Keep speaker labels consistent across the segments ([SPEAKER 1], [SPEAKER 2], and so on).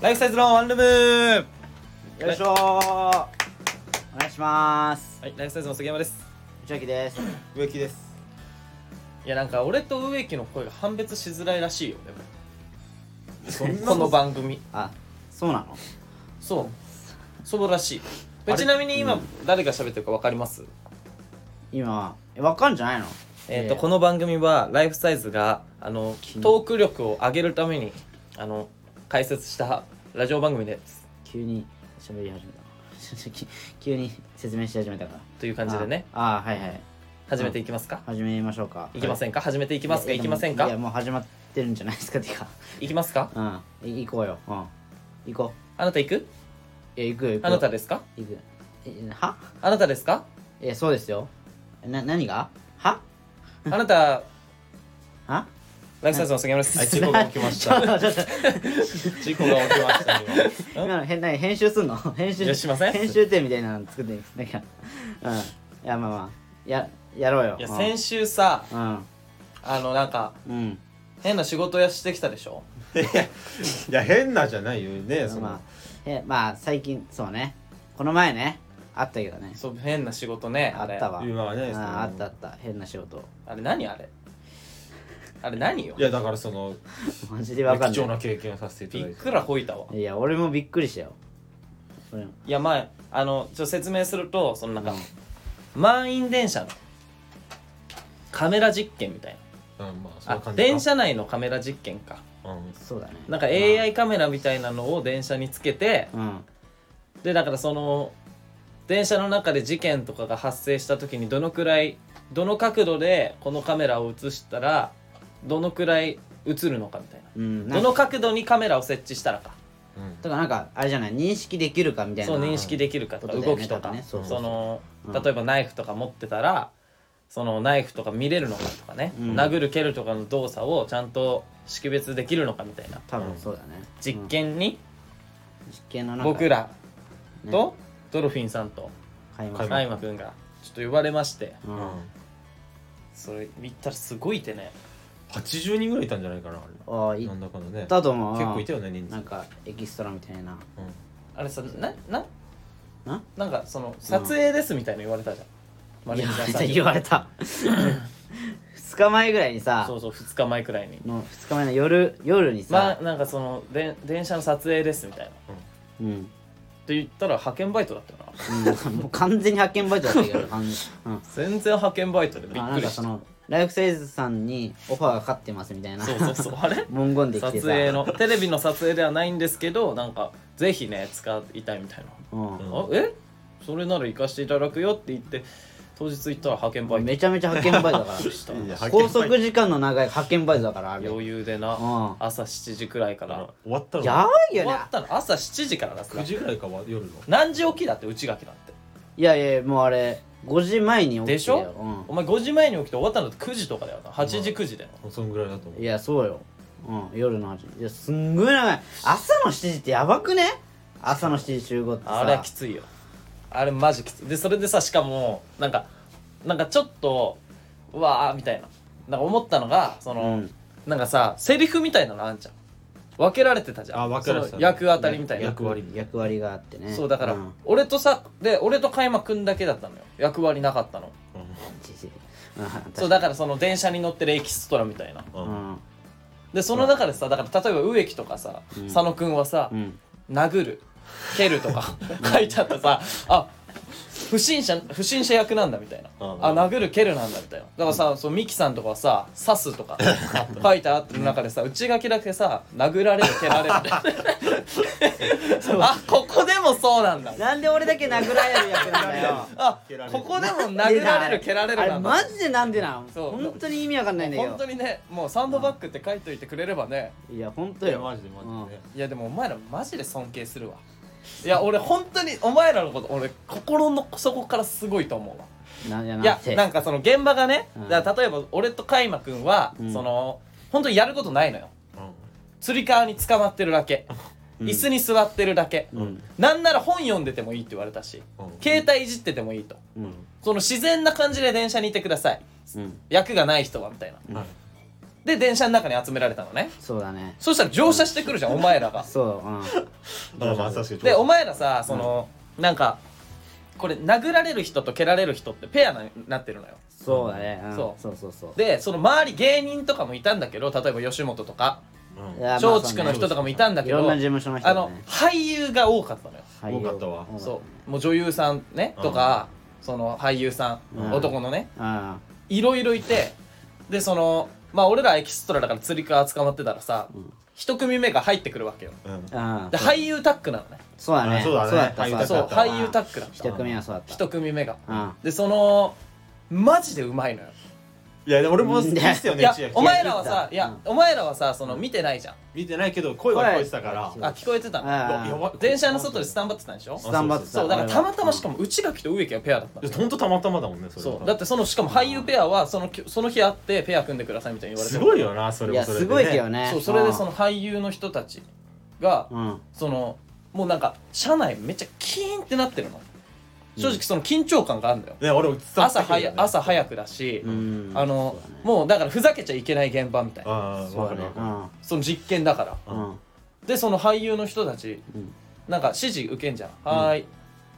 [SPEAKER 1] ライフサイズのワンルーム
[SPEAKER 2] よいしょーお願いします
[SPEAKER 1] はい、ライフサイズの杉山です。
[SPEAKER 2] 千秋です
[SPEAKER 3] 植木です
[SPEAKER 1] いや、なんか俺と植木の声が判別しづらいらしいよ、でも
[SPEAKER 3] そんな
[SPEAKER 1] この番組。
[SPEAKER 2] あそうなの
[SPEAKER 1] そう。そうらしい
[SPEAKER 2] あ。れ
[SPEAKER 1] ちなみに今、
[SPEAKER 2] うん
[SPEAKER 1] 誰が喋ってるかわかります
[SPEAKER 2] 今えわかんじゃないの
[SPEAKER 1] えっ、
[SPEAKER 3] い
[SPEAKER 1] と、
[SPEAKER 3] や
[SPEAKER 1] この番組はライフサイズが、あの、トーク力を上げるために、あの、解説したラジオ番組です。
[SPEAKER 2] 急に喋り始めた 急に説明し始めたから
[SPEAKER 1] という感じでね、
[SPEAKER 2] ああはいはい
[SPEAKER 1] 始めていきますか。
[SPEAKER 2] 始めましょうか
[SPEAKER 1] いきませ
[SPEAKER 2] んい
[SPEAKER 1] んか始めていきますかいきません
[SPEAKER 2] いや
[SPEAKER 1] か
[SPEAKER 2] もう始まってるんじゃないですかてか
[SPEAKER 1] いきますか
[SPEAKER 2] うんい行こうようん行こ
[SPEAKER 1] あなた行く
[SPEAKER 2] ういや行くよ行くよ
[SPEAKER 1] あなたですか
[SPEAKER 2] 行くえは
[SPEAKER 1] あなたですか
[SPEAKER 2] いやそうですよな何がは
[SPEAKER 1] あなた、
[SPEAKER 2] は
[SPEAKER 1] ライフサイズの杉山で
[SPEAKER 3] はい
[SPEAKER 1] す。
[SPEAKER 3] 事故が起きま した事故が起きました 今
[SPEAKER 1] ん
[SPEAKER 2] 今の変な編集すんの 編
[SPEAKER 1] い
[SPEAKER 2] 集
[SPEAKER 1] やしません
[SPEAKER 2] 編集点みたいなの作ってんなんかうんいやまあまあややろうよ
[SPEAKER 1] いや
[SPEAKER 2] うん
[SPEAKER 1] 先週さ
[SPEAKER 2] うん
[SPEAKER 1] あのなんか
[SPEAKER 2] うん
[SPEAKER 1] 変な仕事やしてきたでしょ
[SPEAKER 3] いや変なじゃないよねその、
[SPEAKER 2] まあえまあ最近そうねこの前ねあったけどね
[SPEAKER 1] そう変な仕事ね
[SPEAKER 2] あ
[SPEAKER 1] あれ
[SPEAKER 2] ったわ
[SPEAKER 3] 今はねその
[SPEAKER 2] ああったあった変な仕事
[SPEAKER 1] あれ何あれあれ何よ
[SPEAKER 3] いやだからその
[SPEAKER 2] マジでわかん
[SPEAKER 3] 貴重
[SPEAKER 2] な
[SPEAKER 3] な経験をさせていた
[SPEAKER 1] び
[SPEAKER 3] だ
[SPEAKER 1] っ
[SPEAKER 3] いて
[SPEAKER 1] くらほいたわ
[SPEAKER 2] いいや俺もびっくりしたよ俺も
[SPEAKER 1] いや前あのちょっと説明するとそのなんか
[SPEAKER 2] うん
[SPEAKER 1] 満員電車のカメラ実験みたい
[SPEAKER 3] うんまあそん
[SPEAKER 1] な
[SPEAKER 3] な
[SPEAKER 1] あ
[SPEAKER 3] 感じか
[SPEAKER 1] 電車内のカメラ実験か
[SPEAKER 3] うん
[SPEAKER 2] そうだね
[SPEAKER 1] なんか AI カメラみたいなのを電車につけて
[SPEAKER 2] うん
[SPEAKER 1] でだからその電車の中で事件とかが発生した時にどのくらいどの角度でこのカメラを映したらどのくらい映るのかみたいな
[SPEAKER 2] うん
[SPEAKER 1] どの
[SPEAKER 2] だ
[SPEAKER 1] 角度にカメラを設置したらか
[SPEAKER 3] うん
[SPEAKER 2] からなんかあれじゃない認識できるかみたいな
[SPEAKER 1] そう認識できるかとか
[SPEAKER 2] ことだよ
[SPEAKER 1] 動
[SPEAKER 2] ね
[SPEAKER 1] きとか
[SPEAKER 2] 多分ねそうそうそう
[SPEAKER 1] その
[SPEAKER 2] うん
[SPEAKER 1] 例えばナイフとか持ってたらそのナイフとか見れるのかとかね
[SPEAKER 2] うん
[SPEAKER 1] 殴る蹴るとかの動作をちゃんと識別できるのかみたいな
[SPEAKER 2] 多分そうだね
[SPEAKER 1] 実験に
[SPEAKER 2] うん実験の中
[SPEAKER 1] 僕ら
[SPEAKER 2] ね
[SPEAKER 1] とドルフィンさんと
[SPEAKER 2] 買いま
[SPEAKER 3] 買
[SPEAKER 2] し
[SPEAKER 3] い
[SPEAKER 2] た
[SPEAKER 3] ま
[SPEAKER 1] 相馬くんがちょっと呼ばれまして。
[SPEAKER 2] う
[SPEAKER 3] うんん
[SPEAKER 1] それ見たらすごいいてね
[SPEAKER 3] 80人ぐらいいたんじゃないかなあれ
[SPEAKER 2] ああい
[SPEAKER 3] なんだかんだね
[SPEAKER 2] だと思う
[SPEAKER 3] 結構いたよね人数
[SPEAKER 2] なんかエキストラみたいな
[SPEAKER 3] うん
[SPEAKER 1] あれさなな
[SPEAKER 2] な
[SPEAKER 1] なんかその撮影ですみたいな言われたじゃん、マネ
[SPEAKER 2] 言
[SPEAKER 1] ージャー
[SPEAKER 2] われ
[SPEAKER 1] さ
[SPEAKER 2] た
[SPEAKER 1] んに
[SPEAKER 2] 言われた二日前ぐらいにさ
[SPEAKER 1] そうそう2日前くらいに
[SPEAKER 2] の二日前の夜夜にさ
[SPEAKER 1] まあなんかそので電車の撮影ですみたいなっ
[SPEAKER 2] うん、うん
[SPEAKER 1] て言ったら派遣バイトだったな
[SPEAKER 2] もう完全に派遣バイトだったけど完全にうん
[SPEAKER 1] 全然派遣バイトでびっ
[SPEAKER 2] まあな
[SPEAKER 1] く
[SPEAKER 2] ん
[SPEAKER 1] り
[SPEAKER 2] か
[SPEAKER 1] した、
[SPEAKER 2] そのライフサイズさんにオファーがかかってますみたいな
[SPEAKER 1] そうそうそうあれ
[SPEAKER 2] 文言で来
[SPEAKER 1] 撮
[SPEAKER 2] てさ
[SPEAKER 1] 影のテレビの撮影ではないんですけどなんかぜひね使いたいみたいな、
[SPEAKER 2] うん
[SPEAKER 1] あえそれなら行かせていただくよって言って当日行ったら派遣バイト
[SPEAKER 2] めちゃめちゃ派遣バイトだ
[SPEAKER 1] びっくりした
[SPEAKER 2] か
[SPEAKER 3] いや
[SPEAKER 2] ら
[SPEAKER 3] 派遣
[SPEAKER 2] 拘束時間の長い派遣バイトだからあれ
[SPEAKER 1] 余裕で
[SPEAKER 2] うん
[SPEAKER 1] な朝7時くらいから
[SPEAKER 3] 終わったの
[SPEAKER 2] やばい
[SPEAKER 1] 終
[SPEAKER 2] よね
[SPEAKER 1] わったの朝7時からだ
[SPEAKER 3] 9
[SPEAKER 1] から
[SPEAKER 3] 時ぐらいかは夜の
[SPEAKER 1] 何時起きだって内垣だって
[SPEAKER 2] いやいやもうあれ5時前に起きて
[SPEAKER 1] でしょ、
[SPEAKER 2] うん
[SPEAKER 1] お前5時前に起きて終わったのって9時とかだよな8時
[SPEAKER 3] うん
[SPEAKER 1] 9時だよ、
[SPEAKER 3] そんぐらいだと思う
[SPEAKER 2] いやそうよ、うん、夜の8時いやすんごい長い朝の7時ってやばくね朝の7時集合ってさ
[SPEAKER 1] あれはきついよあれマジきついでそれでさしかもなんかなんかちょっとうわーみたいななんか思ったのがその、
[SPEAKER 2] うん
[SPEAKER 1] なんかさセリフみたいなのあんじゃん分けられてたじゃん
[SPEAKER 3] あ分けられてた
[SPEAKER 1] その役当たりみたいな
[SPEAKER 3] 役割みたい
[SPEAKER 2] 役割があってね
[SPEAKER 1] そうだから、
[SPEAKER 2] ん
[SPEAKER 1] 俺とさで俺と加山くんだけだったのよ役割なかったの
[SPEAKER 3] な
[SPEAKER 2] じじいうん
[SPEAKER 1] そうだからその電車に乗ってるエキストラみたいな
[SPEAKER 3] う
[SPEAKER 2] うん
[SPEAKER 3] うん
[SPEAKER 2] ん
[SPEAKER 1] でその中でさだから例えば植木とかさ、
[SPEAKER 2] うん
[SPEAKER 1] 佐野くんはさ、
[SPEAKER 2] うん
[SPEAKER 1] 殴る蹴るとか書いてあったさあ不審者不審者役なんだみたいな
[SPEAKER 3] うん
[SPEAKER 1] あ殴る蹴るなんだみたいなだからさそうミキさんとかはさ刺すとか書いてあってる中でさ内書きだけさ殴られる蹴られるみたいなあここでもそうなんだ
[SPEAKER 2] なんで俺だけ殴られる役なんだよ
[SPEAKER 1] あ
[SPEAKER 3] 蹴られる
[SPEAKER 1] ここでも殴られる蹴られる
[SPEAKER 2] あ
[SPEAKER 1] な
[SPEAKER 2] れ
[SPEAKER 1] んだ
[SPEAKER 2] マジでなんでなの
[SPEAKER 1] そう
[SPEAKER 2] 本当に意味わかんないんだけ
[SPEAKER 1] 本当
[SPEAKER 2] ど
[SPEAKER 1] にねもうサンドバッグって書いといてくれればね
[SPEAKER 2] いや本当
[SPEAKER 3] いや
[SPEAKER 2] よ
[SPEAKER 3] マジでマジでね
[SPEAKER 1] いやでもお前らマジで尊敬するわいや俺本当にお前らのこと俺心の底からすごいと思うわ
[SPEAKER 2] うんなん
[SPEAKER 1] いや
[SPEAKER 2] て
[SPEAKER 1] なんかその現場がね、
[SPEAKER 2] うん
[SPEAKER 1] だから例えば俺と海馬くんは、
[SPEAKER 2] うん
[SPEAKER 1] その本当にやることないのよ
[SPEAKER 3] うん
[SPEAKER 1] つり革に捕まってるだけ、
[SPEAKER 2] うん
[SPEAKER 1] 椅子に座ってるだけ、
[SPEAKER 2] うん
[SPEAKER 1] なんなら本読んでてもいいって言われたし、
[SPEAKER 3] うん
[SPEAKER 1] 携帯いじっててもいいと
[SPEAKER 2] うん
[SPEAKER 1] その自然な感じで電車にいてください
[SPEAKER 2] うん
[SPEAKER 1] 役がない人はみたいな
[SPEAKER 3] はい
[SPEAKER 1] で電車の中に集められたのね
[SPEAKER 2] そうだね
[SPEAKER 1] そしたら乗車してくるじゃんお前らが
[SPEAKER 2] そううん
[SPEAKER 3] まあまあ確かに
[SPEAKER 1] でお前らさその、なんかこれ殴られる人と蹴られる人ってペアななってるのよ
[SPEAKER 2] そうだね、うん、
[SPEAKER 1] そ
[SPEAKER 2] そううそうそうそう
[SPEAKER 1] でその周り芸人とかもいたんだけど例えば吉本とか
[SPEAKER 3] うん
[SPEAKER 2] いやまあ
[SPEAKER 1] 松竹の人とかもいたんだけど、
[SPEAKER 2] いろんな事務所の人
[SPEAKER 1] あ
[SPEAKER 2] だ
[SPEAKER 1] の
[SPEAKER 2] ね
[SPEAKER 1] 俳優が多かったのよ、
[SPEAKER 2] 俳優
[SPEAKER 3] 多かったわ
[SPEAKER 2] 多
[SPEAKER 1] そうもう女優さんねとか、その俳優さん、
[SPEAKER 2] うん
[SPEAKER 1] 男のね
[SPEAKER 2] あ
[SPEAKER 1] いろいろいてでそのまあ俺らエキストラだから釣り革捕まってたらさ、一組目が入ってくるわけよ
[SPEAKER 3] うん
[SPEAKER 2] あああ
[SPEAKER 1] で俳優タックなのね
[SPEAKER 2] そうだね
[SPEAKER 3] あそうだね
[SPEAKER 2] だった
[SPEAKER 3] 俳優タック
[SPEAKER 2] だった
[SPEAKER 1] そう俳優タックだっ
[SPEAKER 2] 一
[SPEAKER 1] た
[SPEAKER 2] 組はそうだった
[SPEAKER 1] 一組目が
[SPEAKER 2] うん
[SPEAKER 1] でそのマジでうまいのよ
[SPEAKER 3] いやでも俺も好きですよ
[SPEAKER 1] い
[SPEAKER 3] ね
[SPEAKER 1] や
[SPEAKER 3] 千秋
[SPEAKER 1] お前らはさ
[SPEAKER 2] 聞いた
[SPEAKER 1] いやお前らはさその見てないじゃん
[SPEAKER 3] 見てないけど声は聞こえてたから
[SPEAKER 2] 声
[SPEAKER 1] あ聞こえてたの
[SPEAKER 2] ああ
[SPEAKER 3] やばい
[SPEAKER 1] 電車の外でスタンバってたんでしょ
[SPEAKER 2] スタンバってた
[SPEAKER 1] そうだからたまたましかも内垣と植木がペアだったの
[SPEAKER 3] いやほんとたまたまだもんねそれ
[SPEAKER 1] そうだってそのしかも俳優ペアはそのその日会ってペア組んでくださいみたいに言われて
[SPEAKER 3] すごいよなそれ
[SPEAKER 2] い
[SPEAKER 3] も
[SPEAKER 2] や
[SPEAKER 3] それ
[SPEAKER 2] す
[SPEAKER 3] で
[SPEAKER 2] ごいけどね
[SPEAKER 1] そうそれでその俳優の人たちが
[SPEAKER 2] うん
[SPEAKER 1] そのもうなんか車内めっちゃキーンってなってるの正直その緊張感があるんだよ
[SPEAKER 3] ね俺伝わって
[SPEAKER 1] 朝
[SPEAKER 3] くるよ
[SPEAKER 1] 早
[SPEAKER 3] ね
[SPEAKER 1] 朝早くだし
[SPEAKER 2] うん
[SPEAKER 1] あのもうだからふざけちゃいけない現場みたいな
[SPEAKER 3] ああ
[SPEAKER 2] そう
[SPEAKER 3] わか
[SPEAKER 2] だ
[SPEAKER 3] る
[SPEAKER 2] ね
[SPEAKER 3] わか
[SPEAKER 1] その実験だから
[SPEAKER 2] うんうん
[SPEAKER 1] でその俳優の人たち
[SPEAKER 2] うん
[SPEAKER 1] なんか指示受けんじゃんはーい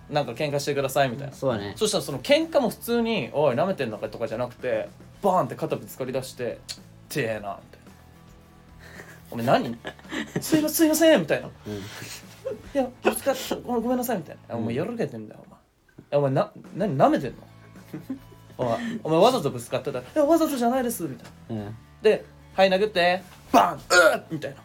[SPEAKER 1] なんか喧嘩してくださいみたいな
[SPEAKER 2] そうだね
[SPEAKER 1] そしたらその喧嘩も普通に「おい舐めてんのか?」とかじゃなくてバーンって肩ぶつかり出して「てえな」みたいな「お前何すいませんすいません」みたいな「
[SPEAKER 2] うん
[SPEAKER 1] いやぶつかったごめんごめんなさい」みたいな「お前やられてんだよお前お前な何舐めてんのお前お前わざとぶつかってたら「いやわざとじゃないです」みたいな
[SPEAKER 2] うん
[SPEAKER 1] で「はい殴ってバーンうっ!」みたいな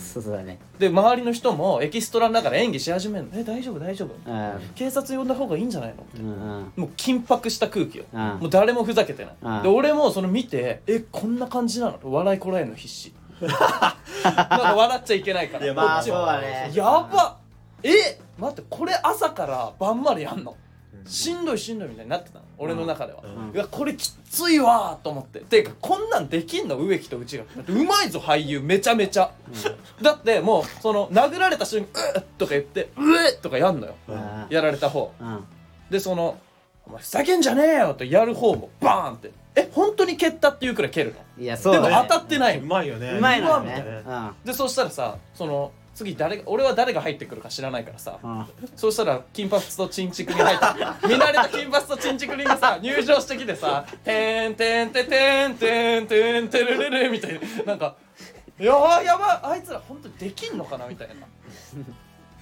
[SPEAKER 2] そうそうだね
[SPEAKER 1] で周りの人もエキストラの中で演技し始めるの「え大丈夫大丈夫」
[SPEAKER 2] うん
[SPEAKER 1] 警察呼んだ方がいいんじゃないの?」
[SPEAKER 2] うんうん
[SPEAKER 1] もう緊迫した空気よ、
[SPEAKER 2] うん
[SPEAKER 1] もう誰もふざけてない、
[SPEAKER 2] うん
[SPEAKER 1] で俺もその見てえこんな感じなの笑いこらえるの必死なんか笑っちゃいけないから
[SPEAKER 3] いや
[SPEAKER 2] ま
[SPEAKER 1] こ
[SPEAKER 2] あ
[SPEAKER 1] っち
[SPEAKER 2] そ
[SPEAKER 1] も
[SPEAKER 2] うだね
[SPEAKER 1] やばえ待ってこれ朝から晩までやんの
[SPEAKER 3] うん
[SPEAKER 1] しんどいしんどいみたいになってたの俺の中では、
[SPEAKER 3] う
[SPEAKER 1] うんわこれきついわーと思ってていうかこんなんできんの植木と内垣だってうまいぞ俳優めちゃめちゃ、だってもうその殴られた瞬間「うっ!」とか言って「うえっ!」とかやんのよ
[SPEAKER 2] うん
[SPEAKER 1] やられた方
[SPEAKER 2] うん
[SPEAKER 1] でその「お前ふざけんじゃねえよ」ってやる方もバーンって「え本当に蹴った?」っていうくらい蹴るの、
[SPEAKER 2] いやそう
[SPEAKER 1] で
[SPEAKER 2] だ
[SPEAKER 1] も
[SPEAKER 2] ね
[SPEAKER 1] 当たってないうの
[SPEAKER 3] まいよね
[SPEAKER 2] うまいのよ
[SPEAKER 1] うまい
[SPEAKER 2] ねうん
[SPEAKER 1] でそしたらさその次誰が俺は誰が入ってくるか知らないからさ、
[SPEAKER 2] うん
[SPEAKER 1] そうしたら金髪とチンチクに入って見慣れた金髪とチンチクにがさ入場してきてさ「てんてんててんてんてんてるるる」みたいななんか「やばいやばいあいつら本当にできんのかな」みたいな。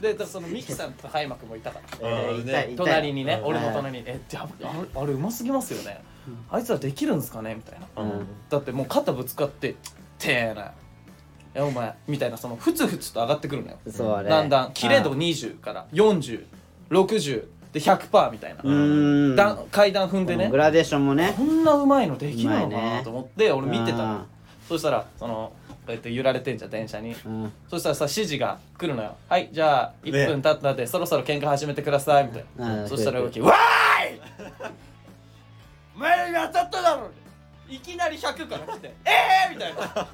[SPEAKER 1] でだからそのミキさんとハイマクもいたから
[SPEAKER 3] うん
[SPEAKER 2] えー
[SPEAKER 3] ね
[SPEAKER 2] 痛い痛い
[SPEAKER 1] 隣にね
[SPEAKER 3] うん
[SPEAKER 1] 俺の隣に「えじゃああれあれうますぎますよねあいつらできるんですかね?」みたいな
[SPEAKER 3] うん
[SPEAKER 2] うん
[SPEAKER 1] だってもう肩ぶつかって「てえな」いやお前みたいなそのふつふつと上がってくるのよ
[SPEAKER 2] そうだね
[SPEAKER 1] だんだん切れ度20から4060で100%みたいな、
[SPEAKER 2] うんうん
[SPEAKER 1] だん階段踏んで
[SPEAKER 2] この
[SPEAKER 1] ね
[SPEAKER 2] グラデーションもね
[SPEAKER 1] こんなうまいのできるの
[SPEAKER 2] う
[SPEAKER 1] か
[SPEAKER 2] まい
[SPEAKER 1] な
[SPEAKER 2] ね
[SPEAKER 1] と思って俺見てたの、
[SPEAKER 2] うん
[SPEAKER 1] そしたらそのこうやって揺られてんじゃん電車に、
[SPEAKER 2] うん
[SPEAKER 1] そしたらさ指示が来るのよはいじゃあ
[SPEAKER 3] ね
[SPEAKER 1] 1分経ったんで、そろそろ喧嘩始めてくださいみたいな、
[SPEAKER 2] うん
[SPEAKER 1] そしたら動き「わーい! 」「お前らに当たっただろ!」いきなり100から来て「ええー!」みたいな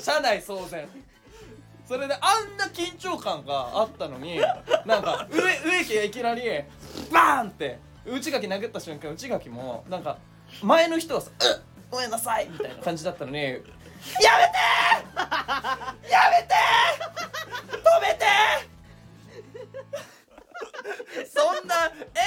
[SPEAKER 1] 車内騒然それであんな緊張感があったのになんか上植木がいきなりバーンって内垣殴った瞬間内垣もなんか前の人はさ「うっごめんなさい!」みたいな感じだったのに「やめてーやめてー止めてー!」そんな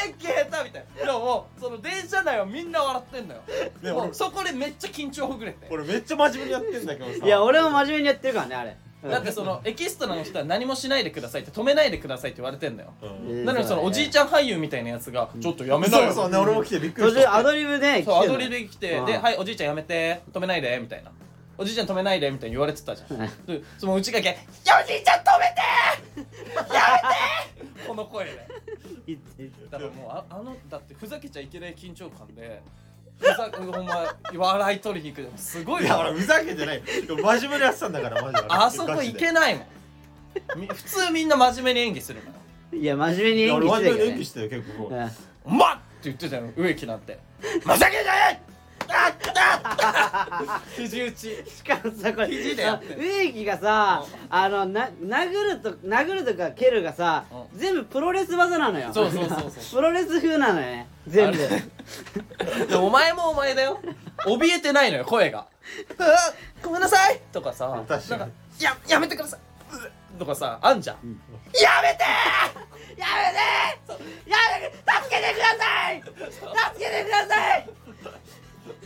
[SPEAKER 1] 演技下手みたいなでももうその電車内はみんな笑ってんのよ
[SPEAKER 3] ね
[SPEAKER 1] も
[SPEAKER 3] 俺
[SPEAKER 1] うそこでめっちゃ緊張ほぐれて
[SPEAKER 3] 俺めっちゃ真面目にやってんだけどさ
[SPEAKER 2] いや俺も真面目にやってるからねあれうん
[SPEAKER 1] だってそのエキストラの人は何もしないでくださいって止めないでくださいって言われてんのよ
[SPEAKER 3] うん
[SPEAKER 1] なのにそのおじいちゃん俳優みたいなやつが「ちょっとやめな
[SPEAKER 3] そ
[SPEAKER 1] よ」
[SPEAKER 3] うそうね俺も来てびっくり
[SPEAKER 2] 途
[SPEAKER 3] し
[SPEAKER 2] 中
[SPEAKER 3] た
[SPEAKER 2] アドリブで来て
[SPEAKER 1] そうア
[SPEAKER 2] る
[SPEAKER 1] ド
[SPEAKER 2] の
[SPEAKER 1] リブで来て「
[SPEAKER 2] うん
[SPEAKER 1] ではいおじいちゃんやめて止めないで」みたいな「おじいちゃん止めないで」みたいに言われてたじゃん
[SPEAKER 2] うん
[SPEAKER 1] でそのうちがけ「いやおじいちゃん止めてーやめてー!」この声でだからもうああのだってふざけちゃいけない緊張感でふざほんま笑い取りに行くでもすごい
[SPEAKER 3] いや俺
[SPEAKER 1] わ
[SPEAKER 3] ふざけてない真面目にやってたんだからマ ジで
[SPEAKER 1] あそこ行けないもんみ普通みんな真面目に演技するのよ
[SPEAKER 2] いや真面目に
[SPEAKER 3] いや
[SPEAKER 2] 演
[SPEAKER 3] 俺
[SPEAKER 2] 技
[SPEAKER 3] 真
[SPEAKER 2] して
[SPEAKER 3] 面目に
[SPEAKER 2] るけど
[SPEAKER 3] 演
[SPEAKER 2] ね
[SPEAKER 3] 技してたよ結構
[SPEAKER 2] う
[SPEAKER 1] 「
[SPEAKER 2] ん
[SPEAKER 1] うまっ!」って言ってたよ植木なんて「ふざけんじゃねえ!あ」あ っ肘打ち
[SPEAKER 2] しかもさこれ
[SPEAKER 1] 肘でやって
[SPEAKER 2] 植木がさあのな殴ると殴るとか蹴るがさ
[SPEAKER 1] う
[SPEAKER 2] 全部プロレス技なのよ
[SPEAKER 1] そうそうそうそ
[SPEAKER 2] プロレス風なのよね全部
[SPEAKER 1] あれでもお前もお前だよ怯えてないのよ声が「うわごめんなさいとかさ
[SPEAKER 3] 確かに
[SPEAKER 1] なんかややめてくださいとかさあんじゃん、
[SPEAKER 2] ん
[SPEAKER 1] やめて
[SPEAKER 2] やめてやめて助けてください助けてください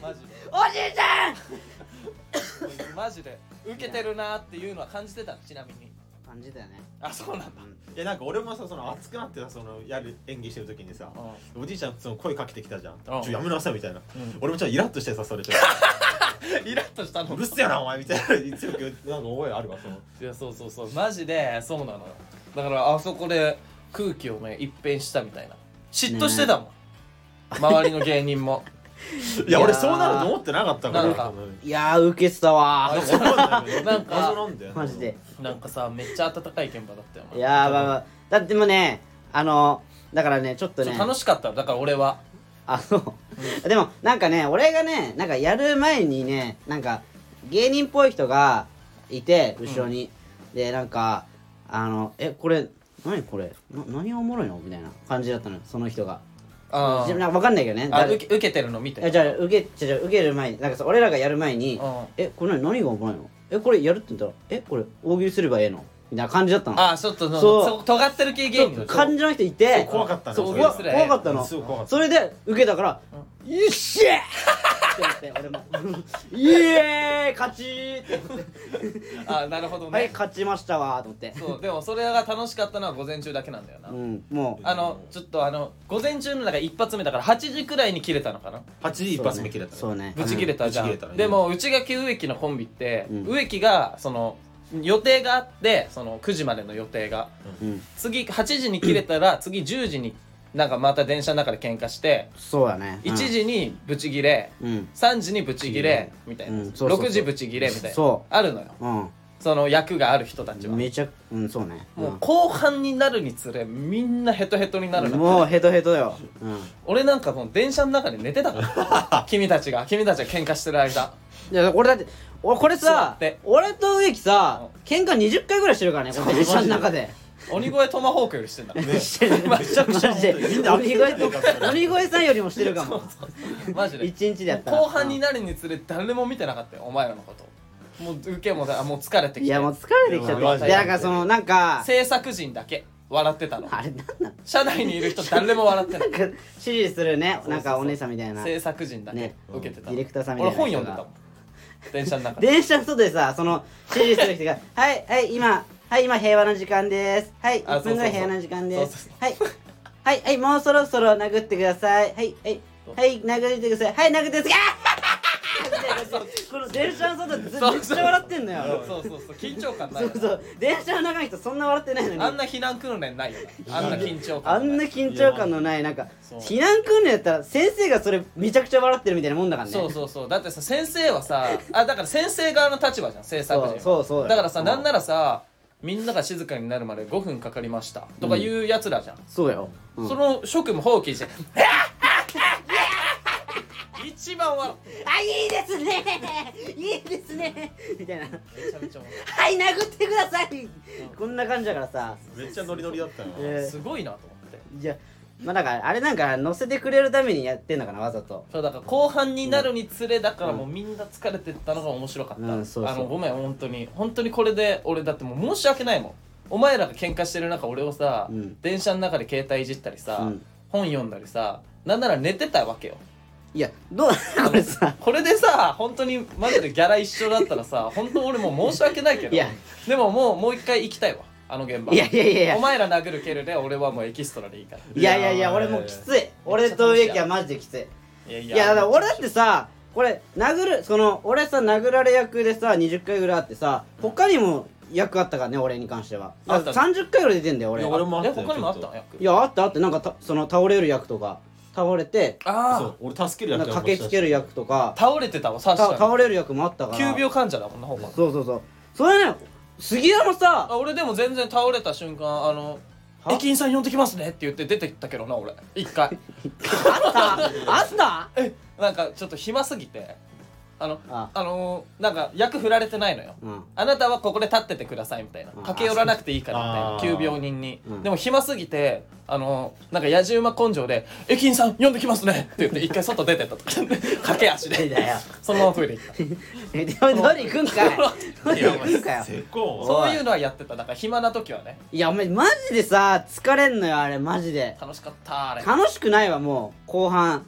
[SPEAKER 1] マジで
[SPEAKER 2] おじいちゃん
[SPEAKER 1] マジで受けてるなーっていうのは感じてたのちなみに
[SPEAKER 2] 感じだよね
[SPEAKER 1] あそうなんだ、
[SPEAKER 3] いやなんか俺もさその熱くなってさそのやる演技してる時にさおじいちゃんその声かけてきたじゃん「ちょやめなさい」みたいな、俺もちょっとイラッとしてさそれちょっ
[SPEAKER 1] イラッとした
[SPEAKER 3] と「
[SPEAKER 1] の
[SPEAKER 3] うるせえなお前」みたいな強くなんか覚えあるわその
[SPEAKER 1] いやそうそうそうマジでそうなのよだからあそこで空気をね一変したみたいな嫉妬してたもん、周りの芸人も
[SPEAKER 3] いや俺そうなると思ってなかったから
[SPEAKER 1] なんか
[SPEAKER 2] いやー受けてたわ
[SPEAKER 1] あ
[SPEAKER 2] ー
[SPEAKER 1] そう
[SPEAKER 3] なんか謎なんだよ
[SPEAKER 2] マジで
[SPEAKER 1] なんかさめっちゃ温かい現場だったよお前
[SPEAKER 2] いやーまあまあだってもうねあのだからねちょっと
[SPEAKER 1] そ
[SPEAKER 2] ね
[SPEAKER 1] う楽しかったよだから俺は
[SPEAKER 2] あの、でもなんかね俺がねなんかやる前にねなんか芸人っぽい人がいて後ろに、でなんかあのえこれ何これな何がおもろいのみたいな感じだったのよその人が
[SPEAKER 1] あ
[SPEAKER 2] 自分なんか分かんないけどね
[SPEAKER 1] あ
[SPEAKER 2] 誰
[SPEAKER 1] 受け受けてるの見て
[SPEAKER 2] えじゃあ受けじゃあ受ける前になんかさ俺らがやる前に
[SPEAKER 1] うん
[SPEAKER 2] 「えこれ何がおもろいのえこれやる?」って言ったら「えこれ大喜利すればええの?」みたいな感じだったの
[SPEAKER 1] あちょっとその
[SPEAKER 2] そう
[SPEAKER 1] そ尖ってる系芸人
[SPEAKER 2] 感じの人いて
[SPEAKER 3] 怖かったね
[SPEAKER 2] そう
[SPEAKER 3] そ
[SPEAKER 1] れ
[SPEAKER 2] 怖
[SPEAKER 1] は
[SPEAKER 2] 怖かったの
[SPEAKER 3] すごい怖かった
[SPEAKER 2] それで受けたから「よっしゃ!」ってな って俺も「イエーイ勝ち!」って思って
[SPEAKER 1] あなるほどね、
[SPEAKER 2] 「はい勝ちましたわ」と思って
[SPEAKER 1] そうでもそれが楽しかったのは午前中だけなんだよな、
[SPEAKER 2] うんもう
[SPEAKER 1] あのちょっとあの午前中の中一発目だから8時くらいに切れたのかな
[SPEAKER 3] 8時一発目切れた
[SPEAKER 2] そうね
[SPEAKER 1] ブチ切れたじゃ
[SPEAKER 3] うん
[SPEAKER 1] ん、
[SPEAKER 3] ブチ切れたね
[SPEAKER 1] でも内垣植木のコンビって、
[SPEAKER 2] うん
[SPEAKER 1] 植木がその予定があってその9時までの予定が
[SPEAKER 2] うん
[SPEAKER 1] 次8時に切れたら次10時になんかまた電車の中で喧嘩して
[SPEAKER 2] そうだね
[SPEAKER 1] 1時にブチギレ
[SPEAKER 2] うん
[SPEAKER 1] 3時にブチギレみたいな、
[SPEAKER 2] うんそうそうそう
[SPEAKER 1] 6時ブチギレみたいな
[SPEAKER 2] そ
[SPEAKER 1] あるのよ
[SPEAKER 2] うん
[SPEAKER 1] その役がある人たちは、
[SPEAKER 2] めちゃうんそうね
[SPEAKER 1] もう後半になるにつれみんなヘトヘトにな
[SPEAKER 2] う
[SPEAKER 1] る
[SPEAKER 2] ん
[SPEAKER 1] の
[SPEAKER 2] もうヘトヘトようん
[SPEAKER 1] 俺なんかもう電車の中で寝てた から君たちが君たちが喧嘩してる間
[SPEAKER 2] いや俺だって俺これ
[SPEAKER 1] 座
[SPEAKER 2] さ
[SPEAKER 1] って
[SPEAKER 2] 俺と植木さ
[SPEAKER 1] う
[SPEAKER 2] 喧嘩20回ぐらいしてるからねこの電車の中で
[SPEAKER 1] 鬼越トマホークよりしてんだ
[SPEAKER 2] めちゃくちゃして
[SPEAKER 3] みんな
[SPEAKER 2] 鬼越と鬼越さんよりもしてるかも
[SPEAKER 1] マジで
[SPEAKER 2] 一日でやったら
[SPEAKER 1] 後半になるにつれ誰も見てなかったよお前らのこともう受けもだもう疲れて
[SPEAKER 2] い
[SPEAKER 1] きて
[SPEAKER 2] やもう疲れてきちゃっ
[SPEAKER 3] いやマ
[SPEAKER 2] て
[SPEAKER 3] ジ
[SPEAKER 2] い
[SPEAKER 3] で
[SPEAKER 2] やだからそのなんか
[SPEAKER 1] 制作陣だけ笑ってたの
[SPEAKER 2] あれなんなの
[SPEAKER 1] 社内にいる人誰も笑ってない
[SPEAKER 2] なんか指示する
[SPEAKER 1] そう
[SPEAKER 2] ね
[SPEAKER 1] そうそう
[SPEAKER 2] なんかお姉さんみたいな
[SPEAKER 1] 制作陣だけ
[SPEAKER 2] ね
[SPEAKER 1] 受けてた、
[SPEAKER 2] ディレクターさんみた
[SPEAKER 1] 俺
[SPEAKER 2] いな
[SPEAKER 1] 本読
[SPEAKER 2] 人
[SPEAKER 1] んでた
[SPEAKER 2] が
[SPEAKER 1] もん電車の中で
[SPEAKER 2] 電車の外でさその指示する人が「はいはい今はい今平和の時間ですはい
[SPEAKER 1] あ
[SPEAKER 2] 1分ぐら
[SPEAKER 1] そうそうそ
[SPEAKER 2] い
[SPEAKER 1] う
[SPEAKER 2] 平和の時間で
[SPEAKER 1] そう
[SPEAKER 2] す
[SPEAKER 1] そう
[SPEAKER 2] はいはいはいもうそろそろ殴ってくださいはいはいはい殴ってくださいはい殴ってくださいあっこの電車の外でずめっちゃ笑ってんのよ
[SPEAKER 1] そうそうそう緊張感ない
[SPEAKER 2] そ
[SPEAKER 1] よ
[SPEAKER 2] う
[SPEAKER 1] ね
[SPEAKER 2] そう電車の中の人そんな笑ってないのに
[SPEAKER 1] あんな避難訓練ないよねあんな緊張感
[SPEAKER 2] あんな緊張感のないなんか
[SPEAKER 1] そう
[SPEAKER 2] 避難訓練やったら先生がそれめちゃくちゃ笑ってるみたいなもんだからね
[SPEAKER 1] そうそうそうだってさ先生はさあだから先生側の立場じゃん制作陣は
[SPEAKER 2] そうそうそうだよ
[SPEAKER 1] だからさ
[SPEAKER 2] うん
[SPEAKER 1] なんならさみんなが静かになるまで5分かかりましたとかいうやつらじゃん、
[SPEAKER 2] そうよ、うん
[SPEAKER 1] その職務放棄して 一番笑う
[SPEAKER 2] あいいですね いいですねみたいな
[SPEAKER 1] めちゃめちゃ笑
[SPEAKER 2] はい殴ってくださいこんな感じだからさ、
[SPEAKER 3] めっちゃノリノリだったよな
[SPEAKER 1] う
[SPEAKER 2] え
[SPEAKER 1] すごいなと思って
[SPEAKER 2] ーいやまあだからあれなんか乗せてくれるためにやってんのかなわざと
[SPEAKER 1] そうだから後半になるにつれだからもうみんな疲れてったのが面白かった、
[SPEAKER 2] うんそうそう
[SPEAKER 1] あのごめん本当に本当にこれで俺だってもう申し訳ないもんお前らが喧嘩してる中俺をさ、
[SPEAKER 2] うん
[SPEAKER 1] 電車の中で携帯いじったりさ、
[SPEAKER 2] うん
[SPEAKER 1] 本読んだりさなんなら寝てたわけよ
[SPEAKER 2] いやどうこれさ
[SPEAKER 1] これでさ本当にマジでギャラ一緒だったら さ本当俺もう申し訳ないけど
[SPEAKER 2] いや
[SPEAKER 1] でももうもう一回行きたいわあの現場
[SPEAKER 2] いやいやいやいや
[SPEAKER 1] お前ら殴る蹴るで俺はもうエキストラでいいから
[SPEAKER 2] いやいやいや俺もうきつい俺と植木はマジできつい
[SPEAKER 1] いやい
[SPEAKER 2] いやだから俺だってさこれ殴るその俺さ殴られ役でさ20回ぐらいあってさ他にも役あったからね俺に関しては
[SPEAKER 1] あ
[SPEAKER 2] だ
[SPEAKER 1] った
[SPEAKER 2] か
[SPEAKER 1] の
[SPEAKER 2] ら30回ぐらい出てんだよ俺
[SPEAKER 3] い
[SPEAKER 2] い
[SPEAKER 3] や
[SPEAKER 2] や
[SPEAKER 3] 俺もあった
[SPEAKER 1] え
[SPEAKER 3] よ
[SPEAKER 1] 他にもあった
[SPEAKER 3] ちょっと
[SPEAKER 1] の役
[SPEAKER 2] あったあってなんかたその倒れる役とか倒れて
[SPEAKER 1] あ
[SPEAKER 3] そ
[SPEAKER 1] あ
[SPEAKER 3] う俺助け
[SPEAKER 2] な
[SPEAKER 3] る
[SPEAKER 2] ん
[SPEAKER 3] や
[SPEAKER 2] か
[SPEAKER 3] つだと思って
[SPEAKER 2] 駆けつける役とか
[SPEAKER 1] 倒れてたわ
[SPEAKER 2] た
[SPEAKER 1] 確か
[SPEAKER 2] 倒れる役もあったか
[SPEAKER 1] に
[SPEAKER 2] ら
[SPEAKER 1] 急病患者だもんなほんま
[SPEAKER 2] そうそうそうそれね杉山のさ
[SPEAKER 1] あ俺でも全然倒れた瞬間あの
[SPEAKER 2] は
[SPEAKER 1] 駅員さん呼んできますねって言って出てったけどな俺一回
[SPEAKER 2] あったあった
[SPEAKER 1] えなんかちょっと暇すぎてあの
[SPEAKER 2] あ
[SPEAKER 1] あのーなんか役振られてないのよ
[SPEAKER 2] うん
[SPEAKER 1] あなたはここで立っててくださいみたいな
[SPEAKER 2] うん
[SPEAKER 1] 駆け寄らなくていいから
[SPEAKER 3] あそ
[SPEAKER 1] みたいうな急病人に、
[SPEAKER 2] うん
[SPEAKER 1] でも暇すぎてあのーなんか野じ馬根性で「駅員さん呼んできますね」って言って一回外出てった とか駆け足
[SPEAKER 2] い
[SPEAKER 1] で
[SPEAKER 2] だよ
[SPEAKER 1] そのままトイレ行った
[SPEAKER 2] えでもどり行くんかいどり
[SPEAKER 3] や
[SPEAKER 2] 行
[SPEAKER 3] お
[SPEAKER 2] くんか
[SPEAKER 3] 前
[SPEAKER 2] よ
[SPEAKER 3] せっこ
[SPEAKER 1] そういうのはやってただから暇な時はね
[SPEAKER 2] いやお前マジでさ疲れんのよあれマジで
[SPEAKER 1] 楽しかったあれ
[SPEAKER 2] 楽しくないわもう後半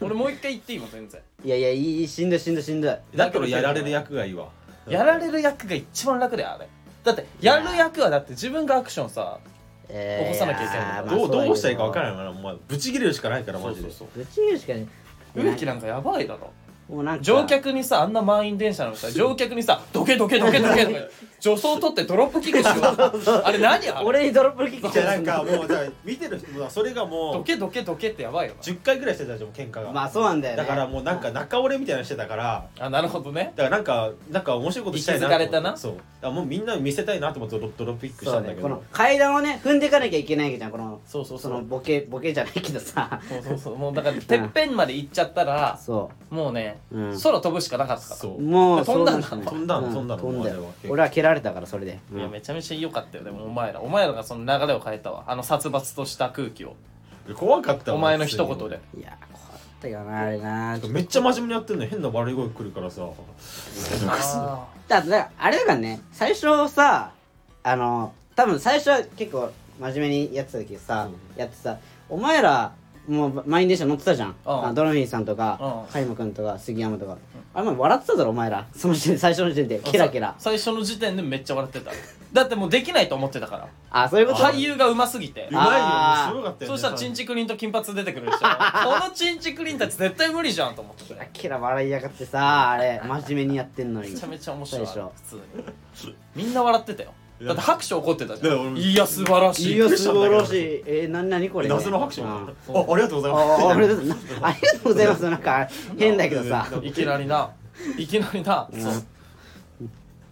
[SPEAKER 1] 俺もう一回言っていいもん全然
[SPEAKER 2] いやいやいいしんどいしんどいしんどい
[SPEAKER 3] だったらやられる役がいいわ
[SPEAKER 1] やられる役が一番楽だよあれだってやる役はだって自分がアクションさ起
[SPEAKER 2] えー
[SPEAKER 1] こさなきゃいけない
[SPEAKER 2] やーまあ
[SPEAKER 3] どう
[SPEAKER 2] そだけ
[SPEAKER 3] どうしたらいいか分からないからもうまあブチ切れるしかないからマジで
[SPEAKER 2] ぶち切るしかない
[SPEAKER 1] 植木なんかやばいだろ
[SPEAKER 2] もうなんか
[SPEAKER 1] 乗客にさあんな満員電車なのにさ乗客にさどけどけどけどけとか助走取ってドロップキックしようあれ何あれ
[SPEAKER 2] 俺にドロップキック
[SPEAKER 3] じゃあなんかもうじゃあ見てる人もそれがも
[SPEAKER 1] ど
[SPEAKER 3] う
[SPEAKER 1] けどけどけってやばいよ
[SPEAKER 3] 10回ぐらいしてたじゃん喧嘩が
[SPEAKER 2] まあそうなんだよね
[SPEAKER 3] だからもうなんか仲折れみたいなのしてたから
[SPEAKER 1] なあなるほどね
[SPEAKER 3] だからなんかなんか面白いことしたいなと思って
[SPEAKER 1] 息づかれたな
[SPEAKER 3] そうだからもうみんなに見せたいなと思ってドロドロップピックし
[SPEAKER 2] そ
[SPEAKER 3] た
[SPEAKER 2] うん
[SPEAKER 3] だ
[SPEAKER 2] ね
[SPEAKER 3] け
[SPEAKER 2] こ
[SPEAKER 3] ど、
[SPEAKER 2] の階段をね踏んでいかなきゃいけないわけじゃんこの
[SPEAKER 1] そうそう
[SPEAKER 2] そ
[SPEAKER 1] そ
[SPEAKER 2] の
[SPEAKER 1] う
[SPEAKER 2] ボケボケじゃないけど さ
[SPEAKER 1] そうそうそうもうだからてっぺんまで行っちゃったら
[SPEAKER 2] そ
[SPEAKER 1] もうね
[SPEAKER 2] う、うん、
[SPEAKER 1] 空飛ぶしかなかったから
[SPEAKER 3] そう
[SPEAKER 2] もう
[SPEAKER 1] 飛んだんだ
[SPEAKER 2] そう
[SPEAKER 3] 飛んだの
[SPEAKER 2] う
[SPEAKER 3] 飛んだの
[SPEAKER 2] 飛んだ
[SPEAKER 3] もうあれ
[SPEAKER 2] よ
[SPEAKER 3] は
[SPEAKER 2] 俺は蹴られたからそれで、
[SPEAKER 1] いやめちゃめちゃ良かったよでもお前らお前らがその流れを変えたわあの殺伐とした空気を
[SPEAKER 3] う怖かったわ
[SPEAKER 1] お前の一言で
[SPEAKER 2] いやー怖かったよなあれな
[SPEAKER 3] 普通にめっちゃ真面目にやってるのに変な悪い声来るからさ
[SPEAKER 1] あ
[SPEAKER 2] だだからあれだからね最初さあの多分最初は結構真面目にやってた時さ、やってさお前らもう満員電車乗ってたじゃん、
[SPEAKER 1] うん
[SPEAKER 2] あドルフィンさんとか
[SPEAKER 1] うん
[SPEAKER 2] 海馬くんとか杉山とか、あれもう笑ってただろお前らその時点で最初の時点で
[SPEAKER 1] ー
[SPEAKER 2] ケラケラ
[SPEAKER 1] 最初の時点でめっちゃ笑ってただってもうできないと思ってたから
[SPEAKER 2] あそういうこと
[SPEAKER 1] 俳優がうますぎて
[SPEAKER 3] うまいよ
[SPEAKER 2] あ
[SPEAKER 3] も
[SPEAKER 2] ー
[SPEAKER 3] うすごかったよ、
[SPEAKER 1] そ
[SPEAKER 3] ね、
[SPEAKER 1] したらチンチクリンと金髪出てくるでしょ このチンチクリンたち絶対無理じゃんと思って
[SPEAKER 2] ケラ
[SPEAKER 1] て
[SPEAKER 2] ケラ笑いやがってさあれ真面目にやってんのに
[SPEAKER 1] めちゃめちゃ面白いあれ
[SPEAKER 2] そうで
[SPEAKER 1] 普通にみんちゃみんな笑ってたよだって拍手起こってたじ
[SPEAKER 3] い
[SPEAKER 1] ゃ
[SPEAKER 3] や俺
[SPEAKER 1] んいや素晴らし
[SPEAKER 2] い
[SPEAKER 1] い
[SPEAKER 2] や
[SPEAKER 3] びっくり
[SPEAKER 2] 素
[SPEAKER 3] したんだけ
[SPEAKER 2] 晴
[SPEAKER 3] ど
[SPEAKER 2] らしいえー、なになにこれ
[SPEAKER 3] 謎の拍手
[SPEAKER 2] う
[SPEAKER 3] もあ
[SPEAKER 2] ん
[SPEAKER 3] ありがとうござい
[SPEAKER 2] あ
[SPEAKER 3] ます
[SPEAKER 2] あありがとうございますありがとうございますなんか変だけどさ
[SPEAKER 1] いきなりないきなりな、そう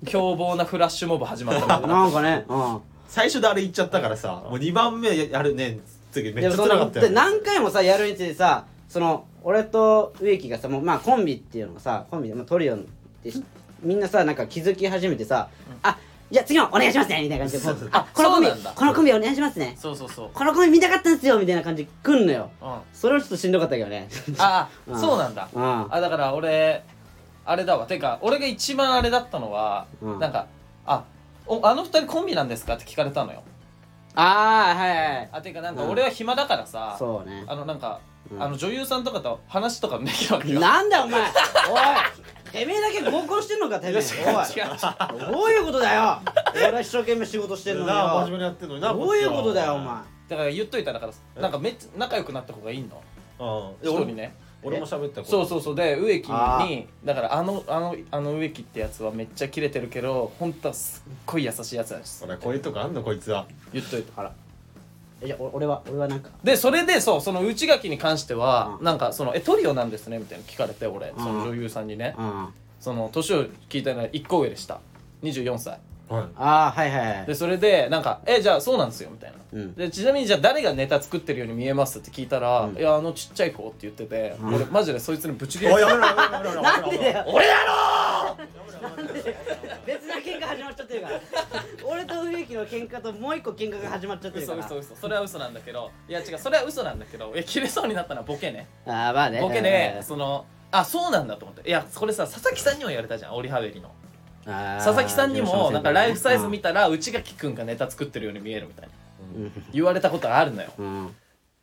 [SPEAKER 1] 凶暴なフラッシュモブ始まったから
[SPEAKER 2] なんかねうん
[SPEAKER 3] 最初であれ言っちゃったからさもう2番目ややるね次めっ
[SPEAKER 2] で
[SPEAKER 3] ち
[SPEAKER 2] も
[SPEAKER 3] ゃ
[SPEAKER 2] そ
[SPEAKER 3] 辛か
[SPEAKER 2] の
[SPEAKER 3] ったよ、
[SPEAKER 2] で何回もさやるについてさその俺と植木がさもうまあコンビっていうのがさコンビで、まあ、トリオンってしみんなさなんか気づき始めてさ、あじゃあ次もお願いしますねみたいな感じでこう
[SPEAKER 3] そう
[SPEAKER 2] あこのコンビ
[SPEAKER 1] そうなんだ
[SPEAKER 2] このコンビお願いしますね
[SPEAKER 1] そうそうそう、うん、
[SPEAKER 2] このコンビ見たかったんですよみたいな感じで来んのよ
[SPEAKER 1] あ
[SPEAKER 2] それはちょっとしんどかったけどね
[SPEAKER 1] あ、
[SPEAKER 2] うん
[SPEAKER 1] そうなんだ
[SPEAKER 2] うん
[SPEAKER 1] あだから俺あれだわてか俺が一番あれだったのは、
[SPEAKER 2] うん
[SPEAKER 1] なんかあおあの二人コンビなんですかって聞かれたのよ
[SPEAKER 2] ああはいはいはい
[SPEAKER 1] あてかなんか
[SPEAKER 2] うん
[SPEAKER 1] 俺は暇だからさ、
[SPEAKER 2] そうね
[SPEAKER 1] あのなんか、
[SPEAKER 2] うん
[SPEAKER 1] あの女優さんとかと話とかもできるわけよ
[SPEAKER 2] なんだよお前おいてめえだけ合コンしてんのかてめえおい
[SPEAKER 1] 違う違う
[SPEAKER 2] どういうことだよ俺は一生懸命仕事してんのに
[SPEAKER 3] なあ真面目
[SPEAKER 2] よ
[SPEAKER 3] にやってんのにな
[SPEAKER 2] どういうことだよお前
[SPEAKER 1] だから言っといただからなんかめっちゃ仲良くなった方がいいの
[SPEAKER 3] お
[SPEAKER 1] 一
[SPEAKER 3] うん
[SPEAKER 1] 人
[SPEAKER 3] いや
[SPEAKER 1] ね
[SPEAKER 3] 俺俺も喋った
[SPEAKER 1] そう
[SPEAKER 3] う
[SPEAKER 1] そうそうで植木
[SPEAKER 2] あ
[SPEAKER 1] にだからあのあのあの植木ってやつはめっちゃキレてるけど本当はすっごい優しいやつなんです
[SPEAKER 3] 俺こういうとこあんのこいつは
[SPEAKER 1] 言っといたから
[SPEAKER 2] えじゃあお俺は俺はなんか
[SPEAKER 1] でそれでそうその内垣に関しては、
[SPEAKER 2] うん
[SPEAKER 1] なんかその「えトリオなんですね」みたいなの聞かれて俺、
[SPEAKER 2] ん
[SPEAKER 1] その女優さんにね、
[SPEAKER 2] うんあ
[SPEAKER 1] その年を聞いたのは1個上でした24歳
[SPEAKER 3] はい
[SPEAKER 2] あはいはいはい
[SPEAKER 1] でそれでなんか「えじゃあそうなんですよ」みたいな、
[SPEAKER 2] うん
[SPEAKER 1] でちなみにじゃあ誰がネタ作ってるように見えますって聞いたら「
[SPEAKER 2] うん
[SPEAKER 1] いやあのちっちゃい子」って言ってて、
[SPEAKER 2] うん
[SPEAKER 1] 俺マジでそいつにぶち切
[SPEAKER 3] お
[SPEAKER 1] れ
[SPEAKER 3] い
[SPEAKER 1] て
[SPEAKER 3] やめろやめろやめろやめろ
[SPEAKER 2] なんでだ よ
[SPEAKER 1] 俺だろ
[SPEAKER 2] 別な喧嘩始まっちゃってる から俺と植木の喧嘩ともう一個喧嘩が始まっちゃってるか
[SPEAKER 1] 嘘
[SPEAKER 2] ら
[SPEAKER 1] 嘘嘘それは嘘なんだけどいや違うそれは嘘なんだけどえ切れそうになったのはボケね
[SPEAKER 2] ああまあね
[SPEAKER 1] ボケ
[SPEAKER 2] う
[SPEAKER 1] で
[SPEAKER 2] ん
[SPEAKER 1] そのあそうなんだと思っていやこれさ佐々木さんにも言われたじゃんオリハベリの
[SPEAKER 2] あー
[SPEAKER 1] 佐々木さんにもなんかライフサイズ見
[SPEAKER 2] て
[SPEAKER 1] たら内垣くんがネタ作ってるように見えるみたいな
[SPEAKER 2] うん
[SPEAKER 1] 言われたことあるのよ
[SPEAKER 2] うん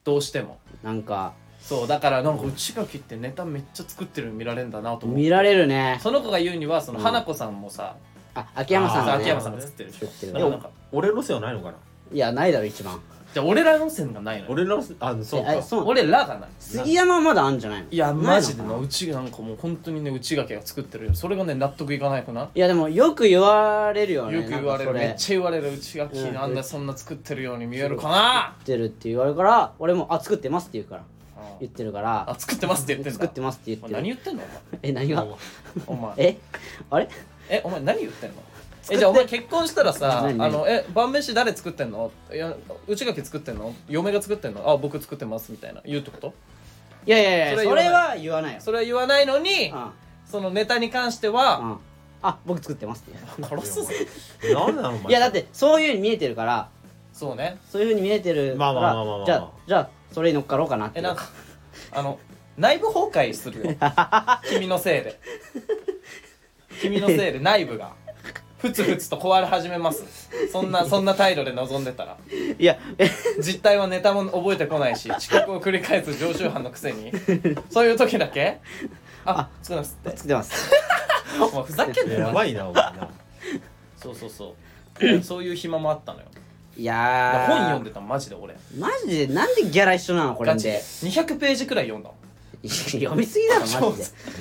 [SPEAKER 1] どうしても
[SPEAKER 2] なんか
[SPEAKER 1] そうだからなんか内垣ってネタめっちゃ作ってるように見られるんだなと思
[SPEAKER 2] 見
[SPEAKER 1] う
[SPEAKER 2] られるね
[SPEAKER 1] その子が言うにはその
[SPEAKER 2] うん
[SPEAKER 1] 花子さんもさ
[SPEAKER 2] あ秋山さん
[SPEAKER 1] さ
[SPEAKER 2] が
[SPEAKER 1] 秋山さ
[SPEAKER 2] ね
[SPEAKER 1] んが作ってるでし
[SPEAKER 2] 作ってる
[SPEAKER 1] ょだからなんか
[SPEAKER 3] 俺のせはないのかない
[SPEAKER 2] やないだろ一番
[SPEAKER 1] じゃあ俺らの線がないのよ
[SPEAKER 3] 俺のせあそう
[SPEAKER 2] えあ
[SPEAKER 3] か
[SPEAKER 2] そう
[SPEAKER 1] 俺らがない
[SPEAKER 2] 杉山はまだあんじゃないの
[SPEAKER 1] いやマジで
[SPEAKER 2] ない
[SPEAKER 1] な
[SPEAKER 2] のか
[SPEAKER 1] うちなんかもう本当にね内垣が作ってるよそれがね納得いかないくない
[SPEAKER 2] やでもよく言われるよね
[SPEAKER 1] よく言われる
[SPEAKER 2] なんかそ
[SPEAKER 1] めっちゃ言われる内垣
[SPEAKER 2] うん
[SPEAKER 1] なんだそんな作ってるように見えるかな
[SPEAKER 2] 作ってるって言われるから俺も「あ作ってます」って言うから
[SPEAKER 1] うん
[SPEAKER 2] 言ってるから
[SPEAKER 1] あ作ってますって言ってんだ
[SPEAKER 2] 作ってますって言
[SPEAKER 1] お
[SPEAKER 2] っ
[SPEAKER 1] 前
[SPEAKER 2] てる
[SPEAKER 1] 何言ってんの
[SPEAKER 2] え何が
[SPEAKER 1] お前お前
[SPEAKER 2] えあれ
[SPEAKER 1] えお前何言ってんのえじゃあお前結婚したらさ「あ
[SPEAKER 2] 何
[SPEAKER 1] のえ晩飯誰作ってんのいや内垣作ってんの嫁が作ってんのあ僕作ってます」みたいな言うってこと
[SPEAKER 2] いやいやいや
[SPEAKER 1] そ
[SPEAKER 2] そ
[SPEAKER 1] れ
[SPEAKER 2] れ
[SPEAKER 1] は
[SPEAKER 2] は言わないよ
[SPEAKER 1] それは言わないのに
[SPEAKER 2] うん
[SPEAKER 1] そのネタに関しては、
[SPEAKER 2] ん、あ僕作ってますっていう
[SPEAKER 1] 殺すぞ
[SPEAKER 4] 何なのお
[SPEAKER 2] い
[SPEAKER 4] 前
[SPEAKER 2] やだってそういうふうに見えてるから
[SPEAKER 1] そうね
[SPEAKER 2] そういうふうに見えてるか
[SPEAKER 4] まあまあ
[SPEAKER 2] ら
[SPEAKER 4] まあまあまあ
[SPEAKER 2] じゃあじゃあそれに乗っかろうかなってい
[SPEAKER 1] え
[SPEAKER 2] う
[SPEAKER 1] なんかあの内部崩壊す るよ君のせいで君のせいで内部がふつふつと壊れ始めますそんなそんな態度で臨んでたら
[SPEAKER 2] いや え
[SPEAKER 1] 実態はネタも覚えてこないし遅刻を繰り返す常習犯のくせにそういう時だけあ作ります って
[SPEAKER 2] 作ってます
[SPEAKER 1] お前ふざけんなよ
[SPEAKER 4] や
[SPEAKER 1] お前
[SPEAKER 4] ばいなお前な
[SPEAKER 1] そうそうそうそういう暇もあったのよ
[SPEAKER 2] い
[SPEAKER 1] だから
[SPEAKER 2] やー
[SPEAKER 1] 本読んでたのマジで俺
[SPEAKER 2] マジでなんでギャラ一緒なのこれ
[SPEAKER 1] ガ
[SPEAKER 2] ん
[SPEAKER 1] チで
[SPEAKER 2] で
[SPEAKER 1] 200ページくらい読んだの
[SPEAKER 2] 読みすぎだろマジで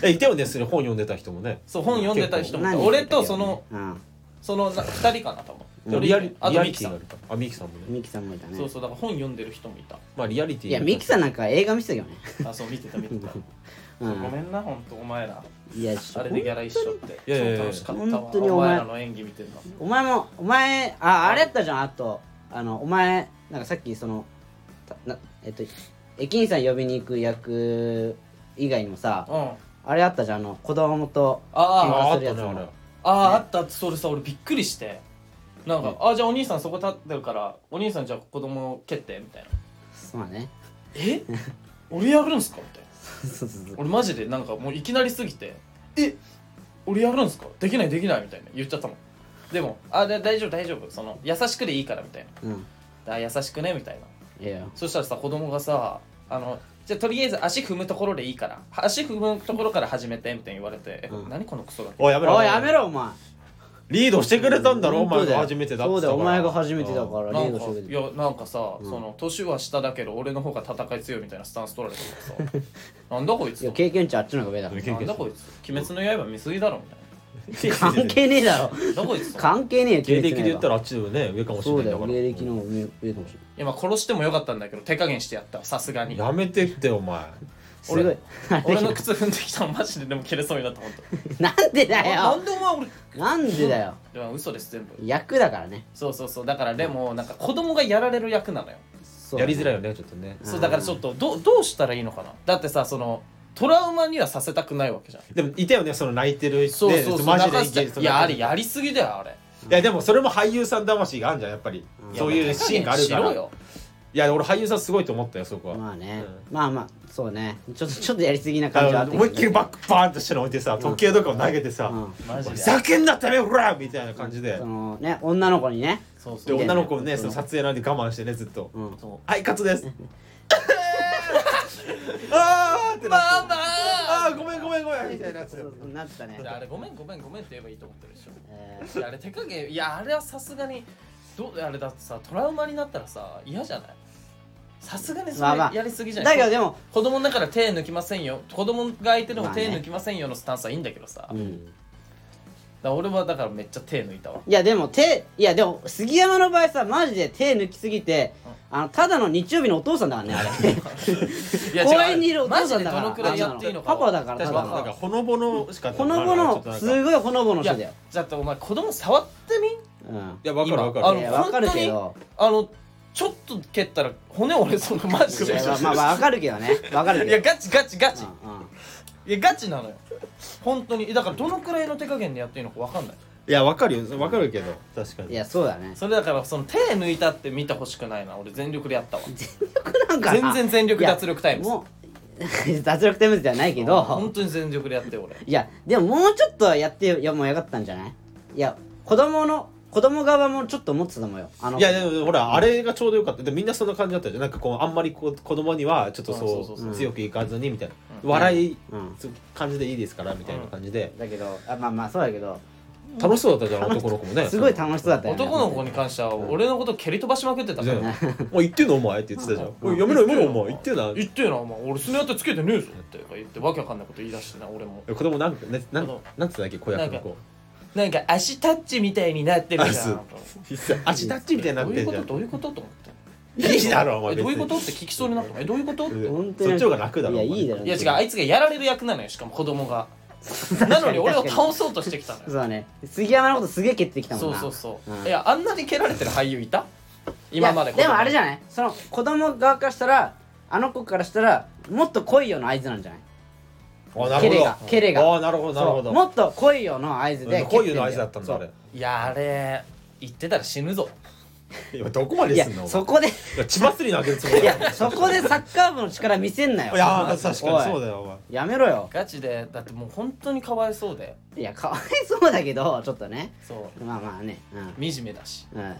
[SPEAKER 4] えいたよねそれ本読んでた人もね
[SPEAKER 1] そう本読んでた人もいた
[SPEAKER 2] 何
[SPEAKER 1] 俺とその
[SPEAKER 2] うん
[SPEAKER 1] そのな2人かな多
[SPEAKER 4] で
[SPEAKER 1] 分
[SPEAKER 4] もリアリ
[SPEAKER 1] あ
[SPEAKER 4] リ
[SPEAKER 1] と
[SPEAKER 4] ア
[SPEAKER 1] ミ
[SPEAKER 4] リ
[SPEAKER 1] キ
[SPEAKER 4] ティ
[SPEAKER 1] さ
[SPEAKER 4] があ
[SPEAKER 1] ん
[SPEAKER 4] るからあミキさんもね
[SPEAKER 2] ミキさんもいたね
[SPEAKER 1] そうそうだから本読んでる人もいた
[SPEAKER 4] まあリアリティ
[SPEAKER 2] いやミキさんなんか映画見てたけどね
[SPEAKER 1] あそう見てた見てたご
[SPEAKER 2] う
[SPEAKER 1] め
[SPEAKER 2] ん
[SPEAKER 1] んなほんとお前ら
[SPEAKER 2] いや
[SPEAKER 1] あれでギャラ一緒って
[SPEAKER 4] いやいやいや
[SPEAKER 1] 超楽しかった
[SPEAKER 2] 本
[SPEAKER 1] わ
[SPEAKER 2] 当にお
[SPEAKER 1] お
[SPEAKER 2] 前
[SPEAKER 1] 前らの演技見てるの
[SPEAKER 2] お前もお前ああれやったじゃんあとあのお前なんかさっきそのたなえっと駅員さん呼びに行く役以外にもさ
[SPEAKER 1] うん
[SPEAKER 2] あれあったじゃんあの子供と喧
[SPEAKER 1] あー
[SPEAKER 2] 嘩
[SPEAKER 4] ああ
[SPEAKER 2] す
[SPEAKER 4] っ
[SPEAKER 2] るや
[SPEAKER 4] た
[SPEAKER 2] つ
[SPEAKER 4] ねあ
[SPEAKER 2] も
[SPEAKER 4] れ
[SPEAKER 1] ああ、あったそれさ俺びっくりしてなんか、あじゃあお兄さんそこ立ってるからお兄さんじゃあ子供蹴ってみたいな
[SPEAKER 2] そうだね
[SPEAKER 1] え 俺やるんすかみたいな
[SPEAKER 2] そうそうそう
[SPEAKER 1] 俺マジでなんかもういきなりすぎてえ俺やるんすかできないできないみたいな言っちゃったもんでもあで大丈夫大丈夫その優しくでいいからみたい
[SPEAKER 2] うん
[SPEAKER 1] なあ優しくねみたいない
[SPEAKER 2] や
[SPEAKER 1] そしたらさ子供がさあのじゃあとりあえず足踏むところでいいから足踏むところから始めてみたいに言われて、え
[SPEAKER 2] うん
[SPEAKER 1] 何このクソだ
[SPEAKER 4] おいやめろ
[SPEAKER 2] おいやめろお前
[SPEAKER 4] リードしてくれたんだろお
[SPEAKER 2] 本当
[SPEAKER 4] 前
[SPEAKER 2] よ
[SPEAKER 4] が初めてだっ
[SPEAKER 2] そ
[SPEAKER 4] つ
[SPEAKER 2] う
[SPEAKER 4] っ
[SPEAKER 2] だ
[SPEAKER 4] た
[SPEAKER 2] よ
[SPEAKER 4] から
[SPEAKER 2] お前が初めてだからリ
[SPEAKER 1] な
[SPEAKER 2] ー
[SPEAKER 1] ん
[SPEAKER 2] ド
[SPEAKER 1] か
[SPEAKER 2] してく
[SPEAKER 1] い
[SPEAKER 2] れて
[SPEAKER 1] やなんかさ、
[SPEAKER 2] うん
[SPEAKER 1] その年は下だけど俺の方が戦い強いみたいなスタンス取られてるからさなんだこいつ
[SPEAKER 2] いや経験値あっちの方が上だから
[SPEAKER 4] 経験
[SPEAKER 1] なんだこいつ鬼滅の刃見すぎだろみたい
[SPEAKER 2] 関係ねえだろ
[SPEAKER 1] ななんだこいつ
[SPEAKER 2] 関係ねえよ
[SPEAKER 4] 芸歴で言った
[SPEAKER 2] ら
[SPEAKER 4] らあっちでもね上かもしれ
[SPEAKER 2] そ
[SPEAKER 4] な
[SPEAKER 2] う
[SPEAKER 4] い
[SPEAKER 2] だ
[SPEAKER 4] んだ
[SPEAKER 2] よ
[SPEAKER 4] から
[SPEAKER 2] 芸歴の方が上上かもしれない
[SPEAKER 1] 今殺してもよかったんだけど手加減してやったわさすがに
[SPEAKER 4] やめてってお前
[SPEAKER 2] すご
[SPEAKER 1] 俺
[SPEAKER 2] いあれ
[SPEAKER 1] 俺 の靴踏んできたのマジででも切れそうになった本
[SPEAKER 2] なんで
[SPEAKER 1] 当。
[SPEAKER 2] だ
[SPEAKER 1] な
[SPEAKER 2] よ
[SPEAKER 1] んでお前俺
[SPEAKER 2] なんでだよ
[SPEAKER 1] いや嘘です全部
[SPEAKER 2] 役だからね
[SPEAKER 1] そうそうそうだからでもなんか子供がやられる役なのよ
[SPEAKER 2] そう
[SPEAKER 4] やりづらいよねちょっとね
[SPEAKER 1] そうだからちょっとどうどうしたらいいのかなだってさそのトラウマにはさせたくないわけじゃん
[SPEAKER 4] でもいたよねその泣いてる
[SPEAKER 1] そうそうそう
[SPEAKER 4] ねマジ
[SPEAKER 1] 泣かせ
[SPEAKER 4] で
[SPEAKER 1] たいやあれやりすぎだよあれ
[SPEAKER 4] いやでもそれも俳優さん魂があるじゃんやっぱり
[SPEAKER 2] うん
[SPEAKER 4] そういうシーンがあるか
[SPEAKER 1] 手加減
[SPEAKER 4] ら
[SPEAKER 1] しろ
[SPEAKER 4] い
[SPEAKER 1] よ
[SPEAKER 4] や俺俳優さんすごいと思ったよそこは
[SPEAKER 2] まあね
[SPEAKER 4] う
[SPEAKER 2] まあまあそうねちょっとちょっとやりすぎな感じはあ
[SPEAKER 4] あ
[SPEAKER 2] っ
[SPEAKER 4] の
[SPEAKER 2] たけ
[SPEAKER 4] 思
[SPEAKER 2] ど
[SPEAKER 4] いっきりバックバーンとしての置いてさ時計とかを投げてさ
[SPEAKER 2] うん
[SPEAKER 1] マ
[SPEAKER 4] 「ふ
[SPEAKER 1] ジで
[SPEAKER 4] ざけんなてめえほら!」みたいな感じで
[SPEAKER 2] そのね女の子にね
[SPEAKER 1] そうそ
[SPEAKER 4] で
[SPEAKER 1] う
[SPEAKER 4] 女の子もね
[SPEAKER 2] うん
[SPEAKER 4] その撮影なんで我慢してねずっと
[SPEAKER 2] うん
[SPEAKER 1] そう
[SPEAKER 4] 「はいカッ トです」あーってな
[SPEAKER 1] マ
[SPEAKER 4] って
[SPEAKER 1] マ
[SPEAKER 4] あーごめんごめんごめんみたいなやつ
[SPEAKER 2] そうなったね
[SPEAKER 1] であれごめんごめんごめんって言えばいいと思ってるでしょ
[SPEAKER 2] え
[SPEAKER 1] いやあれ手加減いやあれはさすがにどうあれだってさトラウマになったらさ嫌じゃないさすがにそ
[SPEAKER 2] まあ
[SPEAKER 1] れ
[SPEAKER 2] まあ
[SPEAKER 1] やりすぎじ
[SPEAKER 2] ー
[SPEAKER 1] ゃな
[SPEAKER 2] だ
[SPEAKER 1] い、
[SPEAKER 2] けどでも
[SPEAKER 1] 子供だから手抜きませんよ子供が相手でも
[SPEAKER 2] まあね
[SPEAKER 1] 手抜きませんよのスタンスはいいんだけどさ、
[SPEAKER 2] う
[SPEAKER 1] だか
[SPEAKER 2] ん
[SPEAKER 1] ら俺はだからめっちゃ手抜いたわ
[SPEAKER 2] いやでも手いやでも杉山の場合さマジで手抜きすぎてあのただの日曜日のお父さんだからねあれ
[SPEAKER 1] いや
[SPEAKER 2] 公園にいるお
[SPEAKER 1] マ
[SPEAKER 2] 父
[SPEAKER 1] ジ
[SPEAKER 2] さ
[SPEAKER 1] で
[SPEAKER 2] んだ
[SPEAKER 1] ど
[SPEAKER 2] から
[SPEAKER 1] のくらいやっていいのか
[SPEAKER 2] パパだから
[SPEAKER 1] 確
[SPEAKER 2] た
[SPEAKER 1] か
[SPEAKER 2] だ
[SPEAKER 1] に
[SPEAKER 2] の
[SPEAKER 4] なんかほのぼのしか
[SPEAKER 2] ほのぼ
[SPEAKER 4] ちょっと
[SPEAKER 2] の
[SPEAKER 4] なんか
[SPEAKER 2] すごいほのぼの
[SPEAKER 1] い
[SPEAKER 2] 人だよ
[SPEAKER 1] やだってお前子供触ってみ
[SPEAKER 2] うん
[SPEAKER 4] いやわかるわか
[SPEAKER 1] あ
[SPEAKER 4] る
[SPEAKER 1] の
[SPEAKER 2] いやわかるけど
[SPEAKER 1] あのちょっと蹴ったら骨折れそうなマジ
[SPEAKER 2] い
[SPEAKER 1] で
[SPEAKER 2] やまあまあわかるけどねわかる
[SPEAKER 1] い
[SPEAKER 2] け
[SPEAKER 1] や
[SPEAKER 2] ど
[SPEAKER 1] ガチガチガチ、
[SPEAKER 2] うんうん
[SPEAKER 1] いやガチなのよ本当にだからどのくらいの手加減でやっていいのか分かんない
[SPEAKER 4] いやわかるよわかるけど確か
[SPEAKER 2] い
[SPEAKER 4] に
[SPEAKER 2] やそうだね
[SPEAKER 1] それだからその手抜いたって見てほしくないな俺全力でやったわ
[SPEAKER 2] なんか
[SPEAKER 1] 全然全力脱力タイム
[SPEAKER 2] ム
[SPEAKER 1] ズ
[SPEAKER 2] もう 脱力タイムズではないけ
[SPEAKER 1] 本
[SPEAKER 2] ど
[SPEAKER 1] 当に全力でやって俺
[SPEAKER 2] いやでももうちょっとやってよもうよかったんじゃないいや子供の子供側もちょっと思ってたと思うよあの
[SPEAKER 4] いやでもほらあれがちょうどよかったでみんなそんな感じだったじゃんなんかこうあんまりこう子供にはちょっと
[SPEAKER 1] うんそうそ
[SPEAKER 4] そうう
[SPEAKER 1] そう
[SPEAKER 2] そう
[SPEAKER 4] 強くいかずにみたいな、
[SPEAKER 1] うん
[SPEAKER 4] 笑い、
[SPEAKER 2] うん
[SPEAKER 4] そう感じでいいですからみたいな感じで、
[SPEAKER 2] だけどあまあまあそうだけど
[SPEAKER 4] 楽しそうだったじゃん男の子もね
[SPEAKER 2] すごい楽しそうだったよね
[SPEAKER 1] 男の子に関しては俺のこと蹴り飛ばしまくってたか
[SPEAKER 4] じゃ
[SPEAKER 1] ら
[SPEAKER 4] あ「おい言ってんのお前」って言ってたじゃん「おいやめろやめろお前言ってんな」
[SPEAKER 1] 言ってえなお前俺スネアってつけてねえぞって言ってわけわかんないこと言い出してな俺も
[SPEAKER 4] 子供なんかねなん
[SPEAKER 1] 子供
[SPEAKER 4] なんつったっけ子役の子
[SPEAKER 1] なんか足タッチみたいになってるじゃん
[SPEAKER 4] あ足タッチみたいにな
[SPEAKER 1] ど
[SPEAKER 4] っ
[SPEAKER 1] う
[SPEAKER 4] て
[SPEAKER 1] いう
[SPEAKER 4] ん
[SPEAKER 1] こ
[SPEAKER 4] じゃ
[SPEAKER 1] と
[SPEAKER 4] ん
[SPEAKER 1] どういうことと思って
[SPEAKER 4] いいだろお前
[SPEAKER 1] えどういうことっ
[SPEAKER 4] 別
[SPEAKER 1] て聞きそうになったえどういうこと
[SPEAKER 4] に
[SPEAKER 2] 本当に
[SPEAKER 4] そっちの方が楽だろ
[SPEAKER 2] いや
[SPEAKER 4] お前
[SPEAKER 2] いいだろ
[SPEAKER 1] いや違うあいつがやられる役なのよしかも子供がなのに俺を倒そうとしてきたのよ
[SPEAKER 2] そうだね杉山のことすげえ蹴ってきたも
[SPEAKER 1] そ
[SPEAKER 2] ん
[SPEAKER 1] う
[SPEAKER 2] な
[SPEAKER 1] そうそう、
[SPEAKER 2] うん
[SPEAKER 1] いやあんなに蹴られてる俳優いた今まで
[SPEAKER 2] いやでもあれじゃ
[SPEAKER 1] い
[SPEAKER 2] ないその子供側からしたらあの子からしたらもっと来いよの合図なんじゃない
[SPEAKER 3] あなる
[SPEAKER 2] ケ
[SPEAKER 3] ほ
[SPEAKER 2] レ
[SPEAKER 3] ど
[SPEAKER 2] がケレが
[SPEAKER 3] あなるほどなるほ
[SPEAKER 2] そう
[SPEAKER 3] ど
[SPEAKER 2] もっと来いよの合図で
[SPEAKER 3] こういうの合図だったんだあれ
[SPEAKER 1] いやあれ言ってたら死ぬぞ
[SPEAKER 3] いやどこま
[SPEAKER 2] い
[SPEAKER 3] で
[SPEAKER 2] や
[SPEAKER 3] すんの
[SPEAKER 2] そこで
[SPEAKER 3] いや血祭りなわけですもん
[SPEAKER 2] いやそこでサッカー部の力見せんなよ
[SPEAKER 3] いやー確かにそう
[SPEAKER 2] だ
[SPEAKER 3] だよお前
[SPEAKER 2] やめろよ
[SPEAKER 1] ガチでだってもう本当にかわいそうで
[SPEAKER 2] いやかわいそうだけどちょっとね
[SPEAKER 1] そ
[SPEAKER 2] まあまあねうん
[SPEAKER 1] う惨めだし
[SPEAKER 2] うん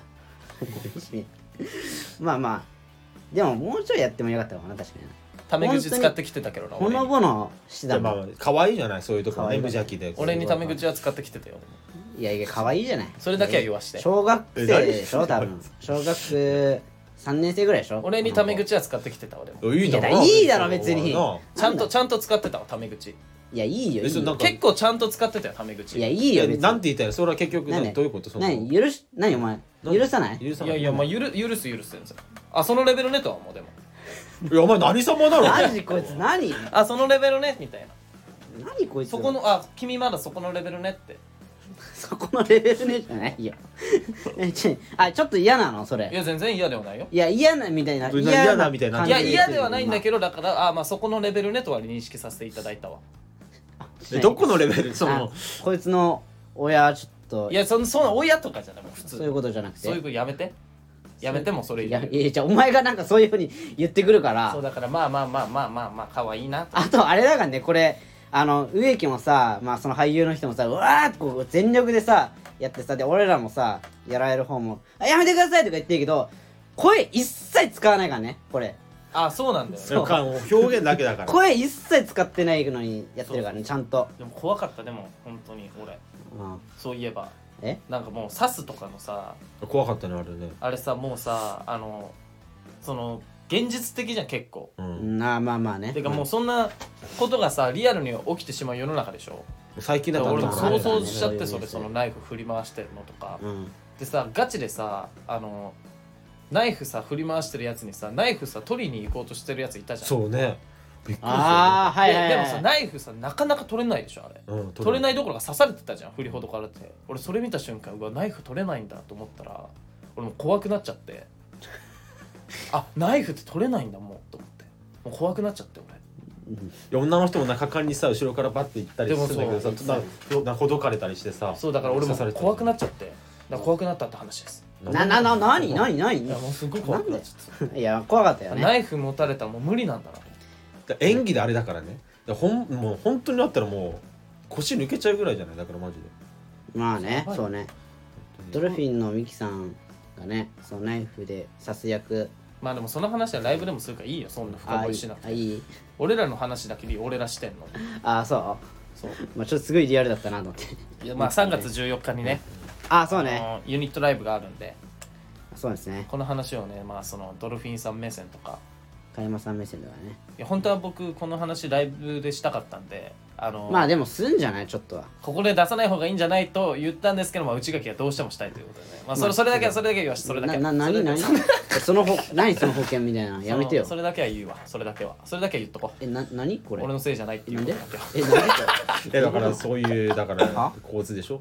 [SPEAKER 2] まあまあでももうちょいやってもよかったかもな確かに
[SPEAKER 1] タメ口使ってきてたけどな
[SPEAKER 2] ほ
[SPEAKER 1] 俺
[SPEAKER 2] の
[SPEAKER 1] に
[SPEAKER 2] ぼのして
[SPEAKER 3] いや
[SPEAKER 2] たも
[SPEAKER 3] まあ
[SPEAKER 2] ん
[SPEAKER 3] 可愛いじゃないそういうとこ
[SPEAKER 2] 可
[SPEAKER 3] も
[SPEAKER 2] 愛い
[SPEAKER 3] ね無邪気で
[SPEAKER 1] 俺にタメ口は使ってきてたよ
[SPEAKER 2] いやいや可愛いじゃない
[SPEAKER 1] それだけは言わして
[SPEAKER 2] 小学生でしょ
[SPEAKER 3] え
[SPEAKER 2] 多
[SPEAKER 3] 何
[SPEAKER 2] 分小学3年生ぐらいでしょ
[SPEAKER 1] 俺にタメ口は使ってきてた俺も
[SPEAKER 3] いいだ
[SPEAKER 2] いや
[SPEAKER 3] ろ
[SPEAKER 2] いいだろ別に
[SPEAKER 3] なあ
[SPEAKER 1] ちゃんとちゃんと使ってたわタメ口
[SPEAKER 2] いやいいよい
[SPEAKER 3] え
[SPEAKER 2] い
[SPEAKER 3] それな
[SPEAKER 2] よ
[SPEAKER 3] んか
[SPEAKER 1] 結構ちゃんと使ってたよタメ口
[SPEAKER 2] いやい
[SPEAKER 1] い
[SPEAKER 2] いよ別に
[SPEAKER 3] なんて言ったらそれは結局どう
[SPEAKER 2] 何
[SPEAKER 3] いうことその
[SPEAKER 2] 何許し何お前
[SPEAKER 3] 何
[SPEAKER 2] 許さない
[SPEAKER 3] 許さな
[SPEAKER 1] や
[SPEAKER 3] い
[SPEAKER 1] いやまあ許許す許す全然あそのレベルねとはもうでも
[SPEAKER 3] いやお前何様だろ
[SPEAKER 2] マジこいつ何
[SPEAKER 1] あそのレベルねみたいな
[SPEAKER 2] 何こいつ
[SPEAKER 1] そこのあ君まだそこのレベルねって
[SPEAKER 2] そこのレベルねじ ゃないよえちょあちょっと嫌なのそ
[SPEAKER 1] い
[SPEAKER 2] れ
[SPEAKER 1] や全然嫌ではないよ
[SPEAKER 2] いや嫌なみたいな
[SPEAKER 3] それな嫌なみたいな
[SPEAKER 2] 感
[SPEAKER 1] い
[SPEAKER 2] じ
[SPEAKER 1] や嫌ではないんだけ
[SPEAKER 2] ど
[SPEAKER 1] どだからあまあそこのレベルねとは認識させていただいたわ
[SPEAKER 3] えどこのレベルその
[SPEAKER 2] こいつの親ちょっと
[SPEAKER 1] いやそのその親とかじゃないもう普通
[SPEAKER 2] そういうことじゃなくて
[SPEAKER 1] そういうことやめてやめてもうそれ
[SPEAKER 2] い
[SPEAKER 1] 言
[SPEAKER 2] や
[SPEAKER 1] う
[SPEAKER 2] いやじゃあお前がなんかそういうふうに言ってくるから
[SPEAKER 1] そうだからまあまあまあまあまあまあ可愛いなと
[SPEAKER 2] あとあれだからねこれあの植木もさ、まあ、その俳優の人もさうわーってこう全力でさやってさで俺らもさやられる方も「あやめてください」とか言ってるけど声一切使わないからねこれ
[SPEAKER 1] あそうなんだよね
[SPEAKER 3] か表現だけだから
[SPEAKER 2] 声一切使ってないのにやってるからねちゃんと、
[SPEAKER 1] でも怖かったでも本当に俺
[SPEAKER 2] うん、
[SPEAKER 1] そういえば
[SPEAKER 2] え
[SPEAKER 1] なんかもう刺すとかのさ
[SPEAKER 3] 怖かったねあれね
[SPEAKER 1] あれさもうさあのその現実的じゃん結構
[SPEAKER 3] うん
[SPEAKER 2] なあまあまあね
[SPEAKER 1] てかもうそんなことがさリアルに起きてしまう世の中でしょ
[SPEAKER 3] 最近だ
[SPEAKER 1] だ
[SPEAKER 3] っ
[SPEAKER 1] か
[SPEAKER 3] た
[SPEAKER 1] ら
[SPEAKER 3] ん
[SPEAKER 1] 俺
[SPEAKER 3] だ
[SPEAKER 1] も
[SPEAKER 3] から
[SPEAKER 1] 想像
[SPEAKER 3] ね
[SPEAKER 1] しちゃって
[SPEAKER 2] そ
[SPEAKER 1] そう
[SPEAKER 2] いう
[SPEAKER 1] れ
[SPEAKER 2] やつ
[SPEAKER 1] そのナイフ振り回してるのとか
[SPEAKER 2] うん、
[SPEAKER 1] でさガチでさあのナイフさ振り回してるやつにさナイフさ取りに行こうとしてるやついたじゃん
[SPEAKER 3] そうねびっくりしたよ
[SPEAKER 2] ああ
[SPEAKER 1] で
[SPEAKER 2] はいはい、はい、
[SPEAKER 1] でもさナイフさなかなか取れないでしょあれ
[SPEAKER 3] うん
[SPEAKER 1] 取れないいどころか刺されてたじゃん振りほどからって俺それ見た瞬間うわナイフ取れないんだと思ったら俺もう怖くなっちゃってあナイフって取れないんだもうと思ってもう怖くなっちゃって
[SPEAKER 3] や女の人も中間にさ後ろからバッて行ったりするんだけどさ
[SPEAKER 1] でもそう
[SPEAKER 3] ちょっとななほどかれたりしてさ
[SPEAKER 1] 俺そうだから俺も
[SPEAKER 3] 刺されて
[SPEAKER 1] 怖くなっちゃってだから怖くなったって話です
[SPEAKER 2] ななななになにないに
[SPEAKER 1] やもうすごい怖くなっちゃっ
[SPEAKER 2] いや怖かったよ
[SPEAKER 1] て
[SPEAKER 2] ね
[SPEAKER 1] ナイフ持たれたらもう無理なんだなと
[SPEAKER 3] だから演技であれだからねだからほんもう本当になったらもう腰抜けちゃうぐらいじゃないだからマジで
[SPEAKER 2] まあね
[SPEAKER 1] はい
[SPEAKER 2] そうね
[SPEAKER 3] 本当
[SPEAKER 2] ド
[SPEAKER 3] に
[SPEAKER 2] ルフィンのミキさんがねそのナイフで刺す役
[SPEAKER 1] まあでもその話はライブでもするからいいよそんな深
[SPEAKER 2] あ
[SPEAKER 1] 掘
[SPEAKER 2] い
[SPEAKER 1] り
[SPEAKER 2] い
[SPEAKER 1] しなくて
[SPEAKER 2] あいい
[SPEAKER 1] 俺らの話だけでいい俺らしてんの
[SPEAKER 2] あそ
[SPEAKER 1] そう
[SPEAKER 2] う、まあ、ちょっとすごいリアルだったなと思って
[SPEAKER 1] いやまあ3月14日にね
[SPEAKER 2] あそう
[SPEAKER 1] あ
[SPEAKER 2] ね
[SPEAKER 1] のユニットライブがあるんで
[SPEAKER 2] そうですね
[SPEAKER 1] この話をねまあそのドルフィンさん目線とか
[SPEAKER 2] 加山さん目線ではね
[SPEAKER 1] いや本当は僕この話ライブでしたかったんであの、
[SPEAKER 2] まあでもすんじゃないちょっとは
[SPEAKER 1] ここで出さない方がいいんじゃないと言ったんですけど、まあ、内垣はどうしてもしたいということでね、まあ、それそれだけはそれだけは言わしてそれだけは
[SPEAKER 2] なな
[SPEAKER 1] それ
[SPEAKER 2] 何
[SPEAKER 1] だ
[SPEAKER 2] 何
[SPEAKER 1] けは
[SPEAKER 2] そのほ何その保険みたいなのやめてよ
[SPEAKER 1] そのそれだけは言うわそれだけはそれだけは言っとこう
[SPEAKER 2] えな何これ
[SPEAKER 1] 俺のせいじゃないっていう
[SPEAKER 2] な
[SPEAKER 1] こ
[SPEAKER 2] ん
[SPEAKER 1] と
[SPEAKER 2] で
[SPEAKER 1] だけは
[SPEAKER 2] えなんでこ
[SPEAKER 3] えだからそういうだから
[SPEAKER 2] は
[SPEAKER 3] 構図でしょ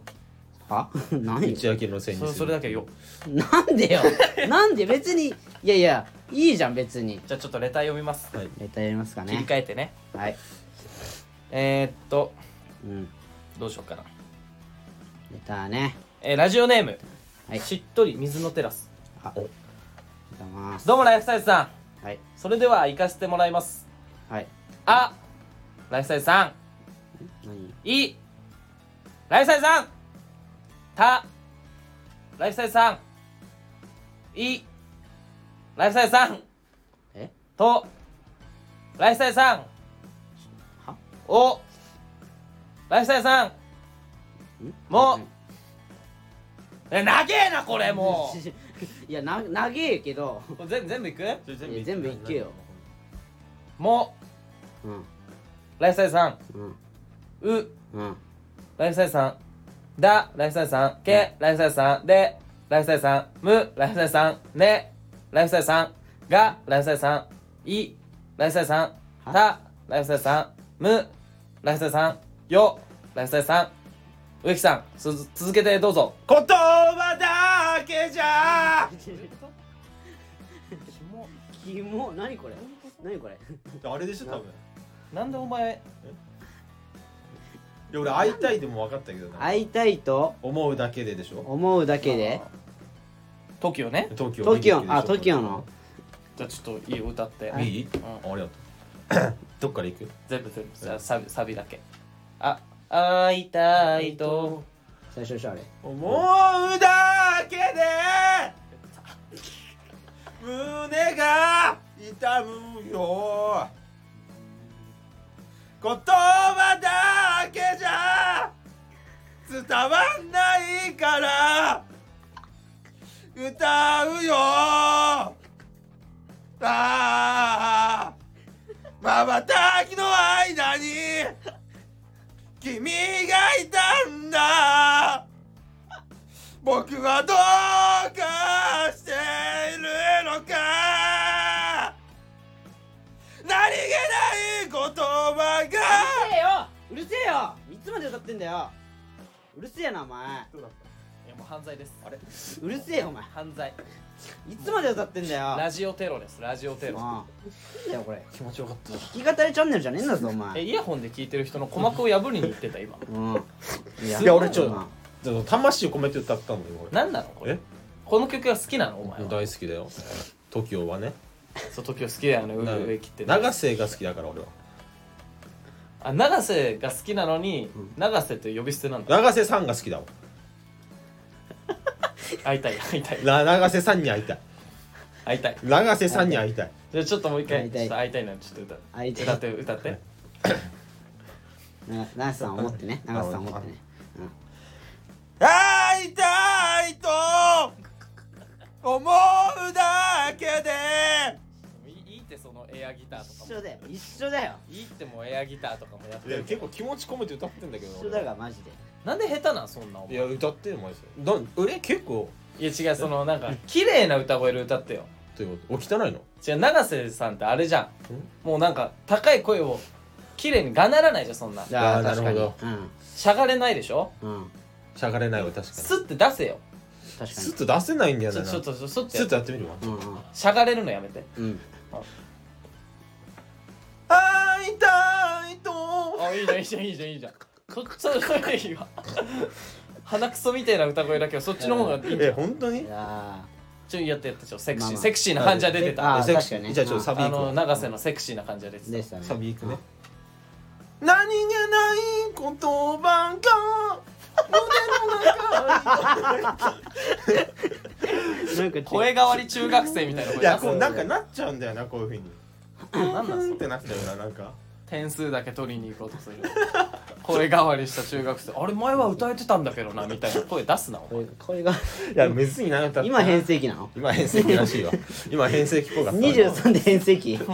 [SPEAKER 2] れは 何
[SPEAKER 3] 内明のせいにする
[SPEAKER 1] それそれだけは言おう
[SPEAKER 2] なんでよなんで別にいやいやいいじゃん別に
[SPEAKER 1] じゃあちょっとレター読みます
[SPEAKER 3] はい
[SPEAKER 2] レターやりますか
[SPEAKER 1] 切り
[SPEAKER 2] ね
[SPEAKER 1] 替えてね
[SPEAKER 2] はい
[SPEAKER 1] えー、っと
[SPEAKER 2] うん
[SPEAKER 1] どうしようかな、
[SPEAKER 2] レターね
[SPEAKER 1] えーラジオネーム、
[SPEAKER 2] はい
[SPEAKER 1] しっとり水のテラス
[SPEAKER 2] あおありがとうございます
[SPEAKER 1] どうもライフサイズさん
[SPEAKER 2] はい
[SPEAKER 1] それでは行かせてもらいます
[SPEAKER 2] はい
[SPEAKER 1] あライフサイズさん
[SPEAKER 2] 何
[SPEAKER 1] いライフサイズさんたライフサイズさんいライフサイズさん
[SPEAKER 2] え
[SPEAKER 1] とライフサイズさん
[SPEAKER 2] は
[SPEAKER 1] おライフサイズさんもえ長えなこれもう
[SPEAKER 2] いやな長えけど
[SPEAKER 1] これ全全部いく
[SPEAKER 2] いや全部いけよ
[SPEAKER 1] も
[SPEAKER 2] うん
[SPEAKER 1] うライフサイズさん
[SPEAKER 2] うん
[SPEAKER 1] う
[SPEAKER 2] うん
[SPEAKER 1] ライフサイズさんだライフサイズさんけライフサイズさんでライフサイズさんむライフサイズさんねライフサイズさんがライフサイズさんいライフサイズさんたライフサイズさんむライフサイズさんよライフサイズさん植木さんす続けてどうぞ
[SPEAKER 3] 言葉だけじゃ
[SPEAKER 2] キモ何これ何これ
[SPEAKER 3] あれでしょ多分
[SPEAKER 1] なんでお前
[SPEAKER 4] いや俺会いたいでも分かったけどな
[SPEAKER 2] 会いたいと
[SPEAKER 4] 思うだけででしょ
[SPEAKER 2] 思うだけで
[SPEAKER 1] TOKIO ね
[SPEAKER 4] 東京
[SPEAKER 2] TOKIO あ TOKIO の
[SPEAKER 1] じゃあちょっといいよ歌って、
[SPEAKER 4] 右
[SPEAKER 1] ん
[SPEAKER 4] ああ りがとうどっから行く
[SPEAKER 1] 全部全部じゃあサビサビだけあ会いたいと
[SPEAKER 2] 最初でしょあれ
[SPEAKER 4] 思うだけで胸が痛むよ言葉だけじゃ伝わんないから歌うよああまばたきの間に君がいたんだ僕はどうかしているのか何気ない言葉が
[SPEAKER 2] うるせえよいつまで歌ってんだようるせえなお前
[SPEAKER 1] いやもう犯罪ですあれ
[SPEAKER 2] うるせえよお前
[SPEAKER 1] 犯罪
[SPEAKER 2] いつまで歌ってんだよ
[SPEAKER 1] ラジオテロですラジオテロ
[SPEAKER 2] あなんだよこれ
[SPEAKER 4] 気持ちよかった
[SPEAKER 2] 弾き語りチャンネルじゃねえんだぞお
[SPEAKER 1] え
[SPEAKER 2] 前
[SPEAKER 1] イヤホンで聞いてる人の鼓膜を破りに行ってた今
[SPEAKER 2] うんい
[SPEAKER 4] いや俺ちょっ
[SPEAKER 2] まあ
[SPEAKER 4] と魂を込めて歌ったんだよ
[SPEAKER 1] 何なのこれ
[SPEAKER 4] え
[SPEAKER 1] この曲が好きなのお前は
[SPEAKER 4] 大好きだよ TOKIO はね
[SPEAKER 1] そう TOKIO 好きだよね上上切ってね
[SPEAKER 4] 長瀬が好きだから俺は
[SPEAKER 1] あ永瀬が好きなのに永瀬って呼び捨てなんだ
[SPEAKER 4] 長瀬さんが好きだもん
[SPEAKER 1] 会いたい会いたい
[SPEAKER 4] な長瀬さんに会いたい
[SPEAKER 1] 会いたい
[SPEAKER 4] 長瀬さんに会いたい
[SPEAKER 1] じゃあちょっともう一回
[SPEAKER 2] 会いたい
[SPEAKER 1] ちょっと会いたいなちょっと歌う
[SPEAKER 2] 会いたい
[SPEAKER 1] 歌って歌って
[SPEAKER 2] な長瀬さんを思ってね長瀬さんを思ってね
[SPEAKER 4] 会いたいと思うだけで
[SPEAKER 1] いいってそのエアギターと
[SPEAKER 2] 一
[SPEAKER 1] か
[SPEAKER 2] 緒
[SPEAKER 1] も
[SPEAKER 2] だよ一緒だよ
[SPEAKER 1] いいってもうエアギターとかもやって
[SPEAKER 4] いや
[SPEAKER 1] る
[SPEAKER 4] 結構気持ち込めて歌ってんだけど
[SPEAKER 2] 一緒
[SPEAKER 4] 俺
[SPEAKER 2] だがマジで
[SPEAKER 1] なんで下手なんそんなお
[SPEAKER 4] い
[SPEAKER 1] 前い
[SPEAKER 4] や歌ってよマジでなん俺結構
[SPEAKER 1] や違うそのなんか綺麗な歌声で歌ってよ
[SPEAKER 4] ということお汚いの
[SPEAKER 1] 違う永瀬さんってあれじゃんもうなんか高い声を綺麗にがならないじゃんそんな
[SPEAKER 2] じゃ
[SPEAKER 4] あ
[SPEAKER 2] あ
[SPEAKER 4] ー
[SPEAKER 2] 確かに
[SPEAKER 4] なるほ
[SPEAKER 1] しゃがれないでしょ
[SPEAKER 2] うんうん
[SPEAKER 4] しゃがれないわ確かに
[SPEAKER 1] スッて出せよ
[SPEAKER 2] 確か
[SPEAKER 4] スッと出せないんだよ
[SPEAKER 1] ちょ
[SPEAKER 4] な
[SPEAKER 1] ちょっとちょっと
[SPEAKER 4] スッとやってみるわ
[SPEAKER 2] にうん
[SPEAKER 1] しゃがれるのやめて
[SPEAKER 2] うんうん
[SPEAKER 4] 会いたいと
[SPEAKER 1] あいいじゃんいいじゃんいいじゃんいいじゃんそっちの方がいいわ鼻くそみたいな歌声だけどそっちの方がいいんじゃん
[SPEAKER 4] え本当に
[SPEAKER 2] いや
[SPEAKER 1] ちょいやってやってちょセクシー、
[SPEAKER 2] まあまあ
[SPEAKER 1] セクシーな感じが出てた
[SPEAKER 2] あ
[SPEAKER 4] えセクシー
[SPEAKER 2] 確かにね
[SPEAKER 4] じゃあちょっとサビ
[SPEAKER 1] あ
[SPEAKER 4] いく
[SPEAKER 1] の
[SPEAKER 4] わ
[SPEAKER 1] 永瀬のセクシーな感じが出て
[SPEAKER 2] ー
[SPEAKER 1] た
[SPEAKER 2] でしたね
[SPEAKER 4] サビいくね何気ない言葉が
[SPEAKER 2] なんか
[SPEAKER 1] 声変わり中学生みたいな声
[SPEAKER 4] いや
[SPEAKER 1] 出す
[SPEAKER 4] こうなんかなっちゃうんだよなこういうふうに
[SPEAKER 1] なんなん
[SPEAKER 4] う
[SPEAKER 1] そ
[SPEAKER 4] ん
[SPEAKER 1] れ
[SPEAKER 4] ってなっちゃうななんか
[SPEAKER 1] 点数だけ取りに行こうとする声変わりした中学生あれ前は歌えてたんだけどなみたいな声出すなお前
[SPEAKER 2] 声声が
[SPEAKER 4] いや別になかった
[SPEAKER 2] 今変声期なの
[SPEAKER 4] 今変声期らしいわ 今変声期っぽかった
[SPEAKER 2] 23で変声期
[SPEAKER 1] 何人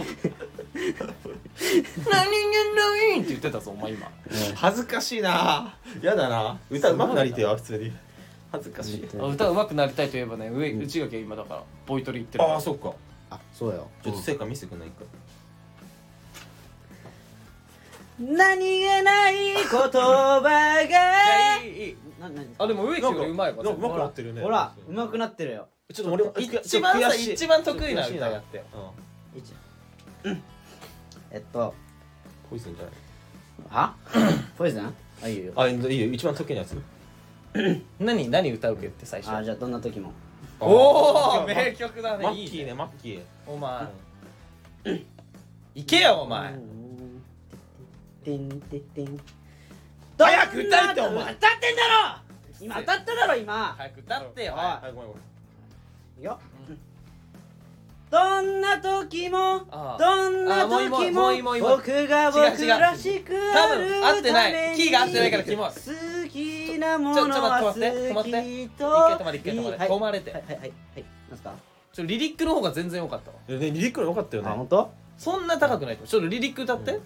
[SPEAKER 1] 間ないって言ってたぞお前今
[SPEAKER 4] 恥ずかしいなやだな歌うまくなりてよ普通に恥ずかしい
[SPEAKER 1] あ歌うまくなりたいといえばね上内垣は今だからボイトレ行ってる
[SPEAKER 4] ああそっか
[SPEAKER 2] あそうよ
[SPEAKER 4] ちょっと成果見せてくんないか
[SPEAKER 2] 何気ない言葉
[SPEAKER 1] いやいいいい
[SPEAKER 2] がなな
[SPEAKER 1] あでも植木よりうまいわ
[SPEAKER 4] なんかうまくなっ
[SPEAKER 1] 全
[SPEAKER 4] てるよね
[SPEAKER 2] ほらうまくなってるよ
[SPEAKER 4] ちょっと俺も
[SPEAKER 1] 然一番さ一番得意な
[SPEAKER 4] 悔しい
[SPEAKER 1] 歌やって
[SPEAKER 2] いいじゃんえっと
[SPEAKER 4] ポイズンじゃない
[SPEAKER 2] はポイズンあいいよいいよ
[SPEAKER 4] あいいよ一番得意なやつ
[SPEAKER 1] 何何歌うけって最
[SPEAKER 2] あ
[SPEAKER 1] 初
[SPEAKER 2] じゃあどんな時も
[SPEAKER 1] おお名曲だ
[SPEAKER 4] マ
[SPEAKER 1] ねい
[SPEAKER 4] ッキ
[SPEAKER 1] い
[SPEAKER 4] ー
[SPEAKER 1] ね
[SPEAKER 4] ねマッキー
[SPEAKER 1] お前行けよお前
[SPEAKER 2] てんてんてん
[SPEAKER 1] 早く歌えってお前
[SPEAKER 2] 歌ってんだろ今歌っただろ今
[SPEAKER 1] 早く歌ってよ
[SPEAKER 2] はい
[SPEAKER 4] ごめんごめん
[SPEAKER 2] いいよどんな時も
[SPEAKER 1] ああ
[SPEAKER 2] どんな
[SPEAKER 1] あもういいもうい
[SPEAKER 2] 時
[SPEAKER 1] い
[SPEAKER 2] も
[SPEAKER 1] もういいもういいもう
[SPEAKER 2] 僕が
[SPEAKER 1] 違う
[SPEAKER 2] 僕
[SPEAKER 1] 違う
[SPEAKER 2] らしく
[SPEAKER 1] 多
[SPEAKER 2] ある
[SPEAKER 1] 分合ってない
[SPEAKER 2] ために
[SPEAKER 1] キーが合ってないからキモい
[SPEAKER 2] 好きなも
[SPEAKER 1] ちょ
[SPEAKER 2] の
[SPEAKER 1] ちょ
[SPEAKER 2] は
[SPEAKER 1] っ
[SPEAKER 2] 好
[SPEAKER 1] と
[SPEAKER 2] き
[SPEAKER 1] 待って止まって
[SPEAKER 2] と
[SPEAKER 1] 一回止まれ一回止まれ
[SPEAKER 2] はい
[SPEAKER 1] 止まれて
[SPEAKER 2] はいはいはいはいなんすか
[SPEAKER 1] ちょリリックの方が全然良かったわ
[SPEAKER 4] えねリリックの良かったよ
[SPEAKER 2] あ
[SPEAKER 4] ね
[SPEAKER 2] 本当
[SPEAKER 1] そんな高くないちょっとリリック歌って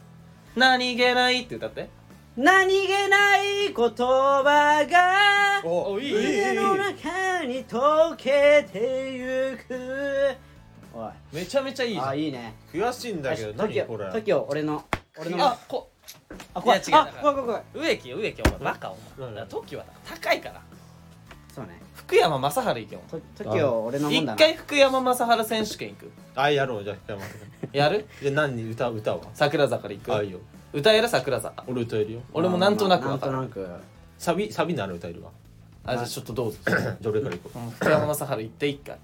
[SPEAKER 1] 何気ないって歌って
[SPEAKER 2] 何気ない言葉が
[SPEAKER 1] おいいいいい
[SPEAKER 2] 家の中に溶けてゆくおい
[SPEAKER 1] めちゃめちゃいいじゃ
[SPEAKER 2] あ
[SPEAKER 1] ん
[SPEAKER 2] いいね
[SPEAKER 4] 悔しいんだけど何これ
[SPEAKER 2] TOKIO 俺の俺の
[SPEAKER 1] あこ
[SPEAKER 2] あ怖い
[SPEAKER 1] いや違う
[SPEAKER 2] あ怖い怖い怖い
[SPEAKER 1] 植木植木お前バカお前
[SPEAKER 4] うん
[SPEAKER 1] だからトキは高いから
[SPEAKER 2] そうね
[SPEAKER 1] 福山雅治行けお
[SPEAKER 2] TOKIO 俺の
[SPEAKER 1] 前
[SPEAKER 2] もん
[SPEAKER 1] 一
[SPEAKER 2] だな
[SPEAKER 1] 回福山雅治選手権行く
[SPEAKER 4] あやろうじゃあ一回待って
[SPEAKER 1] やる
[SPEAKER 4] で何歌歌うわ
[SPEAKER 1] 桜坂で行く
[SPEAKER 4] あいいよ
[SPEAKER 1] 歌える桜さん
[SPEAKER 4] 俺歌えるよ
[SPEAKER 1] 俺もなんとなく
[SPEAKER 2] な
[SPEAKER 1] 分
[SPEAKER 2] ん
[SPEAKER 1] か
[SPEAKER 2] と
[SPEAKER 1] る
[SPEAKER 2] なく
[SPEAKER 4] サビサビなら歌え るわ
[SPEAKER 1] あじゃあちょっとどうぞ
[SPEAKER 4] じゃあ俺から行こう
[SPEAKER 1] うん福山雅治言って一回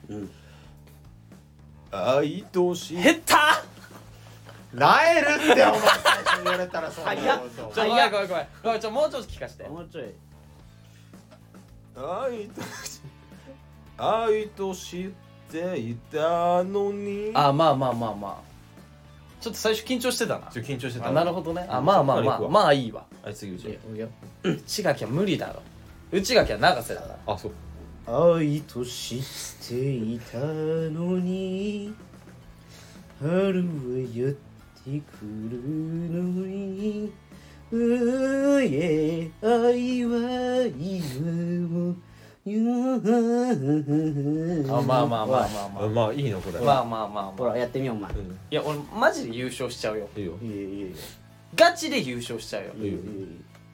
[SPEAKER 4] 愛し
[SPEAKER 1] 減った
[SPEAKER 3] なえるってお前最初に言われたらそんなこと
[SPEAKER 1] ちょごめんごめんごめんごめんちょもうちょっと聞かして
[SPEAKER 2] もうちょい
[SPEAKER 4] 愛とし愛としていたのに
[SPEAKER 1] あまあまあまあまあちょっと最初緊張してたな
[SPEAKER 4] ちょっと緊張してた
[SPEAKER 1] あなるほどねあまあまあまあまあいいわ
[SPEAKER 4] あい次うち
[SPEAKER 1] 内垣は無理だろ内垣は永瀬だから
[SPEAKER 4] あそう
[SPEAKER 2] 愛と知っていたのに春はやってくるのにうえ愛は今も
[SPEAKER 1] あまあまあまあまあま
[SPEAKER 4] あまあいいのこれ
[SPEAKER 1] あまあまあまあ
[SPEAKER 2] ほ
[SPEAKER 1] まあ
[SPEAKER 2] らやってみようお前
[SPEAKER 4] うん
[SPEAKER 1] いや俺マジで優勝しちゃうよ
[SPEAKER 4] いいよ
[SPEAKER 2] いいよいいよ
[SPEAKER 1] ガチで優勝しちゃうよ
[SPEAKER 4] いいよ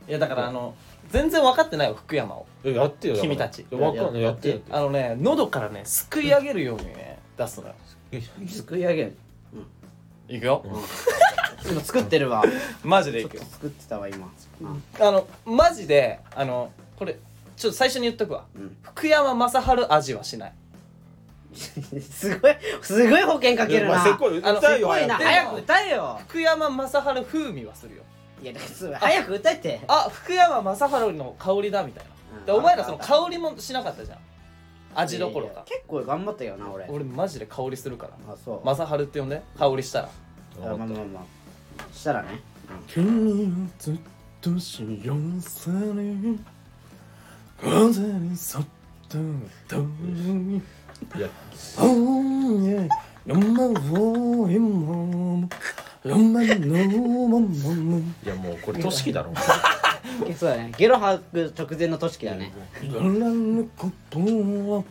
[SPEAKER 1] いやだからあの全然分かってないよ福山を
[SPEAKER 4] えやってよだから
[SPEAKER 1] 君たち
[SPEAKER 4] いやわかんないや
[SPEAKER 2] や
[SPEAKER 4] っ
[SPEAKER 2] ってて
[SPEAKER 4] よ
[SPEAKER 1] あのね喉からねすくい上げるようにね出すのよ
[SPEAKER 2] 作り上げる
[SPEAKER 1] いくよ
[SPEAKER 2] 今作ってるわ
[SPEAKER 1] マジでいくよ
[SPEAKER 2] 作ってたわ今うん
[SPEAKER 1] あのマジであのこれちょっと最初に言っとくわ
[SPEAKER 2] うん
[SPEAKER 1] 福山雅治味はしない
[SPEAKER 2] すごいすごい保険かけるな
[SPEAKER 4] いやまあせっこい
[SPEAKER 1] あの
[SPEAKER 4] 歌え
[SPEAKER 2] す
[SPEAKER 4] よ
[SPEAKER 2] ごいな
[SPEAKER 1] 早
[SPEAKER 2] 早
[SPEAKER 1] く
[SPEAKER 2] く歌えよ
[SPEAKER 1] 福山雅治風味はするよ
[SPEAKER 2] いやだからすごい早く歌えて
[SPEAKER 1] あ福山雅治の香りだみたいなで
[SPEAKER 2] うん
[SPEAKER 1] お前らその香りもしなかったじゃん味どころ
[SPEAKER 2] いやいや
[SPEAKER 1] か
[SPEAKER 2] 結構頑張ったよな俺
[SPEAKER 1] 俺マジで香りするから
[SPEAKER 2] あそう
[SPEAKER 1] 雅治って呼んで香りしたら
[SPEAKER 2] まあまあまあまあしたらね
[SPEAKER 5] 君ずっと使用され風にそっと遠い
[SPEAKER 4] いや
[SPEAKER 5] 本へロマンをもロマンのまま
[SPEAKER 4] いやもうこれ 年だろ
[SPEAKER 2] いけそうだねゲロ吐く直前のとしきだね
[SPEAKER 5] やらぬことは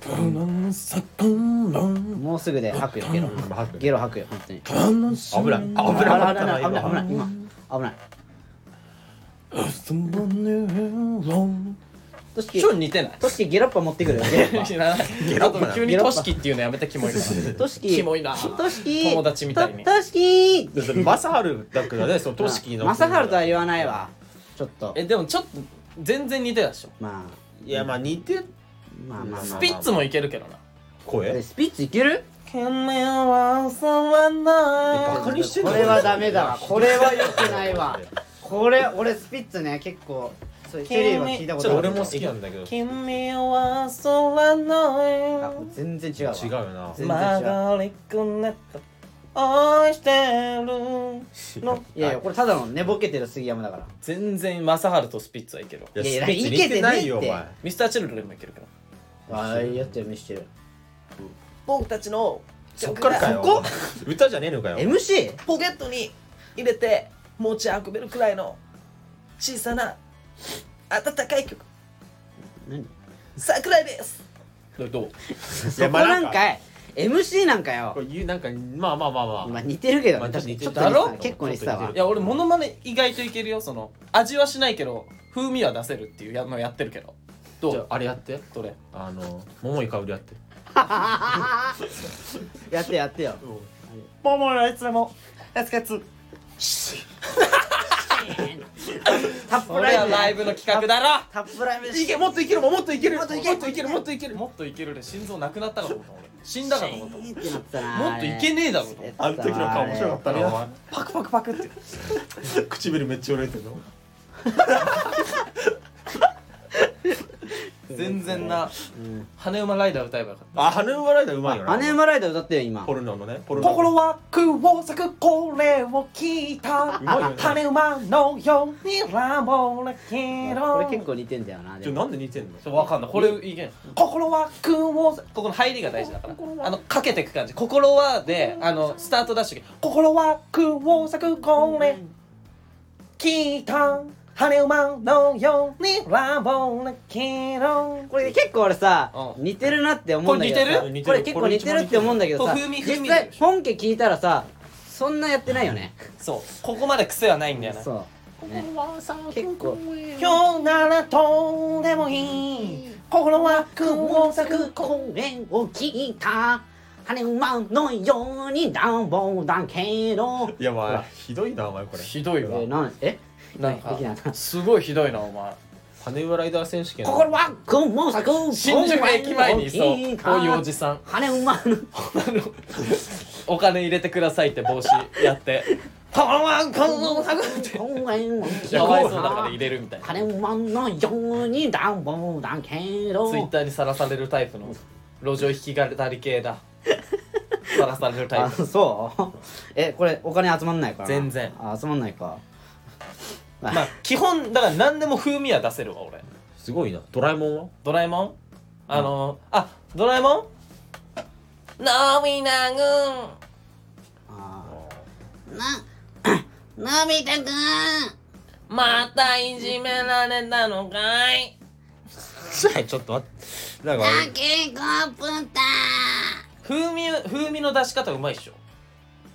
[SPEAKER 5] プランサコン
[SPEAKER 2] もうすぐで吐くよゲロ
[SPEAKER 4] まあ吐くよ
[SPEAKER 2] ゲロ吐くよ本当に
[SPEAKER 5] 悲し
[SPEAKER 4] 危ない危
[SPEAKER 2] 危
[SPEAKER 4] なか
[SPEAKER 2] な
[SPEAKER 4] っ
[SPEAKER 2] い危
[SPEAKER 4] た
[SPEAKER 2] な
[SPEAKER 4] な
[SPEAKER 2] い危ない危ない
[SPEAKER 4] 今
[SPEAKER 2] 今危ないとしき
[SPEAKER 1] ちょっと似てない
[SPEAKER 2] としきゲロッパ持ってくるよ
[SPEAKER 1] 知らないあと急にトシキっていうのやめたキモいか
[SPEAKER 2] としき
[SPEAKER 1] キモいな
[SPEAKER 2] としき
[SPEAKER 1] 友達みたいに
[SPEAKER 2] ととしき
[SPEAKER 4] だってマサハルだからねそのトシキの
[SPEAKER 2] まあ正治とは言わないわちょっと
[SPEAKER 1] らえでもちょっと全然似てたでしょ
[SPEAKER 2] まあ
[SPEAKER 4] いやまあ似て
[SPEAKER 2] まあまあま
[SPEAKER 1] ス
[SPEAKER 2] あ
[SPEAKER 1] ピッツもいけるけどな
[SPEAKER 4] 声
[SPEAKER 2] えスピッツいける
[SPEAKER 1] 君は触
[SPEAKER 4] バカ
[SPEAKER 1] な
[SPEAKER 4] にしてん
[SPEAKER 2] こ
[SPEAKER 4] の
[SPEAKER 2] れはダメだ わこれは良くないわこれ俺スピッツね結構そうチェリーは聞いたこ
[SPEAKER 4] ち
[SPEAKER 2] とあ
[SPEAKER 4] ょっ
[SPEAKER 2] る
[SPEAKER 4] と俺も好きなんだけど違
[SPEAKER 1] 君は空
[SPEAKER 2] あ
[SPEAKER 1] の
[SPEAKER 2] 全然違うわ
[SPEAKER 4] うよな
[SPEAKER 2] 全然違う
[SPEAKER 1] 曲がりくねった愛してるの
[SPEAKER 2] いやいやこれただの寝ぼけてる杉山だから
[SPEAKER 1] 全然正治とスピッツはいけるわ
[SPEAKER 4] い
[SPEAKER 2] い
[SPEAKER 4] や
[SPEAKER 2] や
[SPEAKER 4] スピッツ似てないよお
[SPEAKER 2] いけて
[SPEAKER 4] 前
[SPEAKER 2] ねえ
[SPEAKER 1] ミスターチルドレンもいけるけど
[SPEAKER 2] ああやってる見してる
[SPEAKER 1] 僕たちの
[SPEAKER 4] そっからか
[SPEAKER 2] そ
[SPEAKER 4] よ
[SPEAKER 2] こ
[SPEAKER 4] お前歌じゃねえのかよ
[SPEAKER 2] MC?
[SPEAKER 1] ポケットに入れて持ち運べるくらいの小さな温かい曲
[SPEAKER 2] 何
[SPEAKER 1] 桜井ですどう
[SPEAKER 2] そこなんかい MC なんかよ
[SPEAKER 4] これ言うなんかまあまあまあまあ
[SPEAKER 2] まあ似てるけど
[SPEAKER 4] まあ
[SPEAKER 2] ね確かに
[SPEAKER 4] ち
[SPEAKER 2] ち
[SPEAKER 4] ょ
[SPEAKER 2] ょ
[SPEAKER 4] っ
[SPEAKER 2] っ
[SPEAKER 4] と
[SPEAKER 2] と
[SPEAKER 4] 似
[SPEAKER 2] 似
[SPEAKER 4] て
[SPEAKER 2] て
[SPEAKER 4] る
[SPEAKER 2] たわ結構似てた
[SPEAKER 4] ちょっと似
[SPEAKER 2] わ
[SPEAKER 1] いや俺モノマネ意外といけるよその味はしないけど風味は出せるっていうやのやってるけどど
[SPEAKER 4] じゃ
[SPEAKER 1] う
[SPEAKER 4] ああれやって
[SPEAKER 1] どれ
[SPEAKER 4] あの桃井かおりやって
[SPEAKER 2] やってやってよ
[SPEAKER 1] もうもうあいつらもやつかつ
[SPEAKER 2] タップ
[SPEAKER 1] 俺は
[SPEAKER 2] ライブ
[SPEAKER 1] ライブの企画だろ
[SPEAKER 2] タップライブ
[SPEAKER 4] いけもっといけるもんもっといけるもっといける
[SPEAKER 1] もっといけるもっといけるで心臓なくなったかと思った俺死んだかと思った
[SPEAKER 2] いいってなったな
[SPEAKER 1] もっといけねえだろと思って
[SPEAKER 4] あの時の顔面白かったなお前
[SPEAKER 1] パクパクパクって
[SPEAKER 4] 唇めっちゃ折れてるの
[SPEAKER 1] 全然な羽馬ライダー歌えばよかった
[SPEAKER 4] あ羽生ライダーうまいよな
[SPEAKER 2] 羽馬ライダー歌ってよ今
[SPEAKER 4] ポルノのねポルノ
[SPEAKER 1] 心は空を咲くこれを聞いた
[SPEAKER 4] うまいよね
[SPEAKER 1] 羽馬のようにラボラ
[SPEAKER 2] こ
[SPEAKER 1] け
[SPEAKER 2] れ
[SPEAKER 1] ど
[SPEAKER 2] 結構似てんだよな
[SPEAKER 4] ちょ
[SPEAKER 2] でも
[SPEAKER 4] なんで似てんの
[SPEAKER 1] わかんないこれいけん心は空を咲くここの入りが大事だからあのかけてく感じ心はであのスタート出しとき心は空を咲くこれ聞いた羽馬のようにラボラけど
[SPEAKER 2] これ結構俺さ
[SPEAKER 1] うん
[SPEAKER 2] 似てるなって思うんだけどさ
[SPEAKER 1] こ
[SPEAKER 4] れ似てる
[SPEAKER 2] これ結構似てるって思うんだけどさ
[SPEAKER 1] これ一番似てる
[SPEAKER 2] 実際本家聞いたらさそんなやってないよね
[SPEAKER 1] そうここまで癖はないんだよな
[SPEAKER 2] そうね結構
[SPEAKER 1] 今日ならとでもいい心は空を咲く
[SPEAKER 2] これを聞いた羽馬のように暖房だけど
[SPEAKER 4] いやまあひどいなお前これ
[SPEAKER 1] ひどい
[SPEAKER 2] え
[SPEAKER 1] わ
[SPEAKER 2] ーなんえ
[SPEAKER 1] なん
[SPEAKER 2] できな
[SPEAKER 1] か
[SPEAKER 2] かった
[SPEAKER 1] すごいひどいなお 前
[SPEAKER 4] 羽生ライダー選手権
[SPEAKER 2] 心は雲咲く
[SPEAKER 1] 新宿駅前にいそうこういうおじさん
[SPEAKER 2] 羽馬の
[SPEAKER 1] お金入れてくださいって帽子やって「パワマンカンノンハグ」って
[SPEAKER 2] 公園を
[SPEAKER 1] かわいそうだから入れるみたいな
[SPEAKER 2] 羽馬のように暖房だけど
[SPEAKER 1] ツイッターにさらされるタイプの路上引き語り系ださらされるタ
[SPEAKER 2] あ
[SPEAKER 1] イプ
[SPEAKER 2] そう えこれお金集まんないから
[SPEAKER 1] 全然
[SPEAKER 2] あ集まんないか
[SPEAKER 1] まあ基本だから何でも風味は出せるわ俺
[SPEAKER 4] すごいなドラえもんは
[SPEAKER 1] ドラえもんあのあドラえもんのびなぐん
[SPEAKER 2] あーな のび太くん
[SPEAKER 1] またいじめられたのかい
[SPEAKER 4] ちょっと待ってなんかあれ
[SPEAKER 2] ケコプタ
[SPEAKER 1] 風味風味の出し方うまいっしょ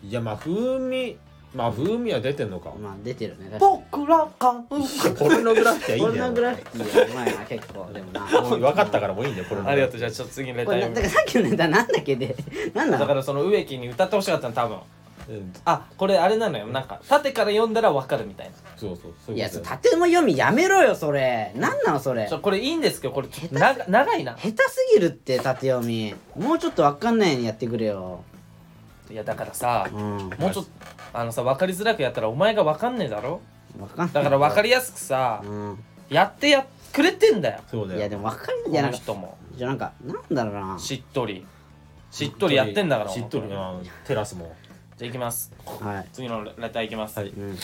[SPEAKER 4] いやまあ風味まあ風味は出てんのか
[SPEAKER 2] ーまあ出てるね
[SPEAKER 1] 僕らか
[SPEAKER 4] ポルノグラフィティはいい
[SPEAKER 2] こ
[SPEAKER 4] ん
[SPEAKER 2] んな
[SPEAKER 4] だよ
[SPEAKER 2] グラフィティはうまいな結構でもな
[SPEAKER 4] もう分かったからもういいんだよポルノ
[SPEAKER 1] ありがとうじゃあ
[SPEAKER 4] ゃ
[SPEAKER 1] ちょっと次にレ
[SPEAKER 2] こ
[SPEAKER 1] タ
[SPEAKER 2] れ
[SPEAKER 1] イ
[SPEAKER 2] だか
[SPEAKER 1] ム
[SPEAKER 2] らさっきのネタなんだっけ でなんな
[SPEAKER 1] だか
[SPEAKER 2] の
[SPEAKER 1] らその植木に歌ってほしかったの多分
[SPEAKER 4] うん
[SPEAKER 1] あこれあれなのよなんか縦から読んだらわかるみたいな
[SPEAKER 4] そうそうそう
[SPEAKER 2] い
[SPEAKER 4] いう
[SPEAKER 2] や
[SPEAKER 4] こと
[SPEAKER 2] そ
[SPEAKER 4] だよ
[SPEAKER 2] 縦も読みやめろよそれなんなのそれ
[SPEAKER 1] ちょこれいいんですけどこれちょっとな長いな
[SPEAKER 2] 下手すぎるって縦読みもうちょっとわかんないようにやってくれよ
[SPEAKER 1] いやだからさ
[SPEAKER 2] うん
[SPEAKER 1] もうちょっとあのさ分かりづらくやったらお前が分かんねえだろ
[SPEAKER 2] わかんない
[SPEAKER 1] だから分かりやすくさ
[SPEAKER 2] うん
[SPEAKER 1] やってやっくれてんだよ
[SPEAKER 4] そうだ
[SPEAKER 2] いや
[SPEAKER 4] よ
[SPEAKER 2] でもわか
[SPEAKER 1] こ
[SPEAKER 2] んないいや
[SPEAKER 1] の
[SPEAKER 2] なんか
[SPEAKER 1] 人も
[SPEAKER 2] じゃあなんかなんだろうな
[SPEAKER 1] しっとりしっとりやってんだから
[SPEAKER 4] しっとり
[SPEAKER 1] じゃ
[SPEAKER 4] なテラスも
[SPEAKER 1] あいきます
[SPEAKER 2] はい
[SPEAKER 1] 次のレターいきます、
[SPEAKER 4] はい
[SPEAKER 2] うん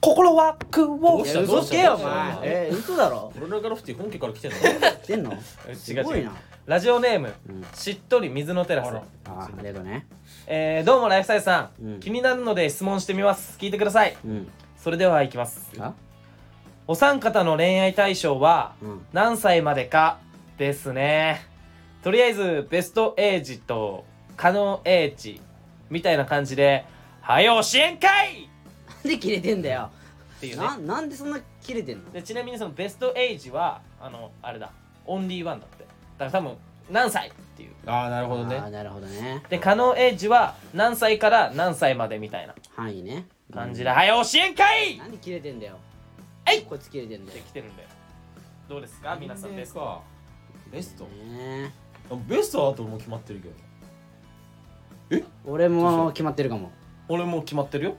[SPEAKER 1] 心はくを
[SPEAKER 2] い
[SPEAKER 4] いや
[SPEAKER 2] や
[SPEAKER 4] 嘘
[SPEAKER 2] 嘘
[SPEAKER 4] つ
[SPEAKER 2] つ
[SPEAKER 4] け
[SPEAKER 2] け
[SPEAKER 4] よ
[SPEAKER 2] よ
[SPEAKER 4] お
[SPEAKER 2] お
[SPEAKER 4] 前
[SPEAKER 2] 前え嘘だろ
[SPEAKER 4] ポルノグラフィティ本家から来てんの
[SPEAKER 2] 言ってんの
[SPEAKER 1] 違
[SPEAKER 2] す
[SPEAKER 1] う
[SPEAKER 2] ご
[SPEAKER 1] 違
[SPEAKER 2] いうな
[SPEAKER 1] ラジオネーム、
[SPEAKER 2] うん
[SPEAKER 1] しっとり水のテラス
[SPEAKER 4] あら
[SPEAKER 2] あありがとうね
[SPEAKER 1] えー、どうもライフサイズさん、
[SPEAKER 2] うん
[SPEAKER 1] 気になるので質問してみます聞いてください
[SPEAKER 2] うん
[SPEAKER 1] それではいきます
[SPEAKER 2] あ
[SPEAKER 1] お三方の恋愛対象は
[SPEAKER 2] うん
[SPEAKER 1] 何歳までかですねとりあえずベストエイジと可能エイジみたいな感じで「はよ教えんかい!」
[SPEAKER 2] なんで切れてんだよ
[SPEAKER 1] っていうね
[SPEAKER 2] ななんでそんな切れてんの
[SPEAKER 1] でちなみにそのベストエイジはあのあれだオンリーワンだってだから多分何歳っていう
[SPEAKER 4] ああなるほど
[SPEAKER 2] あ
[SPEAKER 4] ね
[SPEAKER 2] ーなるほどね
[SPEAKER 1] で可能エイジは何歳から何歳までみたいな
[SPEAKER 2] 範囲ね
[SPEAKER 1] 感じで「はよ教えんかい!」っ
[SPEAKER 2] なんで切れてんだよ
[SPEAKER 1] はい
[SPEAKER 2] こいつ切れてんだ
[SPEAKER 1] て
[SPEAKER 2] よ
[SPEAKER 1] 来てるんだよどうですか皆さんです
[SPEAKER 4] かベスト
[SPEAKER 2] ね
[SPEAKER 4] ベストはあともう決まってるけど
[SPEAKER 2] え俺も決まってるかも
[SPEAKER 1] 俺もう決まってるよ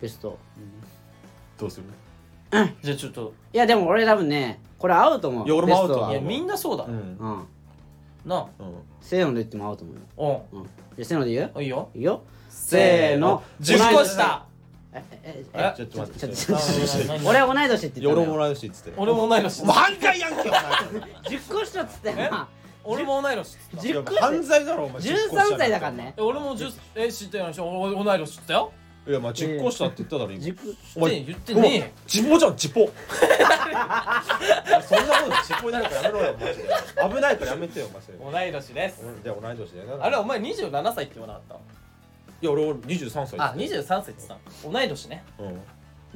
[SPEAKER 2] ベスト
[SPEAKER 4] どうする
[SPEAKER 1] じゃあちょっと
[SPEAKER 2] いやでも俺多分ねこれ合うと思う
[SPEAKER 4] いや俺も合うと思う
[SPEAKER 1] い
[SPEAKER 2] ベ
[SPEAKER 1] や
[SPEAKER 2] ス
[SPEAKER 1] みんなそうだ、
[SPEAKER 4] うん
[SPEAKER 2] トはうん
[SPEAKER 1] なあ
[SPEAKER 4] うん
[SPEAKER 2] せーので言っても合うと思うよ
[SPEAKER 1] う
[SPEAKER 2] うんじゃあせーので言うん
[SPEAKER 1] いいよ
[SPEAKER 2] いいよ
[SPEAKER 1] せー
[SPEAKER 2] せー
[SPEAKER 1] の
[SPEAKER 2] の
[SPEAKER 1] 10個下
[SPEAKER 2] えええ
[SPEAKER 1] え
[SPEAKER 4] ちょっと待って
[SPEAKER 2] ちょっと
[SPEAKER 4] ちょっと
[SPEAKER 2] ちょっと
[SPEAKER 1] 何何
[SPEAKER 2] 俺は同い年って
[SPEAKER 4] い
[SPEAKER 2] 言
[SPEAKER 4] や
[SPEAKER 2] った
[SPEAKER 4] 俺
[SPEAKER 2] の
[SPEAKER 4] も
[SPEAKER 2] よ
[SPEAKER 4] らうしっつって
[SPEAKER 1] 俺も同い年
[SPEAKER 4] 犯罪やんけお前
[SPEAKER 2] 10個下っつったよな
[SPEAKER 1] 俺も同い年っつった
[SPEAKER 2] 10個
[SPEAKER 4] 犯
[SPEAKER 2] 下
[SPEAKER 4] 罪だろお前10個下
[SPEAKER 2] 13歳だからね
[SPEAKER 1] え俺も10え知ってないし俺同い年っつったよ
[SPEAKER 4] いやまあ10個下って言っただろ今
[SPEAKER 2] 10個
[SPEAKER 4] お前
[SPEAKER 1] 言ってねえよ
[SPEAKER 4] ジポじゃんジポそんなことジポになるからやめろよマジで危ないからやめてよマジで
[SPEAKER 1] 同い年です
[SPEAKER 4] じゃあ同い年だよな
[SPEAKER 1] あれお前27歳って言わなかっ
[SPEAKER 4] いや俺俺23歳
[SPEAKER 1] たあ23歳って言ってた同い年ね
[SPEAKER 4] うん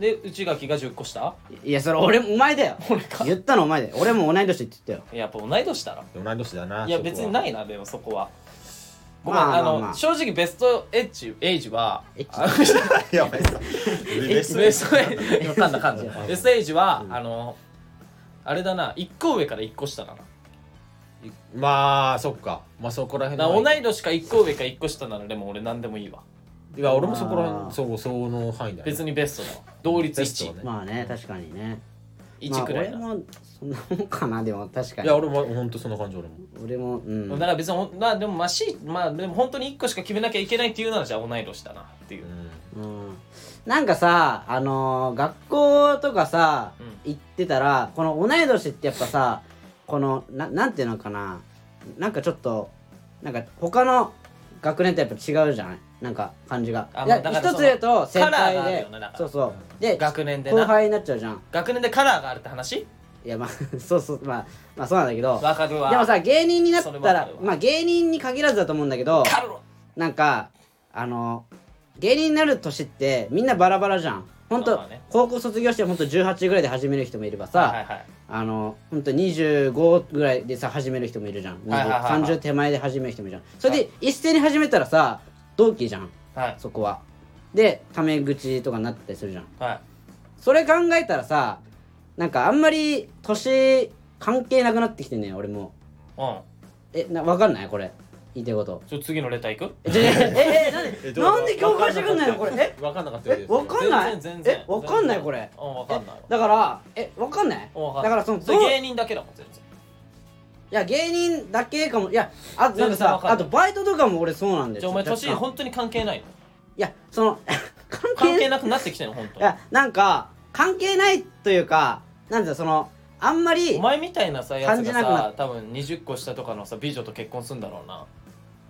[SPEAKER 1] で内垣が10個下
[SPEAKER 2] いやそれ俺もお前だよ
[SPEAKER 1] 俺か
[SPEAKER 2] 言ったのお前だよ俺も同い年って言ったよ
[SPEAKER 1] やっぱ同い年だろ
[SPEAKER 4] 同い年だない
[SPEAKER 1] や別にないいなでもそこはごめん
[SPEAKER 2] まあ
[SPEAKER 1] あ
[SPEAKER 2] まあま
[SPEAKER 1] の
[SPEAKER 2] あ
[SPEAKER 1] 正直ベストエッジエイジは
[SPEAKER 2] エッチ
[SPEAKER 1] あの
[SPEAKER 4] やばいさベスト
[SPEAKER 1] ベストエイジ噛んだ噛 んだベストエイジはあのあれだな1個上から1個下だな
[SPEAKER 4] まあそっかまあそこ
[SPEAKER 1] だ
[SPEAKER 4] ら辺
[SPEAKER 1] か
[SPEAKER 4] の
[SPEAKER 1] ら同い年か1個上か1個下なのでも俺何でもいいわ
[SPEAKER 4] いや俺もそこら
[SPEAKER 2] あ
[SPEAKER 4] 辺
[SPEAKER 2] ー
[SPEAKER 4] そうその範囲だよ
[SPEAKER 1] 別にベストだわ同率
[SPEAKER 4] ベスト
[SPEAKER 1] 1
[SPEAKER 4] はね
[SPEAKER 2] まあね確かにねま
[SPEAKER 1] 1
[SPEAKER 2] あ
[SPEAKER 1] くらい
[SPEAKER 2] 俺
[SPEAKER 1] だ
[SPEAKER 2] もそんなもんかなでも確か
[SPEAKER 4] い
[SPEAKER 2] に
[SPEAKER 4] や俺も本当そんな感じ俺も
[SPEAKER 2] 俺もうん
[SPEAKER 1] だから別にほんまあでもまあ C まあでも本当に1個しか決めなきゃいけないっていうならじゃあ同い年だなっていううん
[SPEAKER 2] うんなんかさあのー学校とかさ、
[SPEAKER 1] う
[SPEAKER 2] 行ってたらこの同い年ってやっぱさこのななんていうのかななんかちょっとなんか他の学年とやっぱ違うじゃないなんか感じが
[SPEAKER 1] あまあ
[SPEAKER 2] いや
[SPEAKER 1] だからそ
[SPEAKER 2] 一
[SPEAKER 1] の
[SPEAKER 2] つ言うと先
[SPEAKER 1] カラーがあ
[SPEAKER 2] 輩
[SPEAKER 1] る
[SPEAKER 2] で
[SPEAKER 1] よねだから
[SPEAKER 2] そうそうで
[SPEAKER 1] 学年で
[SPEAKER 2] 後
[SPEAKER 1] な
[SPEAKER 2] 輩になっちゃうじゃん
[SPEAKER 1] 学年でカラーがあるって話
[SPEAKER 2] いやまあ そうそうまあまあそうなんだけど
[SPEAKER 1] わかるわ
[SPEAKER 2] でもさ芸人になった
[SPEAKER 1] それわからるわ
[SPEAKER 2] まあ芸人に限らずだと思うんだけど
[SPEAKER 1] カロ
[SPEAKER 2] なんかあの芸人になる年ってみんなバラバラじゃん本
[SPEAKER 1] まあ
[SPEAKER 2] 当
[SPEAKER 1] まあね
[SPEAKER 2] 高校卒業して本当18ぐらいで始める人もいればさ、
[SPEAKER 1] はいはい
[SPEAKER 2] あの本当25ぐらいでさ始める人もいるじゃん、
[SPEAKER 1] はいはいはいはい
[SPEAKER 2] 30手前で始める人もいるじゃんそれで一斉に始めたらさ同期じゃん
[SPEAKER 1] はい
[SPEAKER 2] そこはでタメ口とかになったりするじゃん
[SPEAKER 1] はい
[SPEAKER 2] それ考えたらさなんかあんまり年関係なくなってきてね俺も
[SPEAKER 1] うん
[SPEAKER 2] えな分かんないこれ言いたいこと
[SPEAKER 1] ちょ次のレター行く
[SPEAKER 2] えちょえええなんで
[SPEAKER 4] えどう
[SPEAKER 2] なんで共感してくんないのこれえ
[SPEAKER 4] わかんなかったよう
[SPEAKER 2] え
[SPEAKER 4] です
[SPEAKER 2] わかんない
[SPEAKER 1] 全然全然
[SPEAKER 2] えわかんないこれ
[SPEAKER 1] うんわかんないわ
[SPEAKER 2] だからえわかんない
[SPEAKER 1] うんわかんな
[SPEAKER 2] だ
[SPEAKER 1] い
[SPEAKER 2] からその
[SPEAKER 1] そ
[SPEAKER 2] どう
[SPEAKER 1] れ芸人だけだもん全然
[SPEAKER 2] いや芸人だけかもいやあとなんか
[SPEAKER 1] 全然
[SPEAKER 2] さ
[SPEAKER 1] わかんない
[SPEAKER 2] あとバイトとかも俺そうなんだよ
[SPEAKER 1] じゃあお前
[SPEAKER 2] ちょっと
[SPEAKER 1] 年本当に関係ないの
[SPEAKER 2] いやその関係
[SPEAKER 1] 関係
[SPEAKER 2] い
[SPEAKER 1] なくなってきてるの本当に
[SPEAKER 2] やなんか関係ないというかなんだそのあんまり
[SPEAKER 1] お前みたいなさやつ
[SPEAKER 2] 感じ
[SPEAKER 1] が
[SPEAKER 2] なくな
[SPEAKER 1] さ多分20個下とかのさ美女と結婚するんだろうな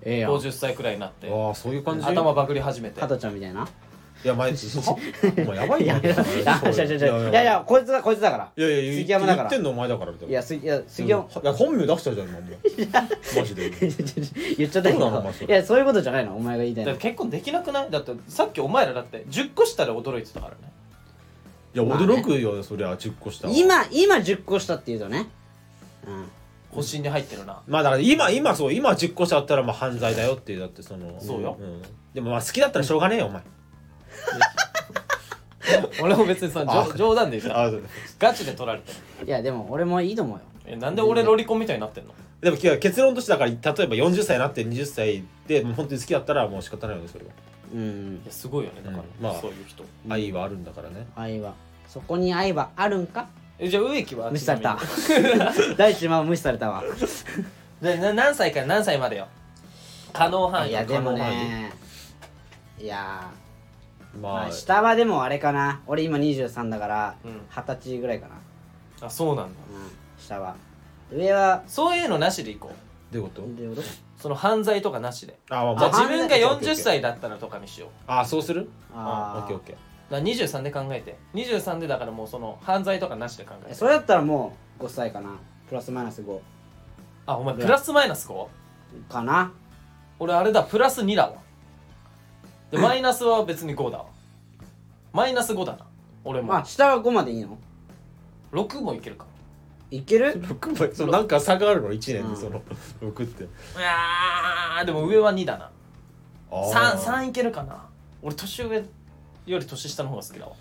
[SPEAKER 2] ええやん
[SPEAKER 1] 50歳くらいになって
[SPEAKER 4] ああそういう感じ
[SPEAKER 1] 頭バグり始めて
[SPEAKER 2] 加トちゃんみたいない
[SPEAKER 4] や毎日はお前やばい
[SPEAKER 2] い
[SPEAKER 4] よ
[SPEAKER 2] やいやいやいやいやいやいやいやこいつだこいつだから
[SPEAKER 4] いやいや
[SPEAKER 2] 杉山だから
[SPEAKER 4] 言ってんのお前だからみたい
[SPEAKER 2] い
[SPEAKER 4] な
[SPEAKER 2] や杉いや杉山
[SPEAKER 4] いや本名出したじゃん今もうマジで
[SPEAKER 2] 言っちゃったけ
[SPEAKER 4] そうなのお
[SPEAKER 2] ど
[SPEAKER 4] 前それ
[SPEAKER 2] いやそういうことじゃないのお前が言いたい
[SPEAKER 1] だから
[SPEAKER 2] の
[SPEAKER 1] 結婚できなくないだってさっきお前らだって10個下で驚いてたからね
[SPEAKER 4] いや驚くよそりゃ10個した
[SPEAKER 2] 今今10個したっていうとねうん
[SPEAKER 1] 保身に入ってるな
[SPEAKER 4] まあだから今今そう今10個しちゃったらまあ犯罪だよっていうだってその
[SPEAKER 1] そうよ
[SPEAKER 4] んでもまあ好きだったらしょうがねえよお前
[SPEAKER 1] 俺も別にさ冗冗談で言った
[SPEAKER 4] あそう
[SPEAKER 1] ガチで取られてる
[SPEAKER 2] いやでも俺もいいと思うよ
[SPEAKER 1] えなんで俺ロリコンみたいになってんの
[SPEAKER 4] でも結論としてだから例えば40歳になって20歳でもう本当に好きだったらもう仕方ないよねそれは
[SPEAKER 2] うん
[SPEAKER 1] いやすごいよねだから、
[SPEAKER 4] うんまあ
[SPEAKER 1] そういう人
[SPEAKER 4] 愛はあるんだからね
[SPEAKER 2] 愛はそこに愛はあるんか
[SPEAKER 1] えじゃあ植木は
[SPEAKER 2] 無視された
[SPEAKER 1] ち
[SPEAKER 2] 大地は無視されたわ
[SPEAKER 1] なみにでな何歳から何歳までよ可能範囲
[SPEAKER 2] いやで
[SPEAKER 1] 可能
[SPEAKER 2] も
[SPEAKER 1] 範囲
[SPEAKER 2] ねいやーま
[SPEAKER 4] まあ
[SPEAKER 2] あ下はでもあれかな俺今23だから
[SPEAKER 1] うん
[SPEAKER 2] 二十歳ぐらいかな、
[SPEAKER 1] あそうなんだ
[SPEAKER 2] うん、下は上は
[SPEAKER 1] そういうのなしでいこう
[SPEAKER 4] どういうこと
[SPEAKER 2] どういうこ
[SPEAKER 1] その犯罪とかなしで
[SPEAKER 4] あまあ
[SPEAKER 1] じゃあ
[SPEAKER 4] ま
[SPEAKER 1] 自分が
[SPEAKER 4] あ犯罪
[SPEAKER 1] 40歳だったらとかにしよう
[SPEAKER 4] ああそうする
[SPEAKER 2] と
[SPEAKER 4] あオッ
[SPEAKER 2] あ
[SPEAKER 4] ケーオッケー
[SPEAKER 1] だから23で考えて23でだからもうその犯罪とかなしで考え
[SPEAKER 2] あ
[SPEAKER 1] て
[SPEAKER 2] それだったらもう5歳かなプラスマイナス5
[SPEAKER 1] あお前プラスマイナス 5?
[SPEAKER 2] かな
[SPEAKER 1] 俺あれだプラス2だわでマイナスは別に5だわマイナス5だな俺も
[SPEAKER 2] まあ下は5までいいの
[SPEAKER 1] 6もいけるか
[SPEAKER 2] いける
[SPEAKER 4] 六倍そのなんか差があるの一年
[SPEAKER 2] う
[SPEAKER 4] で
[SPEAKER 2] ん
[SPEAKER 4] その六って
[SPEAKER 1] あーでも上は2だな
[SPEAKER 4] あー
[SPEAKER 1] 33いけるかな俺年上より年下の方が好きだわ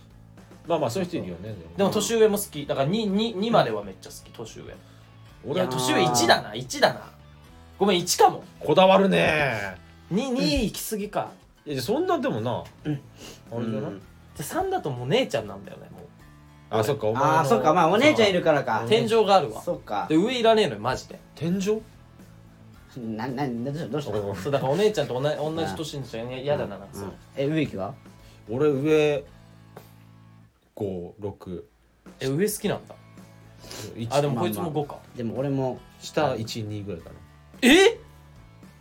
[SPEAKER 4] まあまあそういう人いるよね
[SPEAKER 1] でも年上も好きだから 2, 2, 2まではめっちゃ好き年上い
[SPEAKER 4] 俺
[SPEAKER 1] や
[SPEAKER 4] は
[SPEAKER 1] 年上1だな1だなごめん1かも
[SPEAKER 4] こだわるね
[SPEAKER 1] 2, 2行き過ぎか
[SPEAKER 4] いやそんなでもなあれじゃな
[SPEAKER 2] う
[SPEAKER 4] い
[SPEAKER 2] ん
[SPEAKER 1] で3だともう姉ちゃんなんだよねもう
[SPEAKER 4] あそっかお前
[SPEAKER 2] ああそっかまあお姉ちゃんい
[SPEAKER 4] る
[SPEAKER 2] るからか
[SPEAKER 1] 天井があるわ
[SPEAKER 2] そっか
[SPEAKER 1] で上いらねえのよマジで
[SPEAKER 4] 天井
[SPEAKER 2] なななどうしたどうした
[SPEAKER 1] そうだからお姉ちゃんと同じ同じ年にしちゃ嫌だななんかそう
[SPEAKER 2] え植木は
[SPEAKER 4] 俺上五六
[SPEAKER 1] え上好きなんだ
[SPEAKER 4] 一
[SPEAKER 1] あでもこいつも5か
[SPEAKER 2] でも俺も
[SPEAKER 4] 下一二ぐらいかな
[SPEAKER 1] え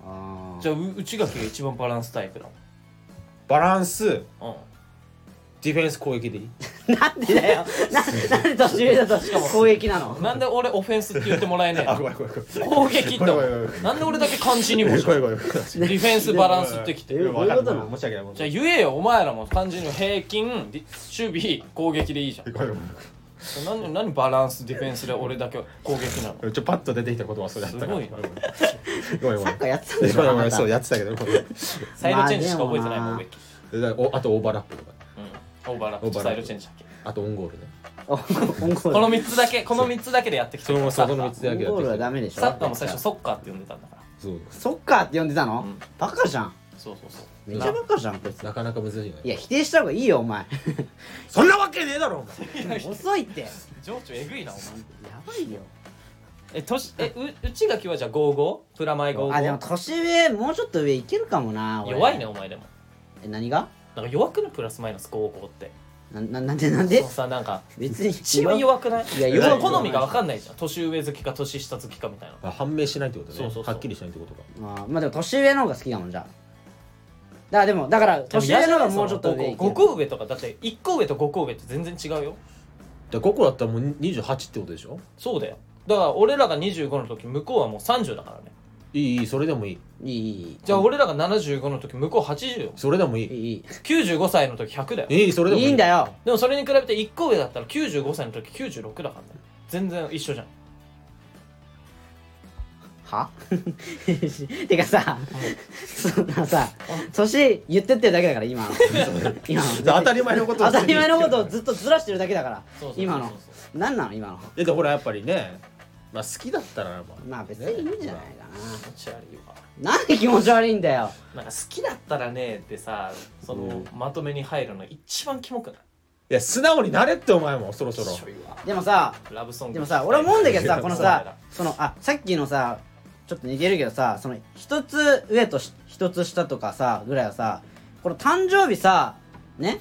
[SPEAKER 2] あ
[SPEAKER 1] じゃあう内垣が一番バランスタイプだ
[SPEAKER 4] バランス
[SPEAKER 1] もんうん
[SPEAKER 4] ディフェンス攻撃でいい
[SPEAKER 2] あなんでだよななんで年上だとしかも攻撃なの
[SPEAKER 1] なんで俺オフェンスって言ってもらえねえの
[SPEAKER 4] ごめんごめんごめん
[SPEAKER 1] 攻撃って
[SPEAKER 4] ごめんごめんごめん
[SPEAKER 1] なんで俺だけ漢字にもし
[SPEAKER 4] ご
[SPEAKER 1] デ
[SPEAKER 4] めんごめんごめん
[SPEAKER 1] ィフェンスバランスってきて
[SPEAKER 2] えどういうことなの
[SPEAKER 4] 申し訳ない申し
[SPEAKER 1] じゃあ
[SPEAKER 4] 訳ない
[SPEAKER 1] 言えよお前らも漢字の平均ディ守備攻撃でいいじゃん
[SPEAKER 4] ごめんごめん
[SPEAKER 1] 何何バランスディフェンスで俺だけ攻撃なの
[SPEAKER 4] ちょパッと出てきた言葉はそれだったから
[SPEAKER 1] すごいな
[SPEAKER 4] ごめんご
[SPEAKER 2] サ
[SPEAKER 4] めんごめん
[SPEAKER 2] ッカーやってたん
[SPEAKER 4] ご
[SPEAKER 2] で
[SPEAKER 4] め
[SPEAKER 2] しょ
[SPEAKER 4] んご
[SPEAKER 2] あ
[SPEAKER 4] めん
[SPEAKER 2] なた
[SPEAKER 4] そうやってたけどごめん
[SPEAKER 1] サイドチェンジしか覚えてないもん
[SPEAKER 2] まあ
[SPEAKER 1] 植
[SPEAKER 2] で
[SPEAKER 1] 木
[SPEAKER 4] でだおあとオーバーラップとか
[SPEAKER 1] うんオーバーラップ
[SPEAKER 4] オーバー
[SPEAKER 1] サ
[SPEAKER 4] ラップ
[SPEAKER 1] イドチェンジだっけ
[SPEAKER 4] あとオンゴールね
[SPEAKER 2] おオンゴール
[SPEAKER 1] この3つだけこの3つだけでやってきてるから
[SPEAKER 4] そ
[SPEAKER 1] サ
[SPEAKER 4] うそ
[SPEAKER 1] ッカ
[SPEAKER 4] の三
[SPEAKER 1] ー
[SPEAKER 4] つだけや
[SPEAKER 2] オンゴールは
[SPEAKER 4] っ
[SPEAKER 2] ダ
[SPEAKER 4] て
[SPEAKER 2] メでしょ
[SPEAKER 1] サッカーも最初ソッカーって呼んでたんだから
[SPEAKER 4] きてそう
[SPEAKER 2] そっかって呼んでたの、
[SPEAKER 1] うん
[SPEAKER 2] バカじゃん
[SPEAKER 1] そうそうそう
[SPEAKER 2] めっちゃバカじゃんこいつ
[SPEAKER 4] なかなか難しいね
[SPEAKER 2] いや否定した方がいいよお前
[SPEAKER 4] そんなわけねえだろお前
[SPEAKER 2] 遅いってや
[SPEAKER 1] 情緒えぐいなお前
[SPEAKER 2] ばいよ
[SPEAKER 1] え年えう内垣はじゃあ55プラマイ
[SPEAKER 2] あでも
[SPEAKER 1] 55
[SPEAKER 2] 年上もうちょっと上いけるかもな俺
[SPEAKER 1] 弱いねお前でも
[SPEAKER 2] え何が
[SPEAKER 1] なんか弱くないプラスマイナス55って
[SPEAKER 2] なななんでなん
[SPEAKER 1] そ
[SPEAKER 2] で
[SPEAKER 1] のさなんか
[SPEAKER 2] 別に
[SPEAKER 1] 一番弱くない
[SPEAKER 2] いや弱いよ
[SPEAKER 1] 好みが分かんないじゃん年上好きか年下好きかみたいな
[SPEAKER 4] あ判明しないってことね
[SPEAKER 1] そうそうそう
[SPEAKER 4] はっきりしないってことか
[SPEAKER 2] まあまあでも年上の方が好きだもんじゃあだからでもだから年上の方がもうちょっと上いけ
[SPEAKER 1] 5
[SPEAKER 2] る
[SPEAKER 1] 個上とかだって1個上と5個上って全然違うよ
[SPEAKER 4] じゃあ5個だったらもう28ってことでしょ
[SPEAKER 1] そうだよだから俺らが25の時向こうはもう30だからね
[SPEAKER 4] いいいいそれでもいい
[SPEAKER 2] いいいい
[SPEAKER 1] じゃあ俺らが75の時向こう80よ
[SPEAKER 4] それでもい
[SPEAKER 2] いい
[SPEAKER 4] い
[SPEAKER 2] いい
[SPEAKER 1] 95歳の時100だよ
[SPEAKER 4] いいそれでも
[SPEAKER 2] いいんだよ
[SPEAKER 1] でもそれに比べて1個上だったら95歳の時96だからね全然一緒じゃん
[SPEAKER 2] は てかさ、そんなさ、年言ってってるだけだから、今の。今の
[SPEAKER 4] 当たり前のことを
[SPEAKER 2] 当たり前のことをずっとずらしてるだけだから
[SPEAKER 1] そうそうそうそう
[SPEAKER 2] 今の何なの今の
[SPEAKER 4] ででほらやっぱりねまあ好きだったらまあ
[SPEAKER 2] まあ別にいいんじゃないか
[SPEAKER 1] 気持ち悪いわ
[SPEAKER 2] ななんで気持ち悪いんだよ
[SPEAKER 1] なんか好きだったらねってさそのまとめに入るの一番キモくない
[SPEAKER 4] いや素直になれってお前もそろそろ
[SPEAKER 1] ちょいわ
[SPEAKER 2] でもさ
[SPEAKER 1] ラブソング
[SPEAKER 2] でもさ俺思うんだけどさ
[SPEAKER 1] 聞きたい
[SPEAKER 2] この
[SPEAKER 1] そうだ
[SPEAKER 2] さそのあさっきのさちょっと似てるけどさその一つ上とし一つ下とかさぐらいはさこの誕生日さね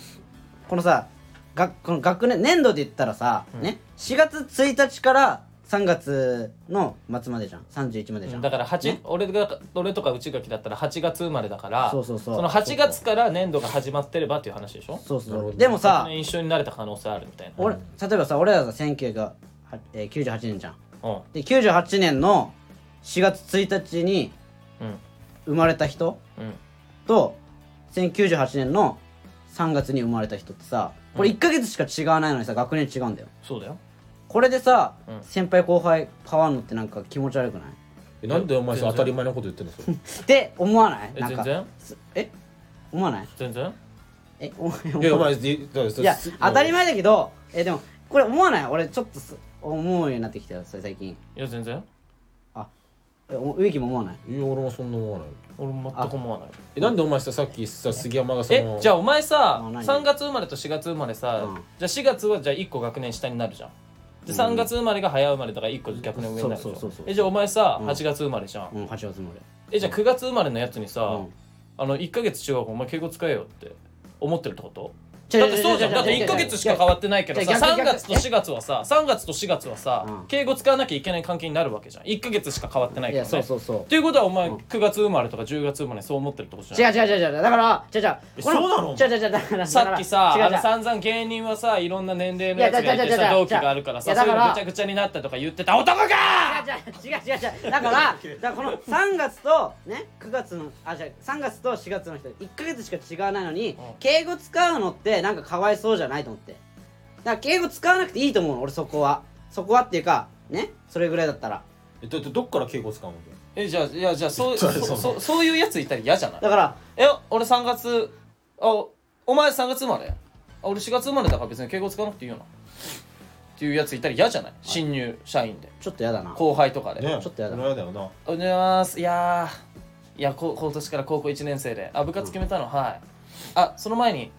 [SPEAKER 2] このさがこの学年年度で言ったらさ、ね4月1日から3月の末までじゃん31までじゃん、
[SPEAKER 1] だから8、
[SPEAKER 2] ね
[SPEAKER 1] 俺が俺とか内垣だったら8月生まれだから
[SPEAKER 2] そうそうそう
[SPEAKER 1] の8月から年度が始まってればっていう話でしょ
[SPEAKER 2] そう
[SPEAKER 4] なる
[SPEAKER 2] そ
[SPEAKER 4] ほ
[SPEAKER 2] う
[SPEAKER 4] ど
[SPEAKER 2] でもさ
[SPEAKER 1] その印象になれた可能性あるみたいな
[SPEAKER 2] 俺例えばさ俺らさ1998年じゃん
[SPEAKER 1] うん
[SPEAKER 2] で98年の4月1日に
[SPEAKER 1] うん
[SPEAKER 2] 生まれた人
[SPEAKER 1] うん
[SPEAKER 2] と1998年の3月に生まれた人ってさこれ1ヶ月しか違わないのにさ学年違うんだよ
[SPEAKER 1] そうだよ
[SPEAKER 2] これでさ、
[SPEAKER 1] うん
[SPEAKER 2] 先輩後輩変わんのってなんか気持ち悪くない
[SPEAKER 4] えなんでお前さ
[SPEAKER 1] 全然
[SPEAKER 4] 当たり前のこと言ってんのそれ
[SPEAKER 2] って思わない
[SPEAKER 1] え
[SPEAKER 2] なん
[SPEAKER 1] 全
[SPEAKER 2] か
[SPEAKER 1] 然
[SPEAKER 2] すえ思わない
[SPEAKER 1] 全然
[SPEAKER 2] えお
[SPEAKER 4] いやお
[SPEAKER 2] 思わ
[SPEAKER 4] 前い
[SPEAKER 2] いや当たり前だけどえでもこれ思わない俺ちょっとす思うようになってきたよそれ最近
[SPEAKER 1] いや全然
[SPEAKER 2] えお植木も思わない
[SPEAKER 4] いや俺もそんな思わない
[SPEAKER 1] 俺も全く思わない
[SPEAKER 4] えなんでお前ささっきさ杉山がそ
[SPEAKER 1] え
[SPEAKER 4] の
[SPEAKER 1] じゃあお前さ
[SPEAKER 2] あ何
[SPEAKER 1] 3月生まれと4月生まれさ、
[SPEAKER 2] うん
[SPEAKER 1] じゃあ4月はじゃあ1個学年下になるじゃんで3月生まれが早生まれだから1個学年上になるじゃ
[SPEAKER 2] そうそうそうそうん
[SPEAKER 1] えじゃあお前さ8月生まれじゃん、
[SPEAKER 2] うん8月生まれ
[SPEAKER 1] えじゃあ9月生まれのやつにさ、
[SPEAKER 2] うん
[SPEAKER 1] あの1か月違うからお前敬語使えよって思ってるってこと
[SPEAKER 2] ちょ
[SPEAKER 1] だってそうじゃん
[SPEAKER 2] ちょ
[SPEAKER 1] だって1か月しか変わってないけど
[SPEAKER 2] いや
[SPEAKER 1] さ
[SPEAKER 2] 逆
[SPEAKER 1] 3
[SPEAKER 2] 逆
[SPEAKER 1] 月と4月はさ3月と4月は
[SPEAKER 2] う
[SPEAKER 1] さ
[SPEAKER 2] ん
[SPEAKER 1] 敬語使わなきゃいけない関係になるわけじゃん1か月しか変わってない
[SPEAKER 2] い
[SPEAKER 1] か
[SPEAKER 2] や
[SPEAKER 1] ら
[SPEAKER 2] そう
[SPEAKER 1] ね
[SPEAKER 2] そうそ
[SPEAKER 1] ということはお前9月生まれとか10月生まれそう思ってるってことじゃ
[SPEAKER 2] うん違う違う違う違うだから違う違
[SPEAKER 4] え
[SPEAKER 2] うこの
[SPEAKER 4] そうなの
[SPEAKER 2] 違う違う違うだから
[SPEAKER 1] さっきさ
[SPEAKER 2] 違う違
[SPEAKER 1] あ
[SPEAKER 2] う
[SPEAKER 1] の散々芸人はさいろんな年齢のやつがい
[SPEAKER 2] い
[SPEAKER 1] て
[SPEAKER 2] やだだだ
[SPEAKER 1] さ
[SPEAKER 2] だ
[SPEAKER 1] 同期があるからさ
[SPEAKER 2] いや
[SPEAKER 1] そ
[SPEAKER 2] だ
[SPEAKER 1] うい
[SPEAKER 2] か
[SPEAKER 1] うの
[SPEAKER 2] ら
[SPEAKER 1] ぐちゃぐちゃになったとか言ってた男が
[SPEAKER 2] 違う違う違う違う違うだからだからこの3月とね9月のあじゃ3月と4月の人1か月しか違わないのに敬語使うのってなんかかわいそうじゃないと思ってだから敬語使わなくていいと思うの俺そこはそこはっていうかねそれぐらいだったら
[SPEAKER 4] えどどどっから敬語使うの
[SPEAKER 1] えじゃあいやじゃあそう
[SPEAKER 4] そ
[SPEAKER 1] そう
[SPEAKER 4] そう
[SPEAKER 1] うそうそういうやついたら嫌じゃない
[SPEAKER 2] だから
[SPEAKER 1] え俺3月あおお前3月生まれあ俺4月生まれだから別に敬語使わなくていいよなっていうやついたら嫌じゃない新入社員で
[SPEAKER 2] ちょっとやだな
[SPEAKER 1] 後輩とかで、
[SPEAKER 4] ね
[SPEAKER 2] ちょっとやだ
[SPEAKER 4] それはだ よな
[SPEAKER 1] おはようございますいやーいやこ今年から高校1年生であ部活決めたの、はいあその前に